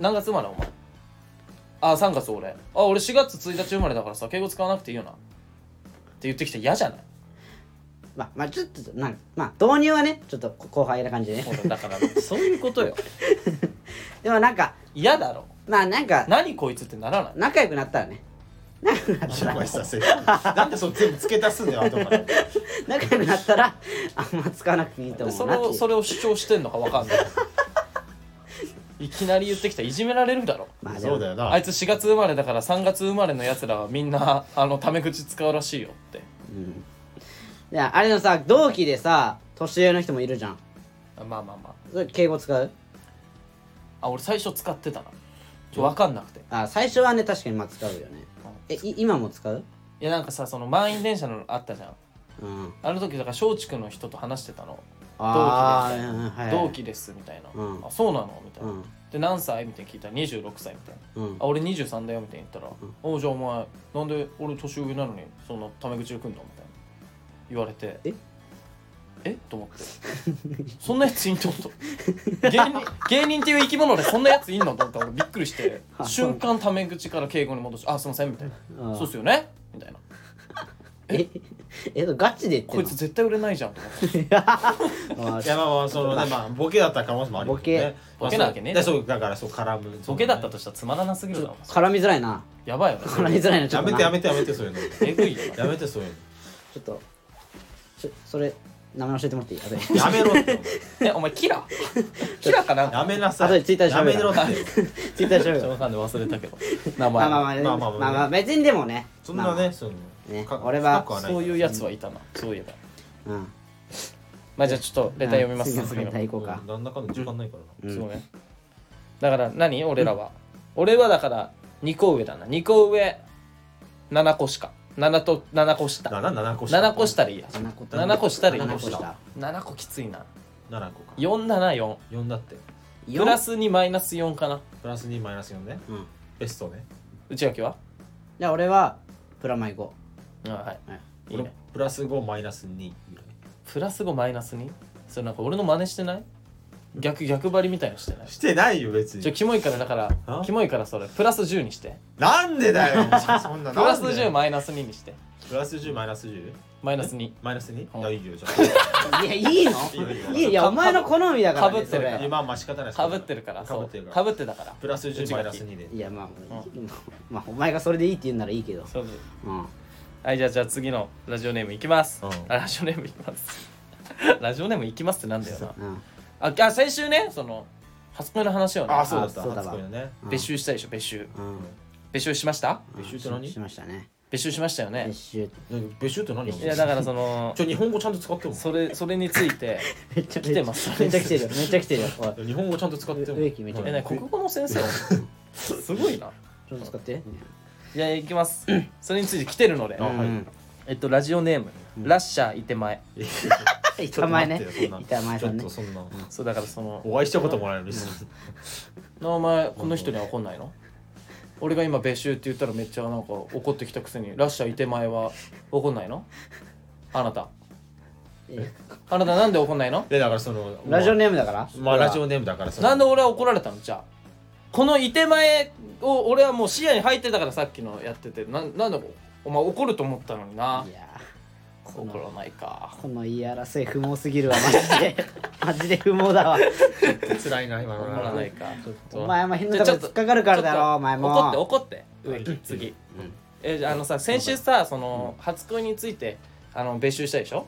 [SPEAKER 1] 何月生まれお前あ3月俺あ俺4月1日生まれだからさ敬語使わなくていいよなって言ってきて嫌じゃない
[SPEAKER 2] まあまあちょっとなんかまあ導入はねちょっと後輩な感じでね
[SPEAKER 1] ほらだからそういうことよ
[SPEAKER 2] でもなんか
[SPEAKER 1] 嫌だろ
[SPEAKER 2] まあなんか
[SPEAKER 1] 何こいつってならない
[SPEAKER 2] 仲良くなったらね仲良くなった
[SPEAKER 4] お
[SPEAKER 2] ら
[SPEAKER 4] 前させなんでそれ全部付け足すんだよ後から
[SPEAKER 2] 仲良くなったらあんま使わなくていいと思
[SPEAKER 1] そう
[SPEAKER 2] な
[SPEAKER 1] れ
[SPEAKER 2] っていう
[SPEAKER 1] をそれを主張してんのかわかん ないいきなり言ってきたらいじめられるだろ
[SPEAKER 2] まあでも
[SPEAKER 4] そうだよな
[SPEAKER 1] あいつ4月生まれだから3月生まれのやつらはみんなあのタメ口使うらしいよって
[SPEAKER 2] うんいやあれのさ同期でさ年上の人もいるじゃん
[SPEAKER 1] あまあまあまあ
[SPEAKER 2] それ敬語使う
[SPEAKER 1] あ俺最初使ってたなちょ分かんなくて
[SPEAKER 2] あ最初はね確かにまあ使うよねえい今も使う
[SPEAKER 1] いやなんかさその満員電車のあったじゃん
[SPEAKER 2] うん
[SPEAKER 1] あの時だから松竹の人と話してたの
[SPEAKER 2] あ
[SPEAKER 1] 同期です
[SPEAKER 2] ーはい
[SPEAKER 1] 同期ですみたいな、
[SPEAKER 2] うん
[SPEAKER 1] あそうなのみたいうな、
[SPEAKER 2] ん
[SPEAKER 1] で何歳みたいに聞いたら26歳みたいな
[SPEAKER 2] うん
[SPEAKER 1] あ俺23だよみたいに言ったら「おじゃあお前なんで俺年上なのにそんなタメ口で来んの?」みたいな言われて
[SPEAKER 2] え
[SPEAKER 1] えと思って そんなやついんってこと芸人芸人っていう生き物でそんなやついんのと思って俺びっくりして
[SPEAKER 2] あそう
[SPEAKER 1] 瞬間タメ口から敬語に戻して「あすいません」みたい
[SPEAKER 2] あ
[SPEAKER 1] な「そうっすよね」みたいな
[SPEAKER 2] ええガチで言って
[SPEAKER 1] こ
[SPEAKER 2] ん
[SPEAKER 1] い
[SPEAKER 2] の
[SPEAKER 1] つ絶対売れないじゃんと 思って
[SPEAKER 2] あ
[SPEAKER 4] いやまあまあそのねまあボケだった可能性もあるよね
[SPEAKER 1] ボケボケなわけねえ
[SPEAKER 4] まあそうでそうだからそう絡む
[SPEAKER 1] ボケだったとしたらつまらなすぎるだろ
[SPEAKER 2] 絡みづらいな
[SPEAKER 1] やばいよ ね
[SPEAKER 2] 絡みづらいなちょ
[SPEAKER 4] や
[SPEAKER 2] っと
[SPEAKER 4] め
[SPEAKER 2] な
[SPEAKER 4] てやめてやめてそういうの
[SPEAKER 1] えぐいよな
[SPEAKER 4] やめてそういう
[SPEAKER 2] ちょっとちょそれ名前教えてもらっていいあとで
[SPEAKER 4] のやめろって
[SPEAKER 1] えお前キラキラかなん
[SPEAKER 4] お
[SPEAKER 1] か
[SPEAKER 4] 前やめなさい
[SPEAKER 2] 後でツイッターで調
[SPEAKER 4] や
[SPEAKER 2] べ
[SPEAKER 4] め
[SPEAKER 2] る
[SPEAKER 4] ろって
[SPEAKER 2] ツイッターでし
[SPEAKER 1] ちょ
[SPEAKER 2] よう
[SPEAKER 1] っと
[SPEAKER 2] よ
[SPEAKER 1] わかんない忘れたけど名
[SPEAKER 2] まあ
[SPEAKER 1] 前
[SPEAKER 2] まあまあま
[SPEAKER 4] ま
[SPEAKER 2] あ
[SPEAKER 4] あま
[SPEAKER 2] まあ
[SPEAKER 4] あまあ
[SPEAKER 2] まあ別にでもね
[SPEAKER 4] そんなねその
[SPEAKER 2] ね
[SPEAKER 4] か
[SPEAKER 2] 俺は
[SPEAKER 4] 深くない
[SPEAKER 1] そういうやつはいたなそういえば
[SPEAKER 2] うん
[SPEAKER 1] まあじゃあちょっとレター読みます
[SPEAKER 2] 次の
[SPEAKER 1] 次
[SPEAKER 2] レ
[SPEAKER 1] の
[SPEAKER 2] ター行こうか
[SPEAKER 4] うんなんだかんだ時間ないからな。
[SPEAKER 2] うん
[SPEAKER 1] そうねだから何俺らは、俺はだから2個上だな2個上7個しか7と7個下
[SPEAKER 4] 七七個
[SPEAKER 1] 7個したらいいや
[SPEAKER 2] 七個
[SPEAKER 1] 7個したらいい
[SPEAKER 2] 七
[SPEAKER 1] や
[SPEAKER 2] 個した
[SPEAKER 1] 7個きついな
[SPEAKER 4] 七個か。
[SPEAKER 1] 474
[SPEAKER 4] 四だって。
[SPEAKER 1] プラス2マイナス4かな
[SPEAKER 4] プラス二マイナス四ね。
[SPEAKER 2] うん
[SPEAKER 4] ベストね。
[SPEAKER 1] 内垣は
[SPEAKER 2] じゃあ俺はプラマイ5
[SPEAKER 1] あはい、
[SPEAKER 2] は
[SPEAKER 1] い、
[SPEAKER 2] い
[SPEAKER 1] いね
[SPEAKER 4] プラス五マイナス二ぐらい。
[SPEAKER 1] プラス5マイナス 2? それなんか俺の真似してない逆逆張りみたいのしてない
[SPEAKER 4] してないよ別
[SPEAKER 1] ちょ
[SPEAKER 4] に。
[SPEAKER 1] キモいからだから
[SPEAKER 4] あ
[SPEAKER 1] キモいからそれプラス10にして
[SPEAKER 4] なんでだよ。そんな
[SPEAKER 1] プラス
[SPEAKER 4] なんで
[SPEAKER 1] 10マイナス2にして
[SPEAKER 4] プラス十マイナス十。
[SPEAKER 1] マイナス2
[SPEAKER 4] マイナス二。
[SPEAKER 1] うん
[SPEAKER 4] いやいいよじゃ
[SPEAKER 2] いやいい
[SPEAKER 4] いいよいい
[SPEAKER 2] の
[SPEAKER 4] よ
[SPEAKER 2] いいよいやお前の好みだから
[SPEAKER 1] かぶ
[SPEAKER 2] ね
[SPEAKER 1] って
[SPEAKER 2] そ
[SPEAKER 1] るから
[SPEAKER 4] あ。
[SPEAKER 2] れ
[SPEAKER 4] 今はまあ仕方ない。
[SPEAKER 1] かぶってるから
[SPEAKER 4] か
[SPEAKER 1] そ
[SPEAKER 4] ぶ
[SPEAKER 1] う
[SPEAKER 4] ってるか。
[SPEAKER 1] からぶってたから
[SPEAKER 4] プラス十マイナス二で。
[SPEAKER 2] いやまあ
[SPEAKER 1] う
[SPEAKER 2] まあお前がそれでいいって言うんならいいけど
[SPEAKER 1] そうです
[SPEAKER 2] うん
[SPEAKER 1] はいじゃあじゃあ次のラジオネームいきます、
[SPEAKER 4] うん
[SPEAKER 1] あラジオネームいきます ラジオネームいきますってなんだよな
[SPEAKER 2] うん
[SPEAKER 1] ああ先週ねその初恋の話をね
[SPEAKER 4] あそうだった。
[SPEAKER 2] あそうだわ
[SPEAKER 4] 初恋のね。
[SPEAKER 2] うん
[SPEAKER 1] 別集したでしょ別集
[SPEAKER 2] うん
[SPEAKER 1] 別集しました
[SPEAKER 4] 別州って何
[SPEAKER 2] ししましたね
[SPEAKER 1] 別集しましたよね
[SPEAKER 2] 別州
[SPEAKER 4] 何別州って何？
[SPEAKER 1] いやだ
[SPEAKER 4] ら。
[SPEAKER 1] からその
[SPEAKER 4] ちょ日本語ちゃんと使っても。
[SPEAKER 1] それそれについて
[SPEAKER 2] めっちゃ
[SPEAKER 1] 来てます
[SPEAKER 2] めっちゃ来てるよめっちゃ来てるよおい
[SPEAKER 4] 日本語ちゃんと使っても。
[SPEAKER 2] 植木めっちゃ
[SPEAKER 1] えね国語の先生すごいな
[SPEAKER 2] ちょっと使って
[SPEAKER 1] いやいきますそれについて来てるので、
[SPEAKER 4] あはい
[SPEAKER 2] うん
[SPEAKER 1] えっとラジオネーム、ラッシャーいてまえ
[SPEAKER 2] 板前ね
[SPEAKER 4] ちょっと待って
[SPEAKER 2] 板
[SPEAKER 4] よそんな
[SPEAKER 2] 前さんね
[SPEAKER 4] ちょっとそんな
[SPEAKER 1] そうだからその
[SPEAKER 4] お会いしたこともないのに
[SPEAKER 1] なお前この人には怒んないの俺が今別州って言ったらめっちゃなんか怒ってきたくせにラッシャーいて前は怒んないのあなた
[SPEAKER 2] え
[SPEAKER 1] あなたなんで怒んないの
[SPEAKER 4] でだからその
[SPEAKER 2] ラジオ
[SPEAKER 4] ー
[SPEAKER 2] ネームだから
[SPEAKER 4] ムまあラジオネームだからその
[SPEAKER 1] なんで俺は怒られたのじゃあこのいて前を俺はもう視野に入ってたからさっきのやっててなんなんでお前怒ると思ったのにない
[SPEAKER 2] や
[SPEAKER 1] 怒らないか
[SPEAKER 2] この言い争い不毛すぎるわマジ でマジで不毛だわ
[SPEAKER 4] 辛いな今
[SPEAKER 1] 怒
[SPEAKER 4] の
[SPEAKER 1] らないか
[SPEAKER 2] お前も変なとこ突っかかるからだ
[SPEAKER 1] ちょっ
[SPEAKER 2] ろ
[SPEAKER 1] と
[SPEAKER 2] お前も
[SPEAKER 1] 怒って怒って
[SPEAKER 4] は
[SPEAKER 1] 植
[SPEAKER 4] い
[SPEAKER 1] 木次、えじゃああのさ先週さその初恋についてあの別集したでしょ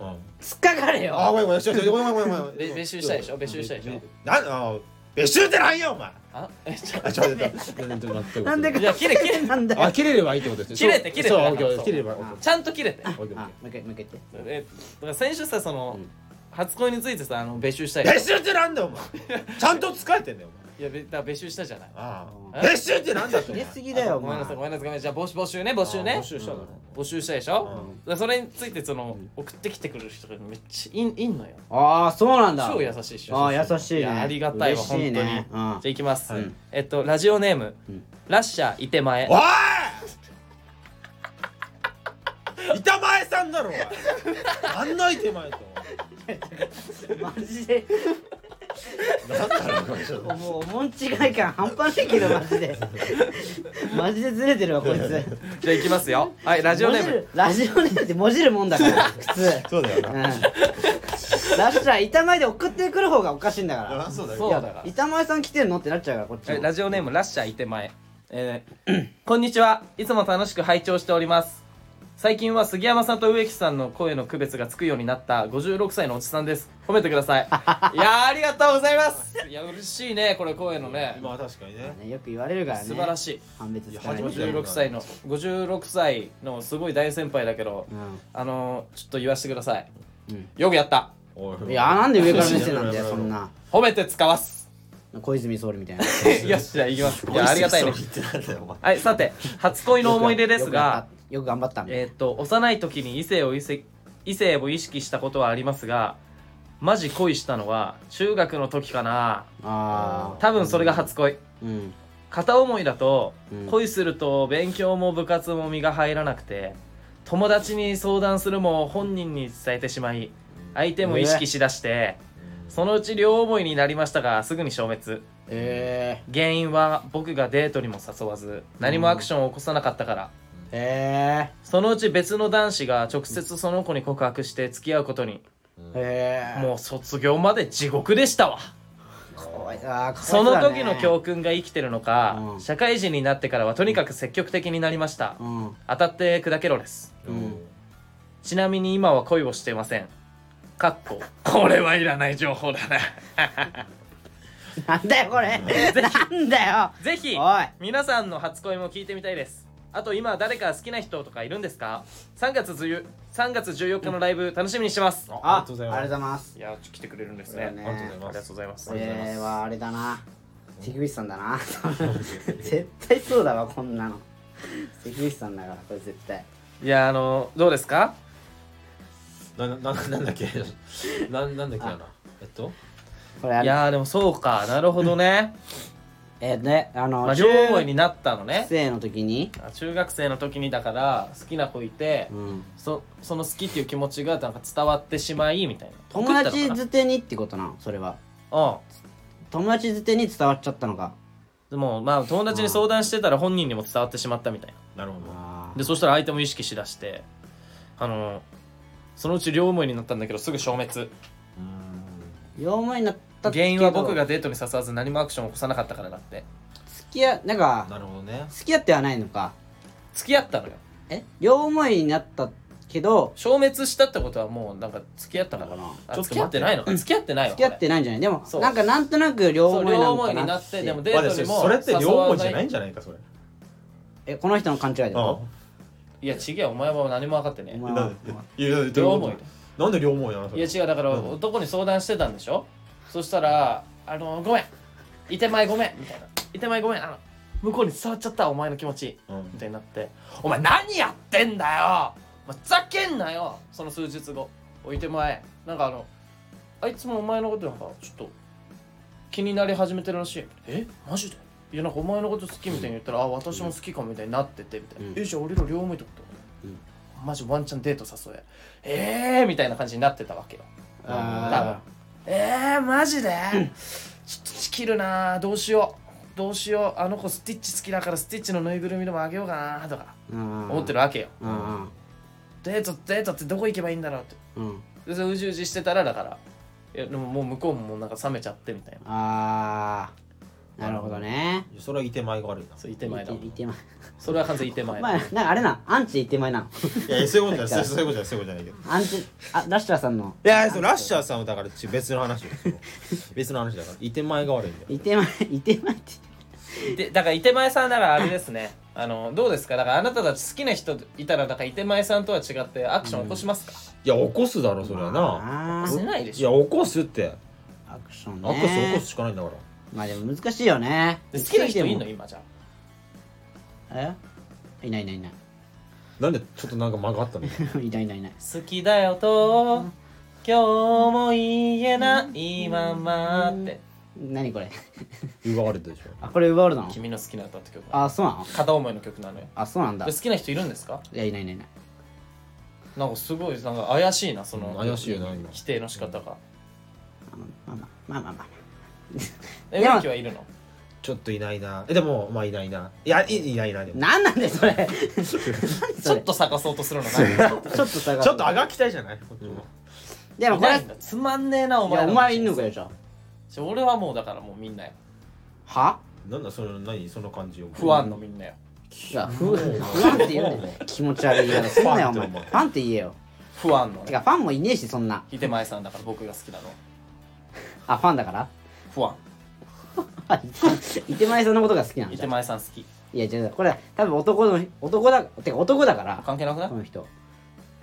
[SPEAKER 4] うん
[SPEAKER 2] 突っかかれ
[SPEAKER 4] あ
[SPEAKER 2] よ
[SPEAKER 4] ごめんごめんちょちょごめんごめんごめんごめ
[SPEAKER 1] べ
[SPEAKER 4] ん
[SPEAKER 1] 別州したいでしょ別州したいでしょ
[SPEAKER 4] なんあ別州ってないよお前
[SPEAKER 1] あ えちょ
[SPEAKER 4] あちょちょちょちょ待って
[SPEAKER 2] なんで
[SPEAKER 1] いや切れ切れ
[SPEAKER 2] なんだよ
[SPEAKER 4] あ切れればいいってことですね
[SPEAKER 1] 切れて切れて
[SPEAKER 4] そう
[SPEAKER 1] だ
[SPEAKER 4] オ
[SPEAKER 1] か
[SPEAKER 4] ッ
[SPEAKER 1] ら
[SPEAKER 4] ケー
[SPEAKER 1] そう
[SPEAKER 4] 切れればオッケー
[SPEAKER 1] ちゃんと切れて
[SPEAKER 4] オッケーオッ
[SPEAKER 2] あもう
[SPEAKER 4] ケ
[SPEAKER 2] 一回もう一回言って
[SPEAKER 1] えだから先週さその、
[SPEAKER 2] うん
[SPEAKER 1] 初恋についてさあの別集した
[SPEAKER 4] ー
[SPEAKER 1] い
[SPEAKER 4] 別州ってなんだよお前ちゃんと使えてんだよお前
[SPEAKER 1] いやべだから別集したじゃない
[SPEAKER 4] あ
[SPEAKER 1] え
[SPEAKER 4] あ別州ってなんだっ
[SPEAKER 2] 切
[SPEAKER 4] てお前
[SPEAKER 2] れすぎだよお
[SPEAKER 1] ごめん
[SPEAKER 2] 前
[SPEAKER 1] なさいごめんなさいごめんなさいじゃあ募集募集ね募集
[SPEAKER 4] あ
[SPEAKER 1] ね
[SPEAKER 4] 募集したの
[SPEAKER 1] 募集したでしょ、
[SPEAKER 4] う
[SPEAKER 1] だか
[SPEAKER 4] ん
[SPEAKER 1] らそれについてその、送ってきてくれる人がめっちゃいんいんのよ
[SPEAKER 2] ああそうなんだ
[SPEAKER 1] 超優しいっしょ
[SPEAKER 2] ああ優しい
[SPEAKER 1] い
[SPEAKER 2] ね
[SPEAKER 1] やありがたいわ
[SPEAKER 2] 嬉しいね
[SPEAKER 1] 本当にじゃあいきます、
[SPEAKER 4] はい
[SPEAKER 1] えっとラジオネーム、
[SPEAKER 2] ん
[SPEAKER 1] ラッシャーいてまえ
[SPEAKER 4] おい板前さんだろお前案内手前と
[SPEAKER 2] うんマジで
[SPEAKER 4] なんだろうこれちょっと
[SPEAKER 2] もうおもんちがい感半端ないけどマ ジでマジでずれてるわこいつ
[SPEAKER 1] じゃあいきますよはいラジオネー
[SPEAKER 2] もじ
[SPEAKER 1] ム
[SPEAKER 2] るラジオネームってもじるもんだから普通
[SPEAKER 4] そうだよ
[SPEAKER 2] う
[SPEAKER 4] なん
[SPEAKER 2] ラッシャー板前で送ってくる方がおかしいんだから
[SPEAKER 4] あそうだ
[SPEAKER 1] そう
[SPEAKER 4] よ
[SPEAKER 1] だから
[SPEAKER 2] 板前さん来てんのってなっちゃうからこっち
[SPEAKER 1] え
[SPEAKER 2] も
[SPEAKER 1] ラジオネームラッシャーいてまええーこんにちはいつも楽しく拝聴しております最近は杉山さんと植木さんの声の区別がつくようになった56歳のおじさんです褒めてくだ さいいやーありがとうございますいや嬉しいねこれ声のね
[SPEAKER 4] まあ確かにね
[SPEAKER 2] ねよく言われるからね
[SPEAKER 1] 素晴ら
[SPEAKER 2] い
[SPEAKER 1] しい
[SPEAKER 2] 判別つかない
[SPEAKER 4] いや初めて
[SPEAKER 1] 56歳の56歳のすごい大先輩だけど
[SPEAKER 2] う
[SPEAKER 1] あのー、ちょっと言わせてください、
[SPEAKER 2] うん
[SPEAKER 1] よくやった
[SPEAKER 4] お
[SPEAKER 2] んいやなんで上から目線なん だよそんな
[SPEAKER 1] 褒めて使わす
[SPEAKER 2] 小泉総理みたいな
[SPEAKER 1] よしじゃあ行きますいやありがたいねはいさて初恋 の思い出ですが
[SPEAKER 2] よく頑張ったみたい
[SPEAKER 1] えーっと幼い時に異性を異性異性を意識したことはありますがマジ恋したのは中学の時かな
[SPEAKER 2] ああ
[SPEAKER 1] 多分それが初恋
[SPEAKER 2] うん
[SPEAKER 1] 片思いだと
[SPEAKER 2] うん
[SPEAKER 1] 恋すると勉強も部活も身が入らなくて友達に相談するも本人に伝えてしまい相手も意識しだしてそのうち両思いになりましたがすぐに消滅
[SPEAKER 2] え
[SPEAKER 1] 原因は僕がデートにも誘わず何もアクションを起こさなかったから
[SPEAKER 2] ーえ
[SPEAKER 1] そのうち別の男子が直接その子に告白して付き合うことに
[SPEAKER 2] ーえー
[SPEAKER 1] もう卒業まで地獄でしたわ
[SPEAKER 2] かわいあーかわい
[SPEAKER 1] そうの
[SPEAKER 2] だね
[SPEAKER 1] 時の教訓が生きてるのか、
[SPEAKER 2] うん
[SPEAKER 1] 社会人になってからはとにかく積極的になりました、
[SPEAKER 2] うん
[SPEAKER 1] 当たって砕けろです
[SPEAKER 2] うん
[SPEAKER 1] ちなみに今は恋をしていませんかっここれはいらない情報だな
[SPEAKER 2] なんだよこれなんだよ
[SPEAKER 1] ぜひ
[SPEAKER 2] おい
[SPEAKER 1] 皆さんの初恋も聞いてみたいですあと今誰か好きな人とかいるんですか3月10 ?3 月14日のライブ楽しみにしてます。
[SPEAKER 2] あ
[SPEAKER 4] ありがとうございます
[SPEAKER 2] ありがとうございます
[SPEAKER 1] いやー来てくれるんです
[SPEAKER 2] だ
[SPEAKER 1] ね。
[SPEAKER 2] ね
[SPEAKER 4] ありがとうございます
[SPEAKER 1] ありがとうございます。
[SPEAKER 2] これはあれだな関口さんだな
[SPEAKER 4] ん
[SPEAKER 2] 絶対そうだわこんなの関口さんだからこれ絶対
[SPEAKER 1] いやーあのどうですか
[SPEAKER 4] な なななんだっけななんだっけなえっと
[SPEAKER 2] これあ
[SPEAKER 1] い
[SPEAKER 2] れ
[SPEAKER 1] やーでもそうかなるほどね。
[SPEAKER 2] えーね あの、
[SPEAKER 1] まあ
[SPEAKER 2] 中
[SPEAKER 1] 両思いになったのね
[SPEAKER 2] 学。生の時に
[SPEAKER 1] あ中学生の時にだから好きな子いて、
[SPEAKER 2] ん
[SPEAKER 1] そその好きっていう気持ちがなんか伝わってしまいみたいな
[SPEAKER 2] 友達
[SPEAKER 1] ず
[SPEAKER 2] づてにってことなのそれは
[SPEAKER 1] うん
[SPEAKER 2] 友達づてに伝わっちゃったのか
[SPEAKER 1] でもまあ友達に相談してたら本人にも伝わってしまったみたい
[SPEAKER 4] なるほど
[SPEAKER 2] あ
[SPEAKER 1] なでそしたら相手も意識しだしてあのそのうち両思いになったんだけどすぐ消滅
[SPEAKER 4] うーん
[SPEAKER 2] ー両思いになったけど
[SPEAKER 1] 原因は僕がデートに誘わず何もアクションを起こさなかったからだって
[SPEAKER 2] 付き合なんか
[SPEAKER 4] なるほどね
[SPEAKER 2] 付き合ってはないのか
[SPEAKER 1] 付き合ったのよ
[SPEAKER 2] え両思いになったけど
[SPEAKER 1] 消滅したってことはもうなんか付き合ったのか
[SPEAKER 2] そう
[SPEAKER 1] な
[SPEAKER 2] かな
[SPEAKER 1] あ付き合ってないのか付き合ってないわ
[SPEAKER 2] 付き合ってないんじゃないでも
[SPEAKER 1] そう
[SPEAKER 2] なんかなんとなく両
[SPEAKER 1] そう
[SPEAKER 2] 思い
[SPEAKER 1] 両
[SPEAKER 2] なの
[SPEAKER 1] 思
[SPEAKER 2] か
[SPEAKER 1] いに
[SPEAKER 2] な
[SPEAKER 1] な
[SPEAKER 2] っ
[SPEAKER 1] って
[SPEAKER 2] て
[SPEAKER 1] でもデートにも
[SPEAKER 4] それって両思いじゃ
[SPEAKER 1] 誘わ
[SPEAKER 4] ないんじゃないかそれ
[SPEAKER 2] えこの人の勘違いだよ
[SPEAKER 1] いや違えよお前は何も分かってねえ
[SPEAKER 2] お
[SPEAKER 4] う
[SPEAKER 2] 前
[SPEAKER 4] ん
[SPEAKER 2] は
[SPEAKER 4] えいやいや
[SPEAKER 1] 両思い
[SPEAKER 4] なんで両思いなのそ
[SPEAKER 1] い
[SPEAKER 4] れ
[SPEAKER 1] や違うだから
[SPEAKER 4] うん
[SPEAKER 1] 男に相談してたんでしょそしたら「あのごめんいてまえごめん」みたいな「いてまえごめんあの向こうに伝わっちゃったお前の気持ち」
[SPEAKER 4] うん
[SPEAKER 1] みたいになって「お前何やってんだよお前ふざけんなよその数日後おいてまえなんかあのあいつもお前のことなんかちょっと気になり始めてるらしいえマジでいやなんかお前のこと好きみたいに言ったら、あ私も好きかもみたいになっててみたいな、
[SPEAKER 2] うん
[SPEAKER 1] えじゃあ俺ら両思いってこと、
[SPEAKER 2] うん
[SPEAKER 1] マジワンチャンデート誘ええー、みたいな感じになってたわけよ
[SPEAKER 2] あ
[SPEAKER 1] えー、マジで、ちょっとチキるなどうしようどうしようあの子スティッチ好きだからスティッチのぬいぐるみでもあげようかなとか思
[SPEAKER 2] 思
[SPEAKER 1] ってるわけよ
[SPEAKER 2] うん
[SPEAKER 1] デートデートってどこ行けばいいんだろうって
[SPEAKER 2] うんうん
[SPEAKER 1] でそれうじうじしてたらだからいやでももう向こうももうなんか冷めちゃってみたいな
[SPEAKER 2] あーなるほどね
[SPEAKER 4] いやそれはいてまいが悪いな
[SPEAKER 1] そういてまいだ
[SPEAKER 2] いてまい
[SPEAKER 1] それは完全にいてまい
[SPEAKER 2] まあなんかあれなアンチいてまいなの
[SPEAKER 4] いやいやそういうことじゃないそういうことじゃないそういうことじゃないけど
[SPEAKER 2] アンチあラッシャーさんの
[SPEAKER 4] いやいやそうラッシャーさんはだからち別の話よその別の話だからいてまいが悪いんだよ
[SPEAKER 2] いてまいいてまいって
[SPEAKER 1] でだからいてまえさんならあれですねあのどうですかだからあなたたち好きな人いたらだからいてまえさんとは違ってアクション起こしますか、
[SPEAKER 4] いや起こすだろそれはな
[SPEAKER 2] あ
[SPEAKER 1] 起こせないで
[SPEAKER 4] い
[SPEAKER 1] し
[SPEAKER 4] や
[SPEAKER 1] ょ
[SPEAKER 4] 起こすって
[SPEAKER 2] ーアクション
[SPEAKER 4] 起こす起
[SPEAKER 2] ね
[SPEAKER 4] こすしかないんだから
[SPEAKER 2] まあでも難しいよね
[SPEAKER 1] で好きな人いんの
[SPEAKER 2] 一人でも
[SPEAKER 1] 今じゃあ
[SPEAKER 2] えいないいないいない
[SPEAKER 4] なんでちょっとなんか間があったの
[SPEAKER 2] い ないいないいない
[SPEAKER 1] 好きだよと今日も言えないままって
[SPEAKER 2] 何これ
[SPEAKER 4] 奪われたでしょ
[SPEAKER 2] あこれ奪われたの
[SPEAKER 1] 君の好きな歌って曲
[SPEAKER 2] あそうなの
[SPEAKER 1] 片思いの曲なのよ
[SPEAKER 2] あそうなんだ
[SPEAKER 1] で好きな人いるんですか
[SPEAKER 2] いやいないいないいない
[SPEAKER 1] なんかすごいなんか怪しいなその
[SPEAKER 4] うん怪しいよな今
[SPEAKER 1] 否定の仕方が
[SPEAKER 2] まあまあまあまあまあ
[SPEAKER 1] え
[SPEAKER 2] いや
[SPEAKER 1] 植木はいるの
[SPEAKER 4] ちょっといないなえでもまあいないないやいいないなでも
[SPEAKER 2] なんなん でそれ
[SPEAKER 1] ちょっと探そうとするのなんで
[SPEAKER 2] ちょっと下が
[SPEAKER 4] ちょっとあがきたいじゃないこっちも
[SPEAKER 2] でも
[SPEAKER 1] い
[SPEAKER 2] これ
[SPEAKER 1] ないいんだつまんねえなお前
[SPEAKER 2] やお前いんのかよじゃあ
[SPEAKER 1] ちょ俺はもうだからもうみんなよ
[SPEAKER 2] は
[SPEAKER 4] なんだその何その感じを
[SPEAKER 1] 不安のみんなよ
[SPEAKER 2] いや不不安って言うね気持ち悪いやろそんなよお 前ファンって言えよ
[SPEAKER 1] 不安の
[SPEAKER 2] て
[SPEAKER 1] ね
[SPEAKER 2] かファンもいねえしそんな
[SPEAKER 1] ひてまえさんだから僕が好きなの
[SPEAKER 2] あファンだから
[SPEAKER 1] 不安
[SPEAKER 2] あいてまえさんのことが好きなん
[SPEAKER 1] ひ
[SPEAKER 2] だ
[SPEAKER 1] てまえさん好き
[SPEAKER 2] いや違うこれ多分男の男だてか男だから
[SPEAKER 1] 関係なくない
[SPEAKER 2] この人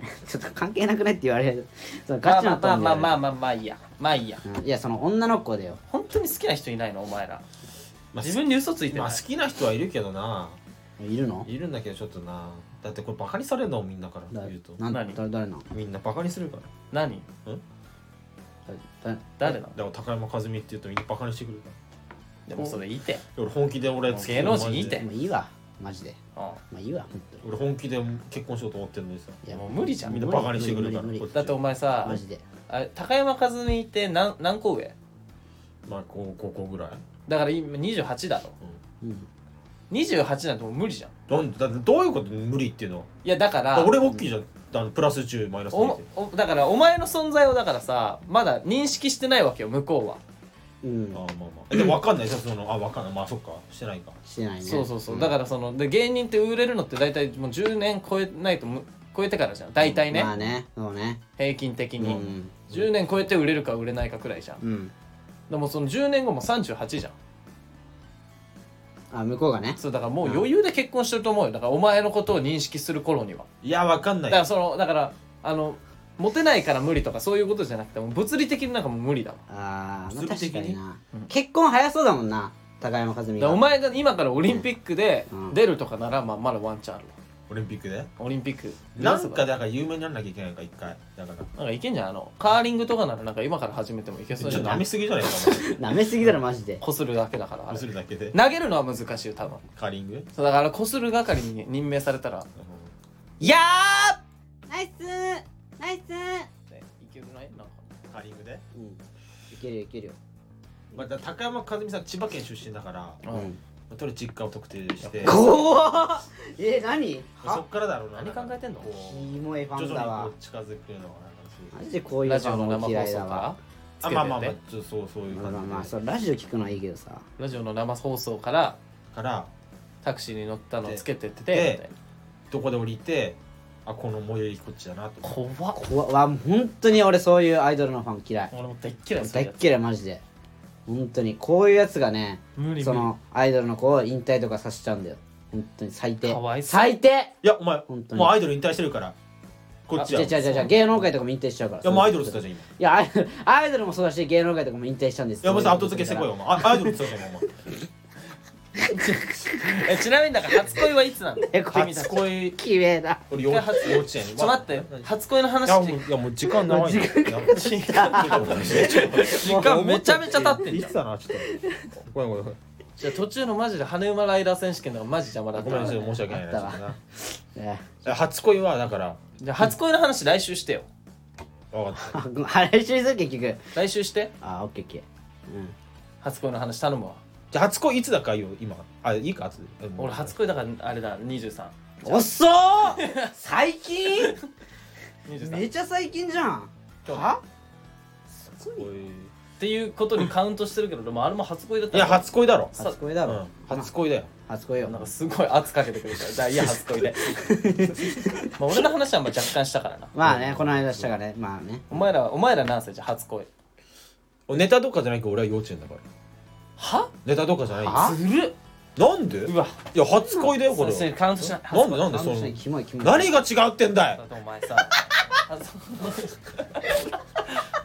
[SPEAKER 2] ちょっと関係なくないって言われる その
[SPEAKER 1] ま
[SPEAKER 2] ガ
[SPEAKER 1] あ
[SPEAKER 2] チな
[SPEAKER 1] まあまあまあ
[SPEAKER 2] あ
[SPEAKER 1] まあまあいいやまあいいや
[SPEAKER 2] いやその女の子でよ
[SPEAKER 1] 本当に好きな人いないのお前ら
[SPEAKER 4] まあ
[SPEAKER 1] 自分に嘘ついて
[SPEAKER 4] ま
[SPEAKER 1] な
[SPEAKER 4] あ
[SPEAKER 1] い
[SPEAKER 4] 好きな人はいるけどない
[SPEAKER 2] るの
[SPEAKER 4] いるんだけどちょっとなだってこれバカにされるのみんなから
[SPEAKER 2] だ
[SPEAKER 4] 言うと
[SPEAKER 2] なん
[SPEAKER 1] 何
[SPEAKER 2] 誰誰なの
[SPEAKER 4] みんなバカにするから
[SPEAKER 1] 何
[SPEAKER 2] 誰
[SPEAKER 1] 誰なの
[SPEAKER 4] だから高山一実って言うとみんなバカにしてくるか
[SPEAKER 1] でもそれいいて
[SPEAKER 4] ら俺本気で俺
[SPEAKER 1] もう
[SPEAKER 4] 付き合う
[SPEAKER 1] 芸能人
[SPEAKER 4] マジで
[SPEAKER 1] いいって
[SPEAKER 2] もういいわマジで
[SPEAKER 1] う
[SPEAKER 2] まあいいわ本当に
[SPEAKER 4] 俺本気で結婚しようと思ってるのにさ
[SPEAKER 2] い
[SPEAKER 1] もう無理じゃん
[SPEAKER 4] みんなバカにしてく
[SPEAKER 2] 無
[SPEAKER 4] る
[SPEAKER 2] 理
[SPEAKER 4] から
[SPEAKER 2] 無理無
[SPEAKER 4] こっ
[SPEAKER 2] 理
[SPEAKER 4] ち
[SPEAKER 1] んだってお前さ
[SPEAKER 2] マジで
[SPEAKER 1] あれ高山和美って何何個上
[SPEAKER 4] まあこう高校ぐらい
[SPEAKER 1] だから今28だろ
[SPEAKER 2] うん
[SPEAKER 1] 28なんてもう無理じゃん
[SPEAKER 4] なんだってどういうこと無理っていうのはい
[SPEAKER 1] やだか
[SPEAKER 4] だ
[SPEAKER 1] ら
[SPEAKER 4] から俺大きいじゃんあのプラス10マイナス
[SPEAKER 1] お
[SPEAKER 4] 2っ
[SPEAKER 1] も
[SPEAKER 4] て
[SPEAKER 1] おだからお前の存在をだからさまだ認識してないわけよ向こうは
[SPEAKER 2] うん
[SPEAKER 4] ああまあまあえでも分かんないじゃんそのあ分かんないまあそっかしてないか
[SPEAKER 2] してないね
[SPEAKER 1] そうそうそうだかららそので芸人って売れるのって大体もう10年超えないとむ超えてからじゃん大体ね、
[SPEAKER 2] まあねそうね
[SPEAKER 1] 平均的
[SPEAKER 2] う
[SPEAKER 1] に、
[SPEAKER 2] ん
[SPEAKER 1] 10年超えて売れるか売れないかくらいじゃん
[SPEAKER 2] うん
[SPEAKER 1] でもその10年後も38じゃん
[SPEAKER 2] あ向こうがね
[SPEAKER 1] そうだからもう余裕で結婚してると思うよだからお前のことを認識する頃にはい
[SPEAKER 4] やわかん
[SPEAKER 1] だ
[SPEAKER 4] ない
[SPEAKER 1] からそのだからあのモテないから無理とかそういうことじゃなくてもう物理的になんかもう無理だもん
[SPEAKER 2] あー、まあ
[SPEAKER 4] 物理
[SPEAKER 2] 確
[SPEAKER 4] 的
[SPEAKER 2] か
[SPEAKER 4] に
[SPEAKER 2] にな、
[SPEAKER 1] うん
[SPEAKER 2] 結婚早そうだもんな高山和美
[SPEAKER 1] だから
[SPEAKER 2] が
[SPEAKER 1] お前が今からオリンピックで
[SPEAKER 2] うん
[SPEAKER 1] 出るとかなら、まあ、まだワンチャンあるわ
[SPEAKER 4] オリンピックで
[SPEAKER 1] オリンピック
[SPEAKER 4] なんか
[SPEAKER 1] な
[SPEAKER 4] だから有名にならなきゃいけないのか一回だから
[SPEAKER 1] んかいけんじゃんあのカーリングとかならなんか今から始めてもいけ
[SPEAKER 4] ち
[SPEAKER 1] そ
[SPEAKER 4] ょ
[SPEAKER 1] う
[SPEAKER 4] っ
[SPEAKER 1] じ
[SPEAKER 4] と
[SPEAKER 1] ゃ
[SPEAKER 4] 舐
[SPEAKER 1] な
[SPEAKER 4] め
[SPEAKER 1] い
[SPEAKER 4] すぎじゃないか
[SPEAKER 2] なめすぎだろマジで
[SPEAKER 1] こするだけだからあ
[SPEAKER 4] お
[SPEAKER 1] れ
[SPEAKER 4] 前こするだ けで
[SPEAKER 1] 投げるのは難しいよ多分
[SPEAKER 4] カーリング
[SPEAKER 1] そうだからこする係に任命されたら「いやー!
[SPEAKER 2] ナイスナイス、」
[SPEAKER 1] っていけるないなんか
[SPEAKER 4] カーリングで
[SPEAKER 2] うん、いけるよいけるよ
[SPEAKER 4] まあだから高山和美さん千葉県出身だから
[SPEAKER 1] う
[SPEAKER 2] うんん
[SPEAKER 4] とりあえず実家を特定して
[SPEAKER 2] 怖っえ何
[SPEAKER 4] そ
[SPEAKER 2] は
[SPEAKER 4] っからだろうな
[SPEAKER 1] 何考えてんの
[SPEAKER 4] こ
[SPEAKER 2] キ
[SPEAKER 4] う
[SPEAKER 2] モいフ
[SPEAKER 4] 徐
[SPEAKER 2] ァンだ
[SPEAKER 4] 々
[SPEAKER 2] わ
[SPEAKER 4] にこう近づくのがなんかそう
[SPEAKER 2] マジでこういう
[SPEAKER 1] ラ
[SPEAKER 2] フ
[SPEAKER 1] ジオ
[SPEAKER 2] ァ
[SPEAKER 1] の
[SPEAKER 2] ンも
[SPEAKER 1] 生
[SPEAKER 2] 嫌
[SPEAKER 1] 放
[SPEAKER 2] い
[SPEAKER 1] 送
[SPEAKER 2] だ
[SPEAKER 1] から
[SPEAKER 2] わ
[SPEAKER 1] つけ
[SPEAKER 4] あ
[SPEAKER 1] て
[SPEAKER 4] まあ
[SPEAKER 1] る
[SPEAKER 4] ま
[SPEAKER 1] よ
[SPEAKER 4] あ
[SPEAKER 1] ね
[SPEAKER 4] まあちょっとそうそういう
[SPEAKER 2] まあまあまあ
[SPEAKER 4] 感じ
[SPEAKER 2] そ
[SPEAKER 4] で
[SPEAKER 2] うラジオ聞くのはいいけどさ
[SPEAKER 1] ラジオの生放送から
[SPEAKER 4] から
[SPEAKER 1] タクシーに乗ったの
[SPEAKER 4] で
[SPEAKER 1] つけてって
[SPEAKER 4] で
[SPEAKER 1] みたいな
[SPEAKER 4] どこで降りてあこの最寄りこっちだなと思って
[SPEAKER 1] 怖っ
[SPEAKER 2] 怖わ本当に俺そういうアイドルのファン嫌い
[SPEAKER 1] 俺も大っ嫌いそう
[SPEAKER 2] 大
[SPEAKER 1] いう
[SPEAKER 2] っ
[SPEAKER 1] やつ
[SPEAKER 2] 嫌いマジで本当にこういうやつがね
[SPEAKER 1] 無理
[SPEAKER 2] そ
[SPEAKER 1] 無
[SPEAKER 2] のアイドルの子を引退とかさせちゃうんだよ本当に最低
[SPEAKER 1] かわいそう
[SPEAKER 2] 最低
[SPEAKER 4] いやお前
[SPEAKER 2] 本当に
[SPEAKER 4] もうアイドル引退してるからこっち
[SPEAKER 2] じ
[SPEAKER 4] や
[SPEAKER 2] ゃあじゃあじゃあじゃあ芸能界とかも引退しちゃうから
[SPEAKER 4] いやもうアイドルっつったじゃん今い
[SPEAKER 2] いやアイアイドルもそうだし芸能界とかも引退したんです
[SPEAKER 4] やもうさ後付けしてこいよお前あアイドルっつったじゃん今お前
[SPEAKER 1] 理えちなみにだから初恋はいつなの
[SPEAKER 2] えこ
[SPEAKER 1] 初恋
[SPEAKER 2] きれいだ
[SPEAKER 4] 俺幼幼稚園
[SPEAKER 1] ちょっと待って初恋の
[SPEAKER 4] い
[SPEAKER 1] 話
[SPEAKER 4] やもう
[SPEAKER 1] 時
[SPEAKER 4] いやもう時間長いな時
[SPEAKER 1] 間めちゃめちゃ経ってんじゃ
[SPEAKER 4] 言って
[SPEAKER 1] ん
[SPEAKER 4] たなちょっとごめんごめんごめん
[SPEAKER 1] じゃあ途中のマジで羽馬ライダー選手権とかマジ邪魔だ
[SPEAKER 4] あ
[SPEAKER 1] った
[SPEAKER 4] ごめんなさい申し訳ない
[SPEAKER 2] あ
[SPEAKER 4] な
[SPEAKER 2] った
[SPEAKER 4] ちょっとな
[SPEAKER 2] ね
[SPEAKER 4] いや初恋はだから
[SPEAKER 1] じゃあ初恋の話来週してよ
[SPEAKER 4] 分かった
[SPEAKER 2] あごめんあれ一緒にする結局
[SPEAKER 1] 来週して
[SPEAKER 2] あオッケーオッケー
[SPEAKER 1] 初恋の話頼むわ
[SPEAKER 4] じゃあ初恋いつだか言おう今あいいか後で
[SPEAKER 1] 俺初恋だからあれだ2323
[SPEAKER 2] おっそー最 近めちゃ最近じゃん
[SPEAKER 1] 今日
[SPEAKER 2] は
[SPEAKER 4] 初恋い
[SPEAKER 1] っていうことにカウントしてるけどでもあれも初恋だった
[SPEAKER 4] や初恋だろ
[SPEAKER 1] さ
[SPEAKER 2] 初恋だ
[SPEAKER 4] う
[SPEAKER 2] ろ
[SPEAKER 4] ん、初恋だよ
[SPEAKER 2] 初恋よ
[SPEAKER 1] なんかすごい圧かけてくるからじゃあい や初恋でまあ俺の話はまあ若干したからな
[SPEAKER 2] まあねこの間したからねまあね
[SPEAKER 1] お前らお前ら何歳じゃん初恋
[SPEAKER 4] ネタとかじゃないけど俺は幼稚園だから
[SPEAKER 1] は
[SPEAKER 4] ネタとかじゃない
[SPEAKER 2] は
[SPEAKER 1] ずるっ
[SPEAKER 4] なんで
[SPEAKER 1] うわ
[SPEAKER 4] いや初恋だよこ
[SPEAKER 1] そ
[SPEAKER 4] れ
[SPEAKER 1] れそれ
[SPEAKER 4] は
[SPEAKER 1] カウントしない
[SPEAKER 4] なんでなんで
[SPEAKER 2] あ
[SPEAKER 4] そ
[SPEAKER 2] の
[SPEAKER 4] の
[SPEAKER 2] 人にキモいキモい
[SPEAKER 4] 何が違うって んだい
[SPEAKER 1] だってお前さ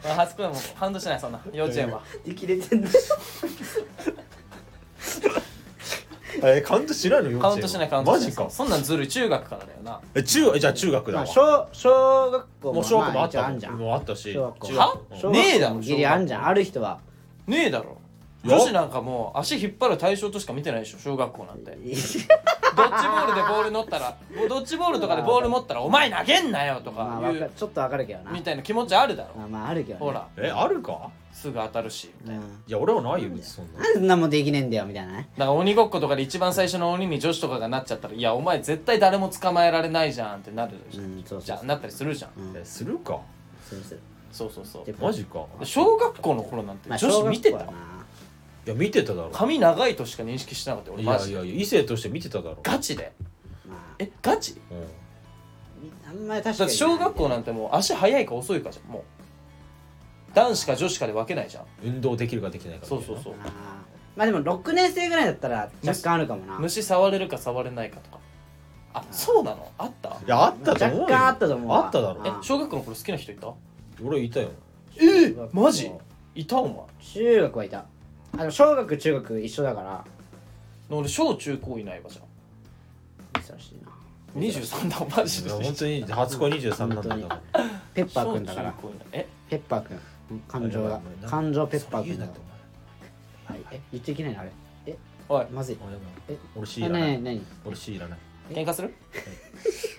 [SPEAKER 1] 初恋初恋はもうカウントしないそんな幼稚園は
[SPEAKER 2] できれてんの
[SPEAKER 4] えカウントしないの幼
[SPEAKER 1] カウントしないカウントし
[SPEAKER 4] マ
[SPEAKER 1] ない
[SPEAKER 4] ジか
[SPEAKER 1] そんなんずるい中学からだよな
[SPEAKER 4] え中えじゃあ中学
[SPEAKER 2] まあ
[SPEAKER 4] だわ
[SPEAKER 2] 小小学校
[SPEAKER 4] もう小学校
[SPEAKER 2] まあ
[SPEAKER 4] もあっ
[SPEAKER 2] 一応
[SPEAKER 4] た
[SPEAKER 2] あ
[SPEAKER 4] も
[SPEAKER 2] ん
[SPEAKER 4] ん
[SPEAKER 2] じゃん
[SPEAKER 4] もうあったし
[SPEAKER 2] 小学校
[SPEAKER 4] 中学
[SPEAKER 1] は
[SPEAKER 4] うん
[SPEAKER 1] ねえだろ
[SPEAKER 2] 小学校もギリあんじゃんある人は
[SPEAKER 1] ねえだろ
[SPEAKER 4] いや
[SPEAKER 1] 女子なんかもう足引っ張る対象としか見てないでしょ小学校なんて
[SPEAKER 2] いや
[SPEAKER 1] ドッジボールでボール乗ったらもうドッジボールとかでボール持ったら「お前投げんなよ」と
[SPEAKER 2] ま
[SPEAKER 1] か
[SPEAKER 2] あわ
[SPEAKER 1] い
[SPEAKER 2] か
[SPEAKER 1] う
[SPEAKER 2] ちょっとわかるけどな
[SPEAKER 1] みたいな気持ちあるだろ
[SPEAKER 2] まあまああるけどね
[SPEAKER 1] ほら
[SPEAKER 4] えあるか
[SPEAKER 1] すぐ当たるし
[SPEAKER 2] うん
[SPEAKER 4] いや俺はないよ別にそんな
[SPEAKER 2] なんでそんなもんできねえんだよみたいなね
[SPEAKER 1] だから鬼ごっことかで一番最初の鬼に女子とかがなっちゃったら「いやお前絶対誰も捕まえられないじゃん」ってなるじゃ
[SPEAKER 2] うん
[SPEAKER 1] ん
[SPEAKER 2] そうそう
[SPEAKER 1] じゃあなったりするじゃん
[SPEAKER 2] うん
[SPEAKER 4] えするか
[SPEAKER 2] そうそう
[SPEAKER 1] そうそうそう
[SPEAKER 2] で
[SPEAKER 4] マジか
[SPEAKER 1] で小学校の頃なんて
[SPEAKER 2] まあ
[SPEAKER 1] 女子見て
[SPEAKER 2] 小
[SPEAKER 1] た
[SPEAKER 2] 学校はない
[SPEAKER 4] や見てただろ
[SPEAKER 1] 髪長いとしか認識してなかったよ俺
[SPEAKER 4] い
[SPEAKER 1] マ
[SPEAKER 4] や
[SPEAKER 1] ジ
[SPEAKER 4] い
[SPEAKER 1] で
[SPEAKER 4] やいや異性として見てただろ
[SPEAKER 1] ガチで
[SPEAKER 2] まあ
[SPEAKER 1] えガチ
[SPEAKER 4] うん
[SPEAKER 2] あんまり確
[SPEAKER 1] だ
[SPEAKER 2] か
[SPEAKER 1] っ
[SPEAKER 2] に
[SPEAKER 1] て小学校なんてもう足早いか遅いかじゃんもう男子か女子かで分けないじゃん
[SPEAKER 4] 運動できるかできないか
[SPEAKER 1] そうそう
[SPEAKER 4] う
[SPEAKER 1] そう
[SPEAKER 2] あーまあでも6年生ぐらいだったら若干あるかもな
[SPEAKER 1] 虫触れるか触れないかとかあそうなのあった
[SPEAKER 4] いやあったと思うよ
[SPEAKER 2] 若干あったと思うわ
[SPEAKER 4] あっただろ
[SPEAKER 1] え小学校の頃好きな人いた
[SPEAKER 4] 俺いたよ
[SPEAKER 1] え
[SPEAKER 2] 学校
[SPEAKER 1] マジいたお前
[SPEAKER 2] 中学はいたあの小学中学一緒だから
[SPEAKER 1] 俺小中高いないわじゃん
[SPEAKER 2] 珍しいな
[SPEAKER 1] 23だマジ
[SPEAKER 4] い
[SPEAKER 1] で
[SPEAKER 4] や本当に初恋23なんだから
[SPEAKER 2] ペッパーくんだから
[SPEAKER 1] 小中高いないえ
[SPEAKER 2] ペッパーくん感情が
[SPEAKER 4] あれだな
[SPEAKER 2] 感情ペッパーく
[SPEAKER 4] 言うんな
[SPEAKER 2] だ
[SPEAKER 4] っ
[SPEAKER 2] か
[SPEAKER 4] て
[SPEAKER 2] らはいえ言っちゃいけないのあれえ
[SPEAKER 1] おい
[SPEAKER 2] まずい
[SPEAKER 4] お前
[SPEAKER 2] え
[SPEAKER 4] 俺 C い
[SPEAKER 2] え
[SPEAKER 4] らな
[SPEAKER 2] 何
[SPEAKER 4] い
[SPEAKER 2] 何
[SPEAKER 4] 俺 C いらない
[SPEAKER 1] 喧嘩する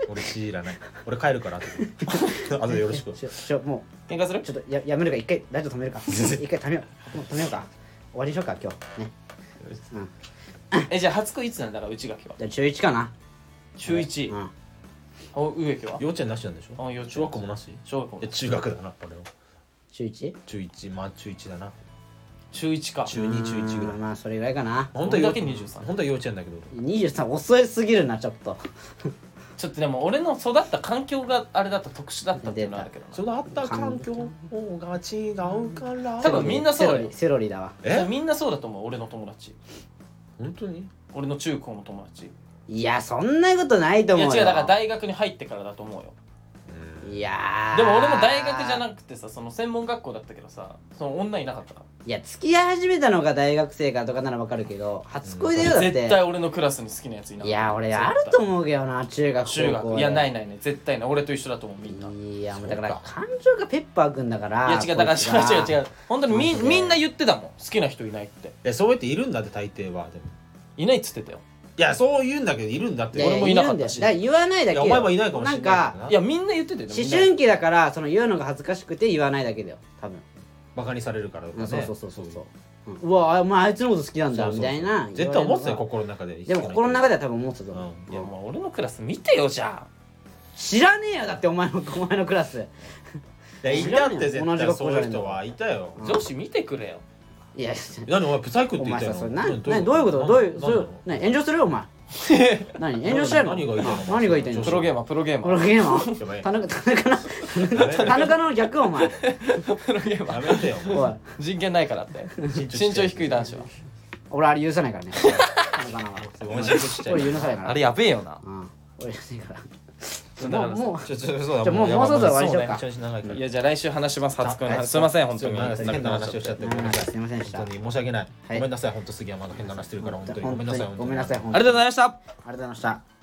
[SPEAKER 4] 俺 C いらない俺帰るから後 で後でよろしく
[SPEAKER 2] ちょちょも
[SPEAKER 1] 喧嘩す
[SPEAKER 2] う
[SPEAKER 1] る
[SPEAKER 2] ちょっとややめるか一回ラジオ止める か一回止めようもう止めようか終わりにしようか今日ねうん
[SPEAKER 1] えじゃあ初恋いつなんだから内垣は
[SPEAKER 2] じゃあ中1かな
[SPEAKER 1] 中
[SPEAKER 2] う
[SPEAKER 1] 1
[SPEAKER 2] ん
[SPEAKER 1] お植木は
[SPEAKER 4] 幼稚園なしなんでしょ
[SPEAKER 1] あ幼稚園
[SPEAKER 4] 小学校もなしい
[SPEAKER 1] 小学校の
[SPEAKER 4] や中学だな俺は
[SPEAKER 2] 中 1?
[SPEAKER 4] 中1まあ中1だな
[SPEAKER 1] 中1か
[SPEAKER 4] 中2中1ぐらい
[SPEAKER 2] まあそれぐらいかな
[SPEAKER 4] 本当は
[SPEAKER 1] ど
[SPEAKER 4] 幼
[SPEAKER 1] んだけ23
[SPEAKER 4] 本当は幼稚園だけど
[SPEAKER 2] 23遅いすぎるなちょっと
[SPEAKER 1] ちょっとでも俺の育った環境があれだった特殊だったっていうのはあるけどな
[SPEAKER 4] 育った環境が違うから
[SPEAKER 1] 多分みんなそう
[SPEAKER 2] セ
[SPEAKER 1] だよ
[SPEAKER 2] ロリセロリだわ
[SPEAKER 1] それ
[SPEAKER 4] え
[SPEAKER 1] みんなそうだと思う俺の友達
[SPEAKER 4] 本当に
[SPEAKER 1] 俺の中高の友達
[SPEAKER 2] いやそんなことないと
[SPEAKER 1] いや
[SPEAKER 2] 思う
[SPEAKER 1] 違
[SPEAKER 2] よ
[SPEAKER 1] うだから大学に入ってからだと思うよ
[SPEAKER 2] いやー
[SPEAKER 1] でも俺も大学じゃなくてさその専門学校だったけどさその女いなかったか
[SPEAKER 2] いや付き合い始めたのが大学生かとかならわかるけど初恋だよだ
[SPEAKER 1] ら
[SPEAKER 2] って
[SPEAKER 1] 絶対俺のクラスに好きなやついなかった
[SPEAKER 2] いや俺
[SPEAKER 1] 絶
[SPEAKER 2] あ
[SPEAKER 1] 対
[SPEAKER 2] ると思うけどな中学
[SPEAKER 1] 中
[SPEAKER 2] 高校
[SPEAKER 1] 学
[SPEAKER 2] で
[SPEAKER 1] いやないないない絶対ない俺と一緒だと思うみんない
[SPEAKER 2] やもうだから
[SPEAKER 4] そう
[SPEAKER 2] 感情がペッパーくんだから
[SPEAKER 1] いや違うだから
[SPEAKER 2] こいつが
[SPEAKER 1] 違う違う違う本当にみ
[SPEAKER 2] マジ
[SPEAKER 1] ん
[SPEAKER 2] で
[SPEAKER 1] みんな言ってたもん好きな人いないって
[SPEAKER 4] いやそうやっているんだって大抵はでも
[SPEAKER 1] いないっつってたよ
[SPEAKER 4] いやそう言うんだけどいるんだって
[SPEAKER 2] やや
[SPEAKER 1] 俺もいなかったし
[SPEAKER 2] るんだよだから言わないだけよ
[SPEAKER 4] いやお前もいないかもしれないけど
[SPEAKER 2] なん
[SPEAKER 4] な
[SPEAKER 2] か
[SPEAKER 1] いやみんな言ってたよ
[SPEAKER 2] 思
[SPEAKER 1] みんな
[SPEAKER 2] 春期だからその言うのが恥ずかしくて言わないだけだよ多分、
[SPEAKER 4] バカにされるからとか
[SPEAKER 2] う
[SPEAKER 4] ね
[SPEAKER 2] んそうそうそうそうそう、うわあお前あいつのこと好きなんだ
[SPEAKER 4] そうそうそう
[SPEAKER 2] みたいな
[SPEAKER 4] 絶対思ってたよ
[SPEAKER 2] 言わ
[SPEAKER 4] 心の中で
[SPEAKER 2] れるのがでも心の中
[SPEAKER 4] で
[SPEAKER 2] では多分思ってたと思う、
[SPEAKER 1] いやもう俺のクラス見てよじゃ
[SPEAKER 2] 知らねえよだってお前のお前のクラス
[SPEAKER 4] いたって絶
[SPEAKER 2] 同じ学校じ
[SPEAKER 4] 対
[SPEAKER 2] ゃ
[SPEAKER 4] そう
[SPEAKER 2] ない
[SPEAKER 4] いう人はいたよ
[SPEAKER 1] あ女子見てくれよ
[SPEAKER 2] いや
[SPEAKER 4] 何お前ブサイクって
[SPEAKER 2] お
[SPEAKER 4] 言
[SPEAKER 2] 前
[SPEAKER 4] ったよ
[SPEAKER 2] さそれ何
[SPEAKER 4] な
[SPEAKER 2] 何どういうことどういうそういう何
[SPEAKER 4] 何
[SPEAKER 2] 炎上するよお 前何炎上したいの
[SPEAKER 4] 何が言いたいの
[SPEAKER 2] 何が言いたいの
[SPEAKER 1] プロゲーマープロゲー
[SPEAKER 2] プ
[SPEAKER 1] マ
[SPEAKER 2] ロ
[SPEAKER 1] ー
[SPEAKER 2] ゲーマ
[SPEAKER 4] やばい
[SPEAKER 2] ー田中田中
[SPEAKER 4] や
[SPEAKER 2] の
[SPEAKER 4] め
[SPEAKER 2] 田中の逆お前
[SPEAKER 1] プロゲーマ
[SPEAKER 4] や
[SPEAKER 1] ー
[SPEAKER 4] めてよお前
[SPEAKER 2] おい
[SPEAKER 1] 人権ないから って身
[SPEAKER 4] 身
[SPEAKER 1] 長
[SPEAKER 4] 長
[SPEAKER 1] 低い男子は
[SPEAKER 2] 俺あれ許さないから ね田中のは
[SPEAKER 4] お前身長ちっちゃい
[SPEAKER 2] 俺許さないから
[SPEAKER 1] あれやべえよな
[SPEAKER 2] うん俺許さないから
[SPEAKER 4] だから
[SPEAKER 2] もうもう
[SPEAKER 4] ちょちょそうだ
[SPEAKER 2] じゃあもう
[SPEAKER 4] や
[SPEAKER 2] もう
[SPEAKER 4] ば
[SPEAKER 2] そろそろ終わり
[SPEAKER 4] い
[SPEAKER 2] にしようか
[SPEAKER 4] そうねめちゃめちゃ長いから
[SPEAKER 1] いやじゃあ来週話します初恋の話すいません本当に
[SPEAKER 4] そう変な話をしちゃってごめんなさい
[SPEAKER 2] すいませんでした
[SPEAKER 4] 本当に申し訳ない
[SPEAKER 2] はい
[SPEAKER 4] ごめんなさい本当杉山が変な話してるから本当にごめんなさい
[SPEAKER 2] ごめんなさい本当
[SPEAKER 4] 本当
[SPEAKER 2] に
[SPEAKER 1] ありがとうございました
[SPEAKER 2] ありがとうございました